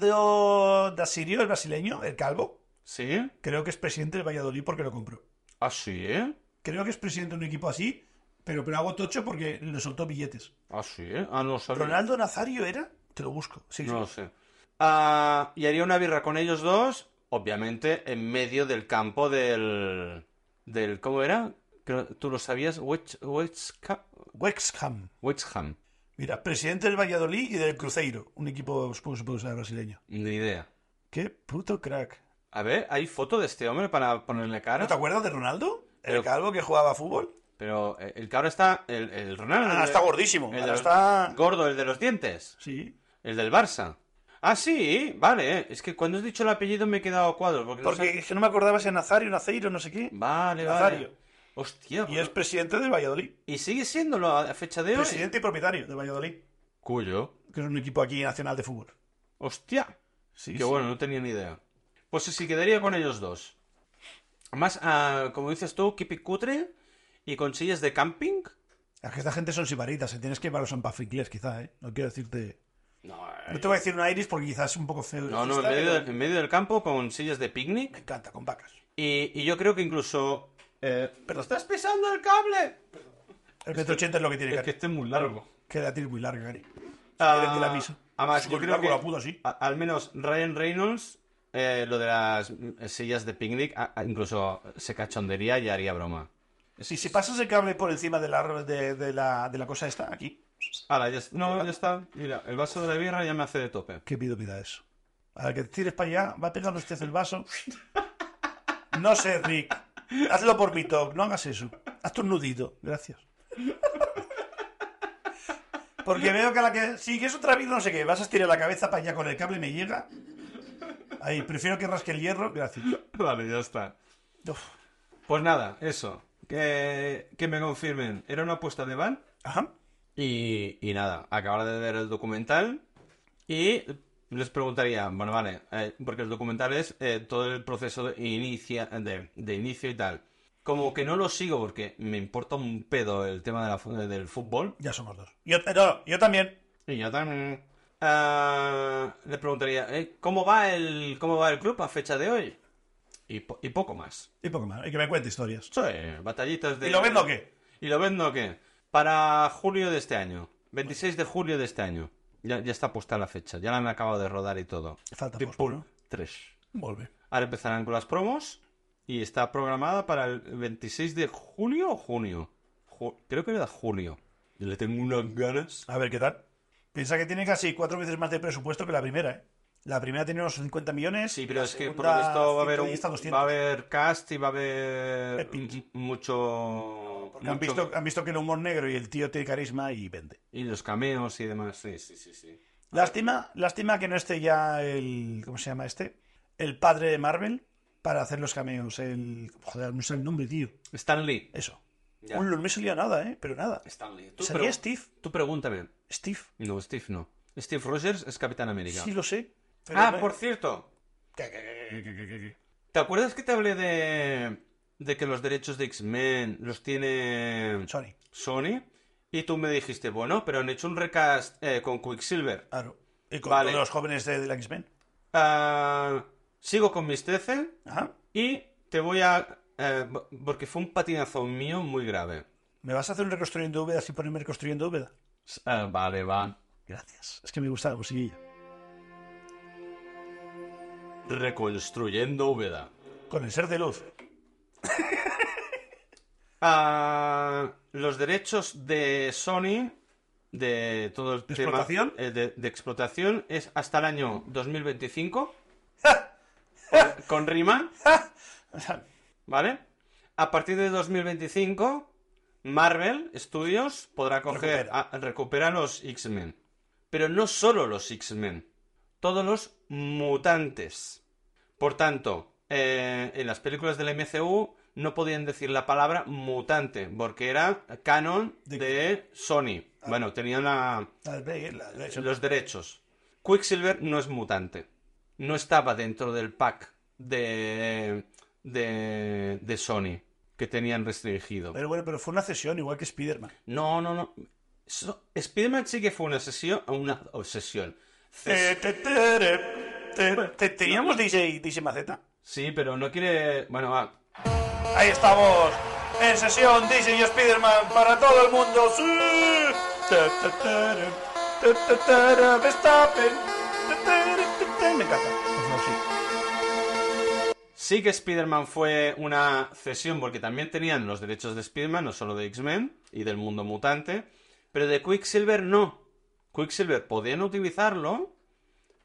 Speaker 2: Ronaldo da Sirio, el brasileño, el calvo,
Speaker 1: ¿Sí?
Speaker 2: creo que es presidente del Valladolid porque lo compró.
Speaker 1: ¿Ah, sí, eh?
Speaker 2: Creo que es presidente de un equipo así, pero, pero hago tocho porque le soltó billetes.
Speaker 1: ¿Ah, sí, eh? Ah, no lo sabía.
Speaker 2: ¿Ronaldo Nazario era? Te lo busco. Sí, sí.
Speaker 1: No lo sé. Ah, y haría una birra con ellos dos, obviamente, en medio del campo del... del ¿Cómo era? Creo- ¿Tú lo sabías? West, West, Ca-
Speaker 2: West Ham.
Speaker 1: West Ham.
Speaker 2: Mira, presidente del Valladolid y del Cruzeiro, un equipo, supongo que se puede usar brasileño.
Speaker 1: Ni idea.
Speaker 2: Qué puto crack.
Speaker 1: A ver, ¿hay foto de este hombre para ponerle cara?
Speaker 2: ¿No te acuerdas de Ronaldo? El
Speaker 1: Ah, Pero-
Speaker 2: calvo que jugaba a fútbol.
Speaker 1: Pero eh, el que ahora está... El, el Ronaldo...
Speaker 2: Ahora
Speaker 1: el-
Speaker 2: Ah, está gordísimo.
Speaker 1: el
Speaker 2: Ahora
Speaker 1: de-
Speaker 2: está...
Speaker 1: Gordo, el de los dientes.
Speaker 2: Sí.
Speaker 1: El del Barça. Ah, sí, vale. Es que cuando has dicho el apellido me he quedado a cuadros. Porque, no sé-
Speaker 2: Porque es que no me acordaba si era Nazario, Naceiro, no sé qué.
Speaker 1: Vale,
Speaker 2: Nazario.
Speaker 1: vale. Hostia. pues,
Speaker 2: Y es presidente del Valladolid.
Speaker 1: ¿y sigue siéndolo a a fecha de hoy.
Speaker 2: Presidente y propietario del Valladolid,
Speaker 1: Cuyo.
Speaker 2: que es un equipo aquí nacional de fútbol.
Speaker 1: Hostia.
Speaker 2: Sí,
Speaker 1: Qué
Speaker 2: sí.
Speaker 1: bueno, no tenía ni idea. Pues sí, sí, quedaría con ellos dos. Más, ah, como dices tú, kipi cutre y con sillas de camping.
Speaker 2: Es que esta gente son sibaritas, se tienes que ir para los anpafricles, quizá, ¿eh? No quiero decirte.
Speaker 1: No,
Speaker 2: No te voy a decir una iris porque quizás es un poco feo.
Speaker 1: no, no, en
Speaker 2: Está,
Speaker 1: medio,
Speaker 2: pero
Speaker 1: del, en medio del campo con sillas de picnic.
Speaker 2: Me encanta, con vacas.
Speaker 1: Y, y yo creo que incluso...
Speaker 2: Pero
Speaker 1: ¡Estás pisando el cable!
Speaker 2: el metro ochenta es lo que tiene
Speaker 1: Es Eh, que
Speaker 2: Gary.
Speaker 1: este es muy largo.
Speaker 2: Que la tienes muy larga, Gary.
Speaker 1: Ah,
Speaker 2: que la misa.
Speaker 1: además,
Speaker 2: Sí,
Speaker 1: yo
Speaker 2: yo
Speaker 1: creo
Speaker 2: largo
Speaker 1: que
Speaker 2: la pudo así.
Speaker 1: a- al menos Ryan Reynolds, eh, lo de las mm, sillas de picnic, a- a- incluso se cachondería y haría broma.
Speaker 2: Y si pasas el cable por encima de la, de, de la, de la cosa esta, aquí.
Speaker 1: Ahora, ya, es- no, ya está. Mira, el vaso de la birra ya me hace de tope.
Speaker 2: ¿Qué pido pida eso? Ahora que tires para allá, va pegando usted el vaso. No sé, Rick. Hazlo por mi talk, no hagas eso. Hazte un nudito, gracias. Porque veo que a la que sigues otra vez, no sé qué, vas a estirar la cabeza para allá con el cable y me llega. Ahí, prefiero que rasque el hierro, gracias.
Speaker 1: [LAUGHS] Vale, ya está.
Speaker 2: Uf.
Speaker 1: Pues nada, eso. Que, que me confirmen. Era una apuesta de van.
Speaker 2: Ajá.
Speaker 1: Y, y nada, acabar de ver el documental y les preguntaría, bueno, vale, eh, porque el documental es eh, todo el proceso de, inicia, de, de inicio y tal. Como que no lo sigo porque me importa un pedo el tema de la fu- del fútbol.
Speaker 2: Ya somos dos. Yo, no, yo también.
Speaker 1: Y yo también ah, le preguntaría, eh, ¿cómo va el cómo va el club a fecha de hoy? Y, po- y poco más.
Speaker 2: Y poco más. Y que me cuente historias.
Speaker 1: Sí, batallitas de...
Speaker 2: ¿Y lo vendo o qué?
Speaker 1: ¿Y lo vendo qué? Para julio de este año. 26 de julio de este año. Ya, ya está puesta la fecha. Ya la han acabado de rodar y todo.
Speaker 2: Falta
Speaker 1: Tipo
Speaker 2: por, ¿no?
Speaker 1: 3.
Speaker 2: Vuelve.
Speaker 1: Ahora empezarán con las promos. Y está programada para el 26 de julio o junio. Ju- Creo que era julio. Yo le tengo unas ganas.
Speaker 2: A ver qué tal. Piensa que tiene casi cuatro veces más de presupuesto que la primera, ¿eh? La primera tenía unos 50 millones.
Speaker 1: Sí, pero
Speaker 2: la
Speaker 1: es que por lo
Speaker 2: segunda
Speaker 1: visto va a haber,
Speaker 2: 100
Speaker 1: un-
Speaker 2: y esta 200.
Speaker 1: va a haber cast y va a haber
Speaker 2: Epic.
Speaker 1: m- mucho,
Speaker 2: Porque han,
Speaker 1: mucho-
Speaker 2: visto, han visto que el humor negro y el tío tiene carisma y vende.
Speaker 1: Y los cameos y demás. Sí, sí, sí. sí.
Speaker 2: Lástima, lástima que no esté ya el. ¿Cómo se llama este? El padre de Marvel para hacer los cameos. El. Joder, no sé el nombre, tío.
Speaker 1: Stanley.
Speaker 2: Eso.
Speaker 1: Ya.
Speaker 2: Un, no me salía nada, ¿eh? Pero nada.
Speaker 1: Stanley. Tú,
Speaker 2: Sería
Speaker 1: pregun-
Speaker 2: Steve.
Speaker 1: tú pregúntame.
Speaker 2: Steve.
Speaker 1: No, Steve no. Steve Rogers es Capitán América.
Speaker 2: Sí, lo sé. pero
Speaker 1: ah,
Speaker 2: no- eh,
Speaker 1: por cierto.
Speaker 2: ¿Qué, qué, qué, qué, qué, qué, qué?
Speaker 1: ¿Te acuerdas que te hablé de... de que los derechos de X-Men los tiene
Speaker 2: Sony.
Speaker 1: Sony. Y tú me dijiste, bueno, pero han hecho un recast eh, con Quicksilver.
Speaker 2: Claro. Y con
Speaker 1: Vale.
Speaker 2: todos los jóvenes de, de la X-Men.
Speaker 1: Ah, sigo con mis Tecel
Speaker 2: Ajá.
Speaker 1: y te voy a... eh, bo- porque fue un patinazo mío muy grave.
Speaker 2: ¿Me vas a hacer un reconstruyendo Úbeda sin ponerme reconstruyendo Úbeda?
Speaker 1: S- ah, vale, va.
Speaker 2: Gracias. Es que me gusta la musiquilla.
Speaker 1: Reconstruyendo Úbeda.
Speaker 2: Con el ser de luz.
Speaker 1: Ah, los derechos de Sony, de todo el
Speaker 2: ¿De
Speaker 1: tema
Speaker 2: explotación?
Speaker 1: eh, de, de explotación, es hasta el año
Speaker 2: [LAUGHS]
Speaker 1: 2025 con Rima, ¿vale? A partir de 2025, Marvel Studios podrá coger,
Speaker 2: Recupera.
Speaker 1: a- recuperar los X-Men. Pero no solo los X-Men, todos los mutantes. Por tanto, eh, en las películas del MCU no podían decir la palabra mutante, porque era canon
Speaker 2: De-
Speaker 1: de, Sony. Bueno, tenían la-
Speaker 2: La de- la de-
Speaker 1: los derechos. Quicksilver no es mutante. No estaba dentro del pack de, de, de Sony que tenían restringido.
Speaker 2: Pero bueno, pero fue una cesión, igual que Spider-Man.
Speaker 1: No, no, no. So- Spider-Man sí que fue una sesión, una obsesión.
Speaker 2: Eh, te- te- te- te- te- Teníamos DJ, DJ Maceta.
Speaker 1: Sí, pero no quiere... Bueno, ah, va,
Speaker 2: Ahí estamos. En sesión DJ y Spider-Man para todo el mundo. ¡Sí! Te- te- tere, te- te- tere, Verstappen. Te- tere, te- te- Me encanta. Por favor, Pues sí.
Speaker 1: Sí que Spider-Man fue una cesión porque también tenían los derechos de Spider-Man, no solo de X-Men y del mundo mutante, pero de Quicksilver no. Quicksilver podían utilizarlo,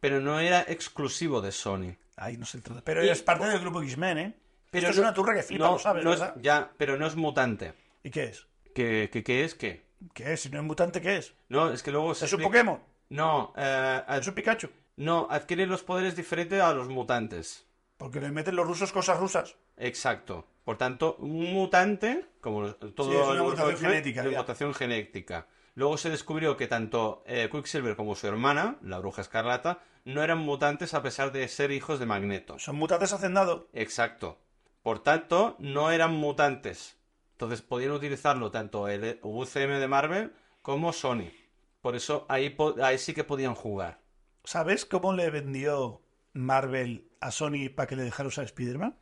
Speaker 1: pero no era exclusivo de Sony.
Speaker 2: Ahí no se trata. Pero es parte del grupo X-Men, ¿eh? Pero es
Speaker 1: no-
Speaker 2: una turra que flipa,
Speaker 1: no,
Speaker 2: lo sabes,
Speaker 1: no es-
Speaker 2: ¿verdad?
Speaker 1: ya, pero no es mutante.
Speaker 2: ¿Y qué es?
Speaker 1: ¿Qué, qué- qué es qué?
Speaker 2: ¿Qué es? Si no es mutante, ¿qué es?
Speaker 1: No, es que luego se
Speaker 2: ¿Es un
Speaker 1: explica-
Speaker 2: Pokémon?
Speaker 1: No, eh, ad-
Speaker 2: ¿Es un Pikachu?
Speaker 1: no, adquiere los poderes diferentes a los mutantes.
Speaker 2: Porque le meten los rusos cosas rusas.
Speaker 1: Exacto. Por tanto, un mutante, como todo
Speaker 2: Sí, es una
Speaker 1: el grupo
Speaker 2: mutación
Speaker 1: X-Men,
Speaker 2: genética,
Speaker 1: es
Speaker 2: ya.
Speaker 1: mutación genética. Luego se descubrió que tanto eh, Quicksilver como su hermana, la Bruja Escarlata, no eran mutantes a pesar de ser hijos de Magneto.
Speaker 2: Son mutantes hacendado.
Speaker 1: Exacto. Por tanto, no eran mutantes. Entonces podían utilizarlo tanto el UCM de Marvel como Sony. Por eso ahí, po- ahí sí que podían jugar.
Speaker 2: ¿Sabes cómo le vendió Marvel a Sony para que le dejara usar Spider-Man?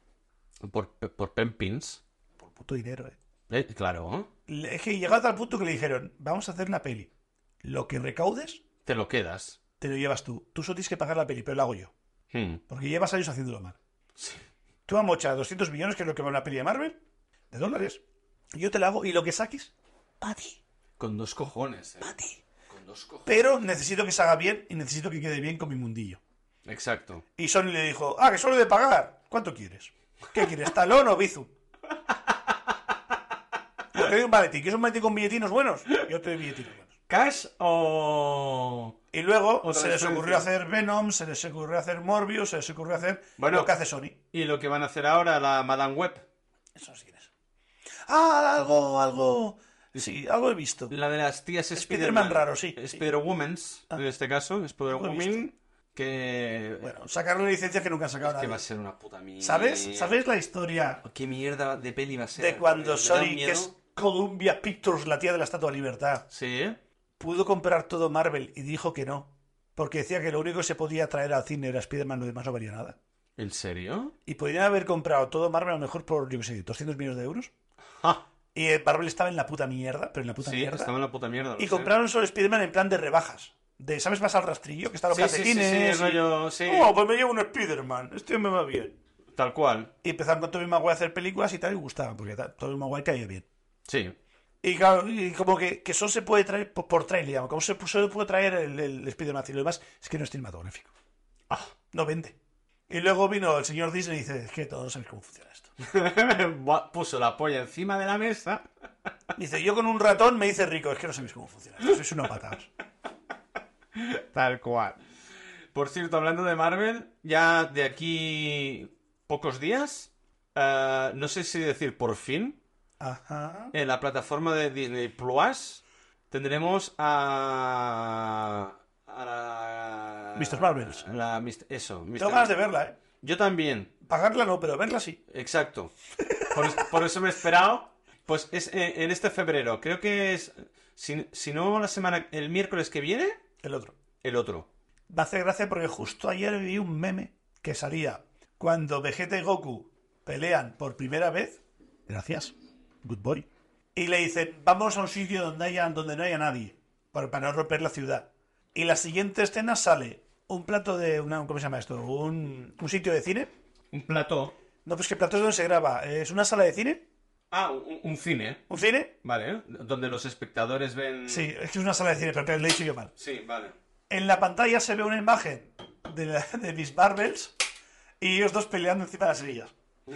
Speaker 1: Por, por pen pins.
Speaker 2: Por puto dinero, eh.
Speaker 1: Eh, claro.
Speaker 2: Le- Es que llegado al punto que le dijeron, vamos a hacer una peli. Lo que recaudes,
Speaker 1: Te lo quedas.
Speaker 2: te lo llevas tú. Tú solo tienes que pagar la peli, pero la hago yo.
Speaker 1: Hmm.
Speaker 2: Porque llevas años haciéndolo mal.
Speaker 1: Sí.
Speaker 2: Tú a mocha 200 millones, que es lo que vale una peli de Marvel, de dólares. y Yo te la hago y lo que saques, para ti,
Speaker 1: Con dos cojones, eh.
Speaker 2: pa' ti.
Speaker 1: Con dos cojones.
Speaker 2: Pero necesito que se haga bien y necesito que quede bien con mi mundillo.
Speaker 1: Exacto.
Speaker 2: Y Sony le dijo, ah, que solo he de pagar. ¿Cuánto quieres? ¿Qué quieres? ¿Talón o bizu? Yo te doy un maletín. ¿Quieres un maletín con billetinos buenos? Yo te doy billetinos buenos.
Speaker 1: ¿Cash o.?
Speaker 2: Y luego
Speaker 1: Otra
Speaker 2: se les
Speaker 1: referencia.
Speaker 2: ocurrió hacer Venom, se les ocurrió hacer Morbius, se les ocurrió hacer
Speaker 1: Bueno.
Speaker 2: lo que hace Sony.
Speaker 1: ¿Y lo que van a hacer ahora la Madame Web?
Speaker 2: Eso sí que es. Ah, algo, algo. Sí, algo he visto.
Speaker 1: La de las tías
Speaker 2: Spider-Man
Speaker 1: Spider-Man.
Speaker 2: raro, sí.
Speaker 1: Spider-Womans, en este caso. Spider-Woman. Que.
Speaker 2: Bueno, sacaron licencias que nunca han sacado
Speaker 1: que va a
Speaker 2: nadie.
Speaker 1: ser una puta mierda.
Speaker 2: ¿Sabes? ¿Sabes la historia
Speaker 1: ¿Qué mierda de peli va a ser?
Speaker 2: de cuando
Speaker 1: Me da un
Speaker 2: Sony, que
Speaker 1: miedo.
Speaker 2: es Columbia Pictures, la tía de la Estatua de la Libertad,
Speaker 1: Sí.
Speaker 2: pudo comprar todo Marvel y dijo que no? Porque decía que lo único que se podía traer al cine era Spider-Man, lo demás no valía nada.
Speaker 1: ¿En serio?
Speaker 2: Y podrían haber comprado todo Marvel a lo mejor por, yo qué sé, 200 millones de euros.
Speaker 1: Ja.
Speaker 2: Y eh, Marvel estaba en la puta mierda, pero en la puta
Speaker 1: Sí,
Speaker 2: mierda.
Speaker 1: estaba en la puta mierda. lo
Speaker 2: Y
Speaker 1: sé.
Speaker 2: compraron solo Spider-Man en plan de rebajas. De, ¿sabes? Vas al rastrillo, que están los
Speaker 1: Sí, sí, sí, sí,
Speaker 2: calcetines. y-
Speaker 1: rollo, sí.
Speaker 2: Oh, pues me llevo un Spider-Man. Este me va bien.
Speaker 1: Tal cual.
Speaker 2: Y empezaron con Tobey Maguire a hacer películas y tal, y gustaba, porque ta- Tobey Maguire caía bien.
Speaker 1: Sí. [LAUGHS]
Speaker 2: Y claro, y como que, que solo se puede traer por, por trailer, digamos. Como se, solo puede traer el, el Spider-Man y lo demás, es que no es cinematográfico. Ah, no vende. Y luego vino el señor Disney y dice, es que todos sabéis cómo funciona esto.
Speaker 1: Buah, Puso la polla encima de la mesa.
Speaker 2: Dice, yo con un ratón me hice rico, es que no sabéis cómo funciona esto, sois una patada.
Speaker 1: Tal cual. Por cierto, hablando de Marvel, ya de aquí pocos días, eh, no sé si decir por fin,
Speaker 2: Ajá.
Speaker 1: en la plataforma de Disney Plus tendremos a... a la-
Speaker 2: Mr. Marvels.
Speaker 1: a la Mr. Eso, Mr.
Speaker 2: Tengo ganas de verla, ¿eh?
Speaker 1: Yo también,
Speaker 2: Pagarla no, pero verla sí.
Speaker 1: exacto. Por, es- por eso me he esperado. Pues es eh, en este febrero. Creo que es. Si, si no, la semana. El miércoles que viene,
Speaker 2: El otro.
Speaker 1: el otro.
Speaker 2: Me hace gracia porque justo ayer vi un meme que salía cuando Vegeta y Goku pelean por primera vez. Gracias. Good boy. Y le dicen, vamos a un sitio donde, haya, donde no haya nadie, para, para no romper la ciudad. Y la siguiente escena sale un plato de... Una, ¿Cómo se llama esto? Un, un sitio de cine.
Speaker 1: Un plató.
Speaker 2: No, pues que plato es donde se graba. ¿Es una sala de cine?
Speaker 1: Ah, un, un cine.
Speaker 2: ¿Un cine?
Speaker 1: Vale. Donde los espectadores ven.
Speaker 2: Sí, es que es una sala de cine, pero lo he dicho yo mal.
Speaker 1: Sí, vale.
Speaker 2: En la pantalla se ve una imagen de, la- de Miss Marvels y ellos dos peleando encima de las sillas. [LAUGHS]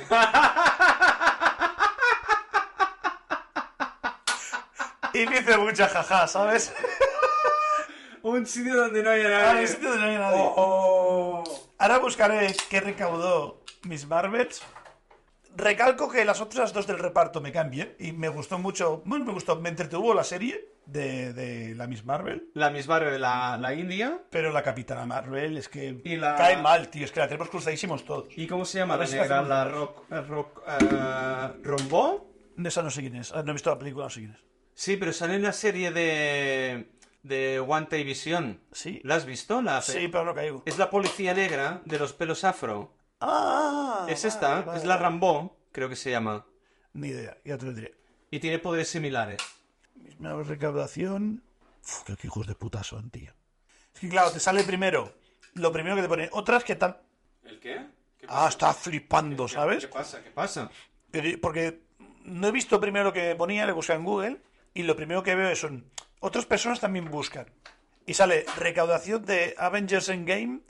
Speaker 2: Y me hice mucha jaja, ¿sabes?
Speaker 1: Un sitio donde no haya
Speaker 2: Ah, en
Speaker 1: nadie.
Speaker 2: el sitio donde no hay nadie. oh. Ahora buscaré qué recaudó Miss Marvels. Recalco que las otras dos del reparto me cambié y me gustó mucho, bueno, me gustó, me entretuvo la serie de, de la Miss Marvel,
Speaker 1: La misma de la, la India.
Speaker 2: pero la Capitana Marvel es que
Speaker 1: Y la-
Speaker 2: cae mal, tío, es que la tenemos cruzadísimos todos.
Speaker 1: ¿Y cómo se llama
Speaker 2: A ver
Speaker 1: la
Speaker 2: si
Speaker 1: negra?
Speaker 2: hacemos-
Speaker 1: La rock. eh, rock eh, ¿Rombó?
Speaker 2: De esa no sé quién es. Ah, No he visto la película, no sé quién es.
Speaker 1: Sí, pero sale en la serie de. de One Television.
Speaker 2: Sí.
Speaker 1: ¿La has visto? La fe-
Speaker 2: Sí, pero no caigo.
Speaker 1: Es la policía negra de los pelos afro.
Speaker 2: Ah,
Speaker 1: es
Speaker 2: vale,
Speaker 1: esta,
Speaker 2: vale,
Speaker 1: es la
Speaker 2: vale.
Speaker 1: Rambo, creo que se llama.
Speaker 2: Ni idea, ya te lo diré.
Speaker 1: Y tiene poderes similares.
Speaker 2: Misma recaudación. Uf, qué hijos de puta son, tío. Es que claro, te sale primero. Lo primero que te pone. Otras que tal.
Speaker 1: ¿El qué? ¿Qué
Speaker 2: Ah, está flipando, ¿sabes?
Speaker 1: pasa? ¿Qué pasa?
Speaker 2: Pero- Porque no he visto primero lo que ponía, le busqué en Google. Y lo primero que veo son. Otras personas también buscan. Y sale recaudación de Avengers Endgame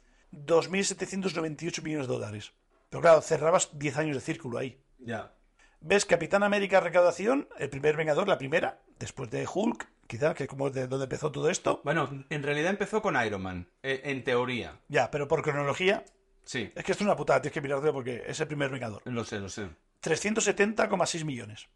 Speaker 2: 2.798 millones de dólares. Pero claro, cerrabas 10 años de círculo ahí.
Speaker 1: Ya.
Speaker 2: ¿Ves Capitán América Recaudación? El primer Vengador, la primera, después de Hulk, quizá, que es como de donde empezó todo esto.
Speaker 1: Bueno, en realidad empezó con Iron Man, eh, en teoría.
Speaker 2: Ya, pero por cronología,
Speaker 1: Sí,
Speaker 2: es que esto es una putada, tienes que mirarte porque es el primer Vengador.
Speaker 1: lo sé, lo sé.
Speaker 2: 370,6 millones.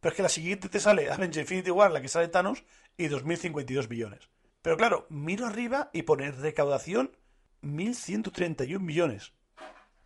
Speaker 2: Pero es que la siguiente te sale Avengers Infinity War, la que sale Thanos, y 2.052 millones. Pero claro, miro arriba y pone recaudación 1.131 millones.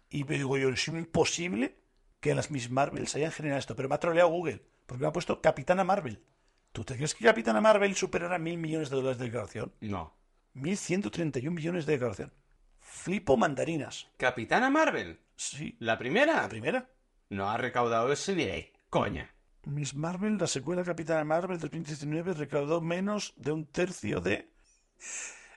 Speaker 2: Y me digo yo, es imposible que las Miss Marvel se hayan generado esto. Pero me ha troleado Google, porque me ha puesto Capitana Marvel. ¿Tú te crees que Capitana Marvel superará 1.000 millones de dólares de recaudación?
Speaker 1: No.
Speaker 2: 1.131 millones de recaudación. Flipo mandarinas.
Speaker 1: Capitana Marvel,
Speaker 2: Sí,
Speaker 1: la primera,
Speaker 2: la primera.
Speaker 1: no ha recaudado ese ni de coña.
Speaker 2: Miss Marvel, la secuela Capitana Marvel del 2019, recaudó menos de un tercio de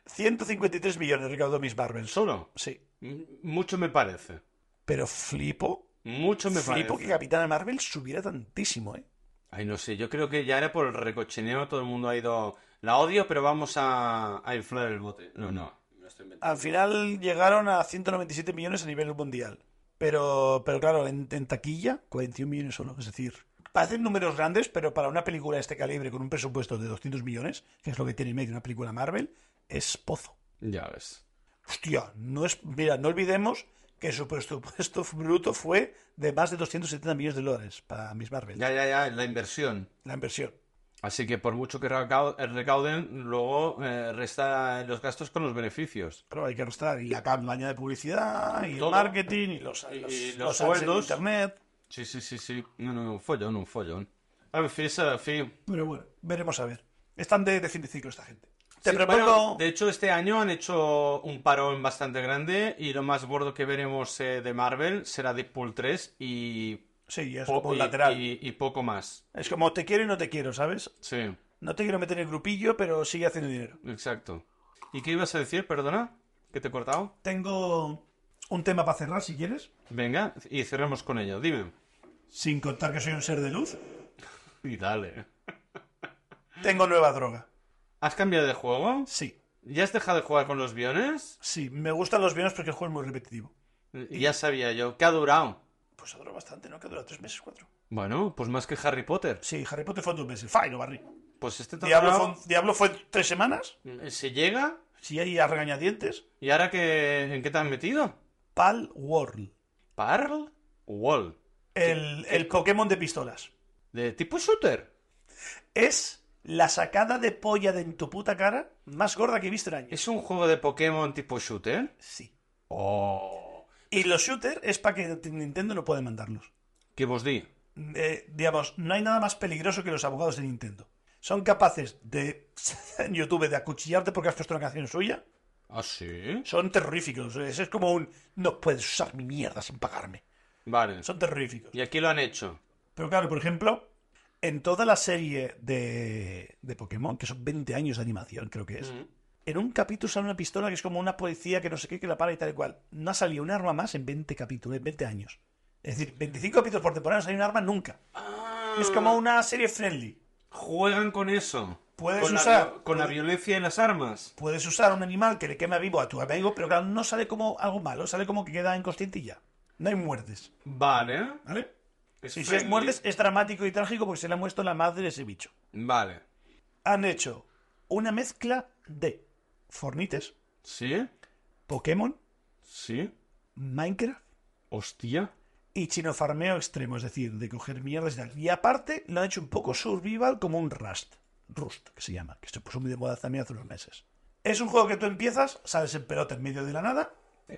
Speaker 2: 153 millones recaudó Miss Marvel.
Speaker 1: Solo.
Speaker 2: Sí,
Speaker 1: M- Mucho me parece.
Speaker 2: pero flipo,
Speaker 1: Mucho me
Speaker 2: flipo que
Speaker 1: parece.
Speaker 2: Capitana Marvel subiera tantísimo, ¿eh?
Speaker 1: Ay, no sé, yo creo que ya era por el recochineo, todo el mundo ha ido... La odio, pero vamos a, a inflar el bote. No, no. Me lo estoy inventando.
Speaker 2: Al final llegaron a 197 millones a nivel mundial. Pero, pero claro, en, en taquilla, 41 millones solo. Es decir, parecen números grandes, pero para una película de este calibre con un presupuesto de 200 millones, que es lo que tiene en medio una película Marvel, es pozo.
Speaker 1: Ya ves.
Speaker 2: Hostia, no es. Mira, no olvidemos que su presupuesto [LAUGHS] bruto fue de más de 270 millones de dólares para Miss Marvel,
Speaker 1: Ya, ya, ya, la inversión.
Speaker 2: la inversión.
Speaker 1: Así que por mucho que recau- recauden, luego eh, resta los gastos con los beneficios.
Speaker 2: Claro, hay que restar y la campaña de publicidad, y
Speaker 1: Todo.
Speaker 2: el marketing, y los,
Speaker 1: Y-
Speaker 2: los,
Speaker 1: y los
Speaker 2: los ads en
Speaker 1: sueldos.
Speaker 2: internet.
Speaker 1: Sí, sí, sí, sí. No, no, un follón, un follón. A ver, fin, a fin.
Speaker 2: Pero bueno, veremos a ver. Están de, de fin de ciclo esta gente. Te
Speaker 1: Sí,
Speaker 2: propongo.
Speaker 1: bueno, de hecho, este año han hecho un parón bastante grande y lo más gordo que veremos eh, de Marvel será Deadpool 3 y,
Speaker 2: Sí, es
Speaker 1: po-
Speaker 2: como
Speaker 1: y-
Speaker 2: lateral.
Speaker 1: y- y poco más.
Speaker 2: Es como te quiero y no te quiero, ¿sabes?
Speaker 1: Sí,
Speaker 2: No te quiero meter en el grupillo, pero sigue haciendo dinero.
Speaker 1: exacto. ¿Y qué ibas a decir? Perdona, que te he cortado.
Speaker 2: Tengo un tema para cerrar, si quieres.
Speaker 1: Venga, y cerremos con ello. Dime.
Speaker 2: Sin contar que soy un ser de luz.
Speaker 1: Y dale.
Speaker 2: Tengo nueva droga.
Speaker 1: ¿Has cambiado de juego?
Speaker 2: Sí.
Speaker 1: ¿Ya has dejado de jugar con los biones?
Speaker 2: Sí, me gustan los bienes porque el juego es muy repetitivo.
Speaker 1: Ya sabía yo. ¿Qué ha durado?
Speaker 2: Pues ha durado bastante, ¿no? Que dura tres meses, cuatro.
Speaker 1: Bueno, pues más que Harry Potter.
Speaker 2: Sí, Harry Potter fue dos meses. Fine, lo barrí.
Speaker 1: Pues este te ha
Speaker 2: Diablo
Speaker 1: durado-
Speaker 2: fue, Diablo fue tres semanas.
Speaker 1: Se llega.
Speaker 2: Si hay a regañadientes.
Speaker 1: ¿Y ahora qué... en qué te has metido?
Speaker 2: Pal World.
Speaker 1: Parl Wall.
Speaker 2: El, el Pokémon de pistolas.
Speaker 1: ¿De tipo shooter?
Speaker 2: Es la sacada de polla de en tu puta cara más gorda que he visto en años.
Speaker 1: ¿Es un juego de Pokémon tipo shooter?
Speaker 2: Sí.
Speaker 1: ¡Oh!
Speaker 2: Y los shooters es para que Nintendo no puede mandarlos.
Speaker 1: ¿Qué vos di?
Speaker 2: eh, digamos, no hay nada más peligroso que los abogados de Nintendo. Son capaces de, [LAUGHS] en YouTube, de acuchillarte porque has puesto una canción suya.
Speaker 1: ¿Ah, sí?
Speaker 2: Son terroríficos. Es, es como un, no puedes usar mi mierda sin pagarme.
Speaker 1: Vale.
Speaker 2: Son terroríficos.
Speaker 1: Y aquí lo han hecho.
Speaker 2: Pero claro, por ejemplo, en toda la serie de, de Pokémon, que son 20 años de animación, creo que es,
Speaker 1: Ujú.
Speaker 2: en un capítulo sale una pistola que es como una policía que no sé qué, que la para y tal y cual. No ha salido un arma más en 20 capítulos, en 20 años. Es decir, 25 capítulos por temporada no sale un arma nunca. Es como una serie friendly.
Speaker 1: Juegan con eso.
Speaker 2: Puedes
Speaker 1: con La,
Speaker 2: usar-
Speaker 1: vi- con la violencia y las armas.
Speaker 2: Puedes usar un animal que le quema vivo a tu amigo, pero claro, no sale como algo malo, sale como que queda inconsciente y ya. No hay muertes,
Speaker 1: Vale.
Speaker 2: ¿vale?
Speaker 1: Es
Speaker 2: Si eh. se
Speaker 1: friendly.
Speaker 2: muertes es dramático y trágico porque se le ha muerto la madre de ese bicho.
Speaker 1: Vale.
Speaker 2: Han hecho una mezcla de Fornites,
Speaker 1: ¿Sí?
Speaker 2: Pokémon,
Speaker 1: ¿Sí?
Speaker 2: Minecraft
Speaker 1: Hostia.
Speaker 2: y chino farmeo extremo, es decir, de coger mierdas y tal. Y aparte, lo han hecho un poco survival como un Rust. Rust, que se llama, que se puso muy de moda también hace unos meses. Es un juego que tú empiezas, sales en pelota en medio de la nada.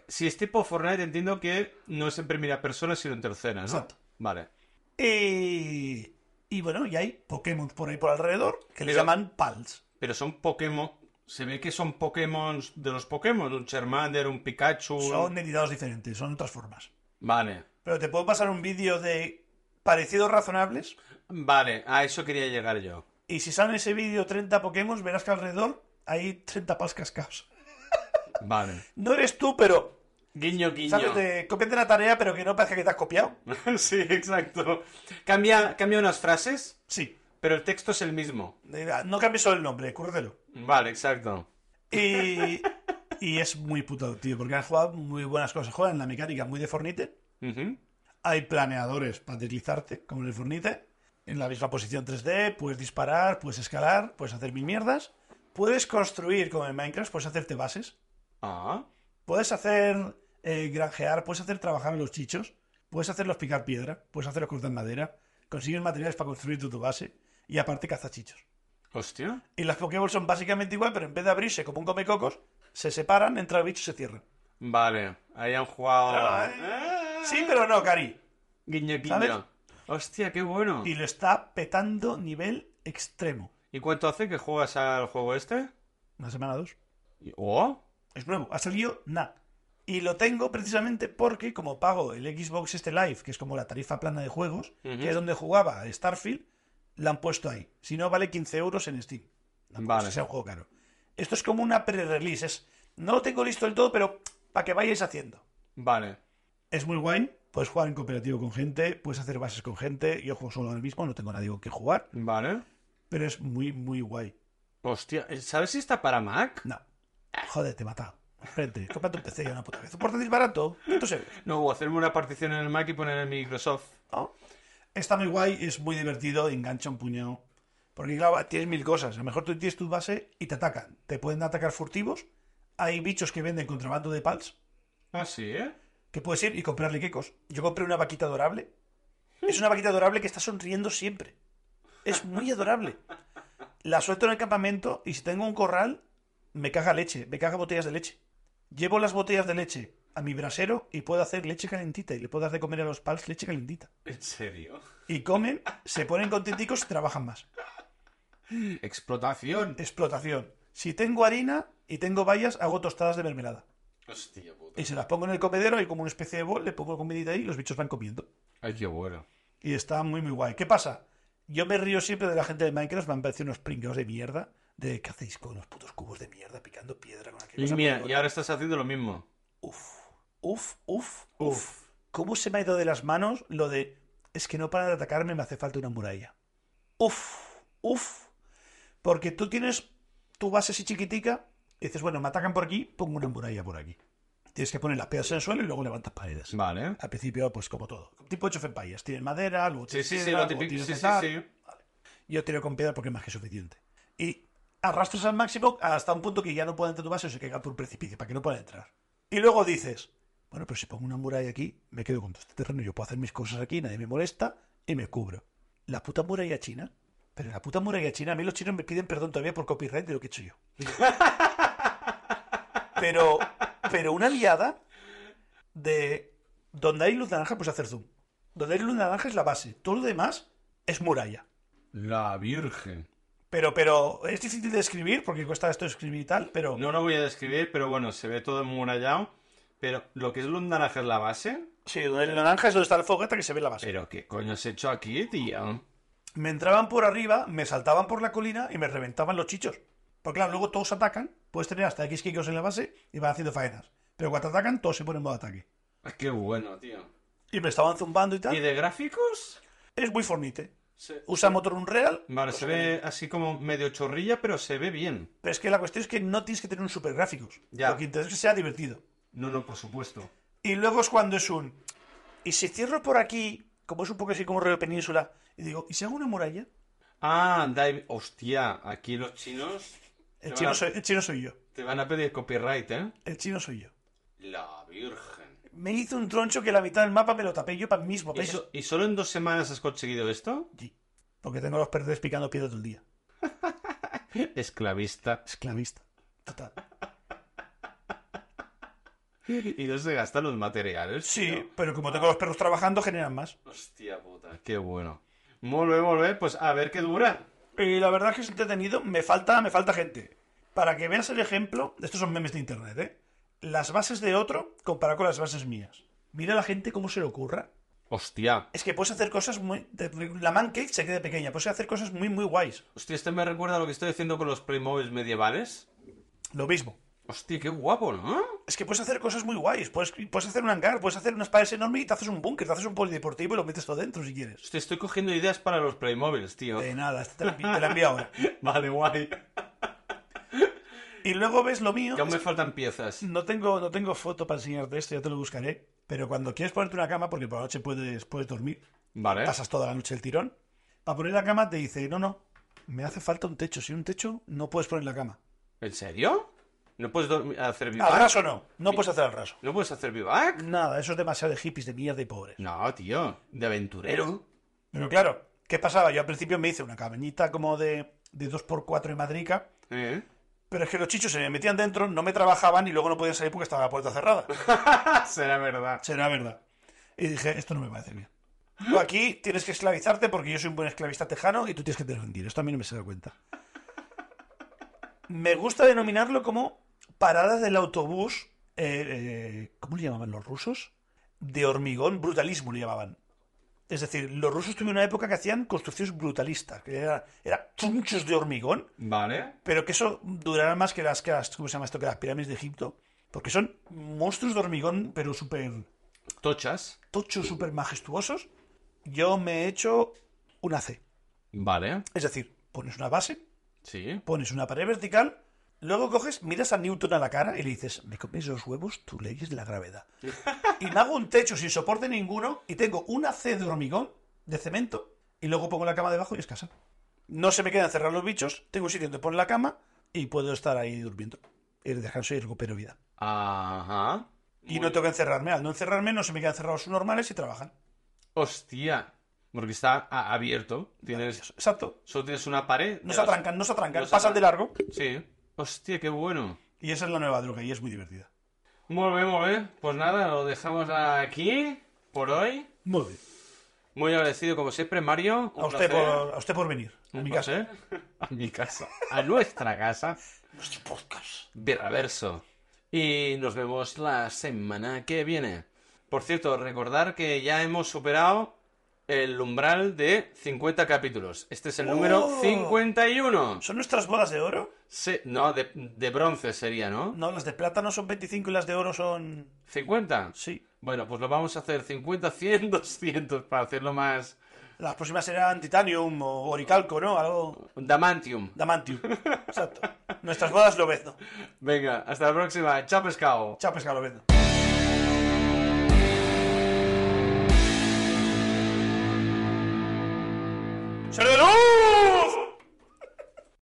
Speaker 1: Si es tipo Fortnite, entiendo que no es en primera persona, sino en tercera, ¿no?
Speaker 2: Exacto.
Speaker 1: Vale.
Speaker 2: Y, y bueno, y hay Pokémon por ahí por alrededor que le
Speaker 1: Pero-
Speaker 2: llaman Pals.
Speaker 1: Pero son Pokémon. Se ve que son Pokémon de los Pokémon. Un Charmander, un Pikachu. un-
Speaker 2: Son entidades diferentes, son otras formas.
Speaker 1: Vale.
Speaker 2: Pero te puedo pasar un vídeo de parecidos razonables.
Speaker 1: Vale, a eso quería llegar yo.
Speaker 2: Y si sale en ese vídeo 30 Pokémon, verás que alrededor hay 30 Pals cascados.
Speaker 1: Vale.
Speaker 2: No eres tú, pero
Speaker 1: Guiño, guiño.
Speaker 2: ¿Sabes? De, cópiate la tarea, pero que no parezca que te has copiado.
Speaker 1: [LAUGHS] sí, exacto. Cambia, cambia unas frases,
Speaker 2: Sí.
Speaker 1: pero el texto es el mismo.
Speaker 2: De- No cambies solo el nombre, cúrtelo.
Speaker 1: Vale, exacto.
Speaker 2: Y, y es muy puto, tío, porque han jugado muy buenas cosas. Juegan la mecánica muy de Fornite.
Speaker 1: Ujú.
Speaker 2: Hay planeadores para deslizarte, como en el Fornite. En la misma posición 3D, puedes disparar, puedes escalar, puedes hacer mil mierdas. Puedes construir, como en Minecraft, puedes hacerte bases.
Speaker 1: Ah,
Speaker 2: Puedes hacer eh, granjear, puedes hacer trabajar a los chichos, puedes hacerlos picar piedra, puedes hacerlos cortar madera, consigues materiales para construir tu, tu base y aparte cazas chichos.
Speaker 1: hostia.
Speaker 2: Y las Pokéballs son básicamente igual, pero en vez de abrirse como un comecocos, se separan, entra el bicho y se cierran.
Speaker 1: Vale, ahí han jugado.
Speaker 2: Ay.
Speaker 1: Ah.
Speaker 2: Sí, pero no, Cari.
Speaker 1: Guiño, guiño.
Speaker 2: ¿Sabes?
Speaker 1: Hostia, qué bueno.
Speaker 2: Y lo está petando nivel extremo.
Speaker 1: ¿Y cuánto hace que juegas al juego este?
Speaker 2: Una semana o dos.
Speaker 1: Y- Oh,
Speaker 2: Es nuevo, ha salido nada. Y lo tengo precisamente porque, como pago el Xbox este Live, que es como la tarifa plana de juegos,
Speaker 1: Ujú.
Speaker 2: que es donde jugaba Starfield, la han puesto ahí. Si no, vale 15 euros en Steam. Tampoco es
Speaker 1: Vale.
Speaker 2: que sea un juego caro. Esto es como una pre-release. es- No lo tengo listo del todo, pero para que vayáis haciendo.
Speaker 1: vale.
Speaker 2: Es muy guay. Puedes jugar en cooperativo con gente, puedes hacer bases con gente. Yo juego solo ahora mismo, no tengo a nadie con que jugar.
Speaker 1: Vale.
Speaker 2: Pero es muy, muy guay.
Speaker 1: Hostia, ¿eh? ¿sabes si está para Mac?
Speaker 2: No. Joder, te he matado. Frente, cómprate un PC ya una puta vez. Un portátil barato. ¿Cuánto se ve?
Speaker 1: No, o hacerme una partición en el Mac y poner en Microsoft.
Speaker 2: ¿no? Está muy guay, es muy divertido, engancha un puñado. Porque, claro, tienes mil cosas. A lo mejor tú tienes tu base y te atacan. Te pueden atacar furtivos. Hay bichos que venden contrabando de pals.
Speaker 1: Ah, sí, ¿eh?
Speaker 2: Que puedes ir y comprarle quecos. Yo compré una vaquita adorable. Es una vaquita adorable que está sonriendo siempre. Es muy adorable. La suelto en el campamento y si tengo un corral, me caga leche, me caga botellas de leche. Llevo las botellas de leche a mi brasero y puedo hacer leche calentita y le puedo dar de comer a los pals leche calentita.
Speaker 1: ¿En serio?
Speaker 2: Y comen, se ponen contenticos y trabajan más.
Speaker 1: Explotación.
Speaker 2: Explotación. Si tengo harina y tengo vallas, hago tostadas de mermelada.
Speaker 1: Hostia puta.
Speaker 2: Y se las pongo en el comedero y como una especie de bol, le pongo comidita ahí y los bichos van comiendo.
Speaker 1: Ay, qué bueno.
Speaker 2: Y está muy, muy guay. ¿Qué pasa? Yo me río siempre de la gente de Minecraft, me han parecido unos pringados de mierda. De qué hacéis con los putos cubos de mierda picando piedra con aquella
Speaker 1: Y
Speaker 2: cosa.
Speaker 1: mira,
Speaker 2: Pero-
Speaker 1: y ahora estás haciendo lo mismo.
Speaker 2: Uf, uf, uf,
Speaker 1: Uf.
Speaker 2: uf. ¿Cómo se me ha ido de las manos lo de es que no para de atacarme, me hace falta una muralla? Uf, uf. Porque tú tienes tu base así chiquitica y dices, bueno, me atacan por aquí, pongo una muralla por aquí. Tienes que poner las piedras en el suelo y luego levantas paredes.
Speaker 1: Vale.
Speaker 2: Al principio, pues como todo. Tipo hecho of Empires. Tienes madera, luego
Speaker 1: Sí,
Speaker 2: tienes
Speaker 1: sí, sí,
Speaker 2: piedra,
Speaker 1: lo
Speaker 2: luego
Speaker 1: típico.
Speaker 2: tienes
Speaker 1: Sí, sí,
Speaker 2: metal.
Speaker 1: sí.
Speaker 2: Yo tiro con piedra porque es más que suficiente. Y arrastras al máximo hasta un punto que ya no pueda entrar tu base o se caiga por un precipicio para que no pueda entrar. Y luego dices, bueno, pero si pongo una muralla aquí, me quedo con todo este terreno, yo puedo hacer mis cosas aquí, nadie me molesta y me cubro. La puta muralla china. Pero la puta muralla china, a mí los chinos me piden perdón todavía por copyright de lo que he hecho yo. [LAUGHS] Pero, pero una liada de donde hay luz naranja, pues hacer zoom. Donde luz naranja es la base. Todo lo demás es muralla.
Speaker 1: La Virgen.
Speaker 2: Pero, pero es difícil de describir porque cuesta esto escribir y tal, pero
Speaker 1: No lo voy a describir, pero bueno, se ve todo murallado. Pero lo que es luz naranja es la base.
Speaker 2: sí, donde la naranja es donde está la fogata que se ve la base.
Speaker 1: Pero qué coño has hecho aquí, tío.
Speaker 2: Eh. Me entraban por arriba, me saltaban por la colina y me reventaban los chichos. Porque claro, luego todos atacan, puedes tener hasta X kikos en la base y van haciendo faenas. Pero cuando atacan, todos se ponen en modo ataque.
Speaker 1: Ah, Qué bueno, tío.
Speaker 2: Y me estaban zumbando y
Speaker 1: ¿Y
Speaker 2: tal.
Speaker 1: de gráficos?
Speaker 2: Es muy fornite.
Speaker 1: Se-
Speaker 2: Usa motor Unreal.
Speaker 1: Vale, se ve así como medio chorrilla, pero se ve bien.
Speaker 2: Pero es que la cuestión es que no tienes que tener un super gráficos.
Speaker 1: Ya.
Speaker 2: Lo que interesa es que sea divertido.
Speaker 1: No, no, por supuesto.
Speaker 2: Y luego es cuando es un. Y si cierro por aquí, como es un poco así como Río Península, y digo, ¿y si hago una muralla?
Speaker 1: Ah, Dai- hostia, aquí los chinos
Speaker 2: El
Speaker 1: Te
Speaker 2: chino,
Speaker 1: van a-
Speaker 2: soy, el chino soy yo.
Speaker 1: te van a pedir copyright, ¿eh?
Speaker 2: El chino soy yo.
Speaker 1: La Virgen.
Speaker 2: Me hice un troncho que la mitad del mapa me lo tapé yo para mí mismo.
Speaker 1: ¿Y,
Speaker 2: ¿ves?
Speaker 1: so- y solo en dos semanas has conseguido esto?
Speaker 2: Sí. Porque tengo los perdes picando piedra todo el día.
Speaker 1: Esclavista.
Speaker 2: Esclavista. Total.
Speaker 1: Y no se gastan los materiales.
Speaker 2: Sí,
Speaker 1: tío.
Speaker 2: pero como tengo los perros trabajando, generan más.
Speaker 1: Hostia puta. Qué bueno. Volve, volve, pues a ver qué dura.
Speaker 2: Y la verdad es que es entretenido. Me falta, me falta gente. Para que veas el ejemplo, estos son memes de internet, ¿eh? Las bases de otro comparado con las bases mías. Mira a la gente cómo se le ocurra.
Speaker 1: Hostia.
Speaker 2: Es que puedes hacer cosas muy. de- La man cave se queda pequeña. Puedes hacer cosas muy, muy guays.
Speaker 1: Hostia, este me recuerda a lo que estoy haciendo con los Playmobil medievales.
Speaker 2: Lo mismo.
Speaker 1: Hostia, qué guapo, ¿no?
Speaker 2: Es que puedes hacer cosas muy guays. Puedes, puedes hacer un hangar, puedes hacer unas paredes enormes y te haces un búnker, te haces un polideportivo y lo metes todo dentro si quieres.
Speaker 1: Hostia, estoy cogiendo ideas para los Playmobiles, tío.
Speaker 2: De nada, esta te la, envi- te la envío ahora.
Speaker 1: [LAUGHS] Vale, guay.
Speaker 2: Y luego ves lo mío.
Speaker 1: Que aún me faltan piezas.
Speaker 2: No tengo, no tengo foto para enseñarte esto, ya te lo buscaré. Pero cuando quieres ponerte una cama, porque por la noche puedes, puedes dormir,
Speaker 1: Vale.
Speaker 2: pasas toda la noche el tirón, para poner la cama te dice, no, no, me hace falta un techo. Sin un techo no puedes poner la cama.
Speaker 1: ¿En serio? ¿No puedes dormir- hacer
Speaker 2: Al
Speaker 1: vivac?
Speaker 2: raso no, no puedes hacer al raso.
Speaker 1: ¿No puedes hacer vivac?
Speaker 2: Nada, eso es demasiado de hippies, de mierda y pobres.
Speaker 1: No, tío. De aventurero.
Speaker 2: Pero claro, ¿qué pasaba? Yo al principio me hice una cabañita como de, de 2x4 en madrica,
Speaker 1: ¿Eh?
Speaker 2: pero es que los chichos se me metían dentro, no me trabajaban y luego no podían salir porque estaba la puerta cerrada.
Speaker 1: [LAUGHS] Será verdad.
Speaker 2: Será verdad. Y dije, esto no me parece bien. Tú aquí tienes que esclavizarte porque yo soy un buen esclavista tejano y tú tienes que te rendir. Esto a mí no me se da cuenta. Me gusta denominarlo como paradas del autobús. eh, eh, ¿Cómo le llamaban los rusos? De hormigón, brutalismo le llamaban. Es decir, los rusos tuvieron una época que hacían construcciones brutalistas, que era, era chunchos de hormigón,
Speaker 1: Vale.
Speaker 2: pero que eso durará más que las, que las- ¿cómo se llama esto? Que las pirámides de Egipto, porque son monstruos de hormigón, pero súper
Speaker 1: Tochas.
Speaker 2: tochos súper majestuosos, yo me he hecho una C.
Speaker 1: Vale.
Speaker 2: Es decir, pones una base,
Speaker 1: Sí.
Speaker 2: pones una pared vertical, luego coges, miras a Newton a la cara y le dices, me comes los huevos, tu ley es la gravedad. Y me hago un techo sin soporte ninguno y tengo una C de hormigón, de cemento, y luego pongo la cama debajo y es casa. No se me quedan cerrados los bichos, tengo un sitio donde poner la cama y puedo estar ahí durmiendo. El descanso y recupero vida.
Speaker 1: Ajá.
Speaker 2: Y no tengo que encerrarme. Al no encerrarme, no se me quedan cerrados sus normales y trabajan.
Speaker 1: Hostia. Porque está a- abierto. Tienes...
Speaker 2: Exacto.
Speaker 1: Solo tienes una pared.
Speaker 2: No se atrancan, no se atrancan,
Speaker 1: No se
Speaker 2: pasan de largo.
Speaker 1: Sí. Hostia, qué bueno.
Speaker 2: Y esa es la nueva droga y es muy divertida.
Speaker 1: Muy bien, muy bien. Pues nada, lo dejamos aquí por hoy.
Speaker 2: Muy bien.
Speaker 1: Muy agradecido, como siempre, Mario. Un
Speaker 2: A
Speaker 1: placer.
Speaker 2: usted, por, a usted por venir. A
Speaker 1: Un
Speaker 2: mi casa.
Speaker 1: placer. [LAUGHS] A mi casa. A nuestra casa.
Speaker 2: Nuestro podcast.
Speaker 1: Veraverso. Y nos vemos la semana que viene. Por cierto, recordar que ya hemos superado el umbral de 50 capítulos. Este es el número
Speaker 2: ¡Oh!
Speaker 1: 51.
Speaker 2: ¿Son nuestras bodas de oro?
Speaker 1: Se- no, de, de bronce sería, ¿no?
Speaker 2: No, las de plata no son 25 y las de oro son.
Speaker 1: ¿50?
Speaker 2: Sí.
Speaker 1: Bueno, pues lo vamos a hacer 50, 100, 200 para hacerlo más...
Speaker 2: Las próximas serán Titanium o Oricalco, ¿no? Algo.
Speaker 1: Damantium. [LAUGHS]
Speaker 2: Damantium. Exacto. Nuestras bodas Lobezno.
Speaker 1: Venga, hasta la próxima. Chao, pescado.
Speaker 2: Chao, pescado Lobezno. ¡Ser de luz!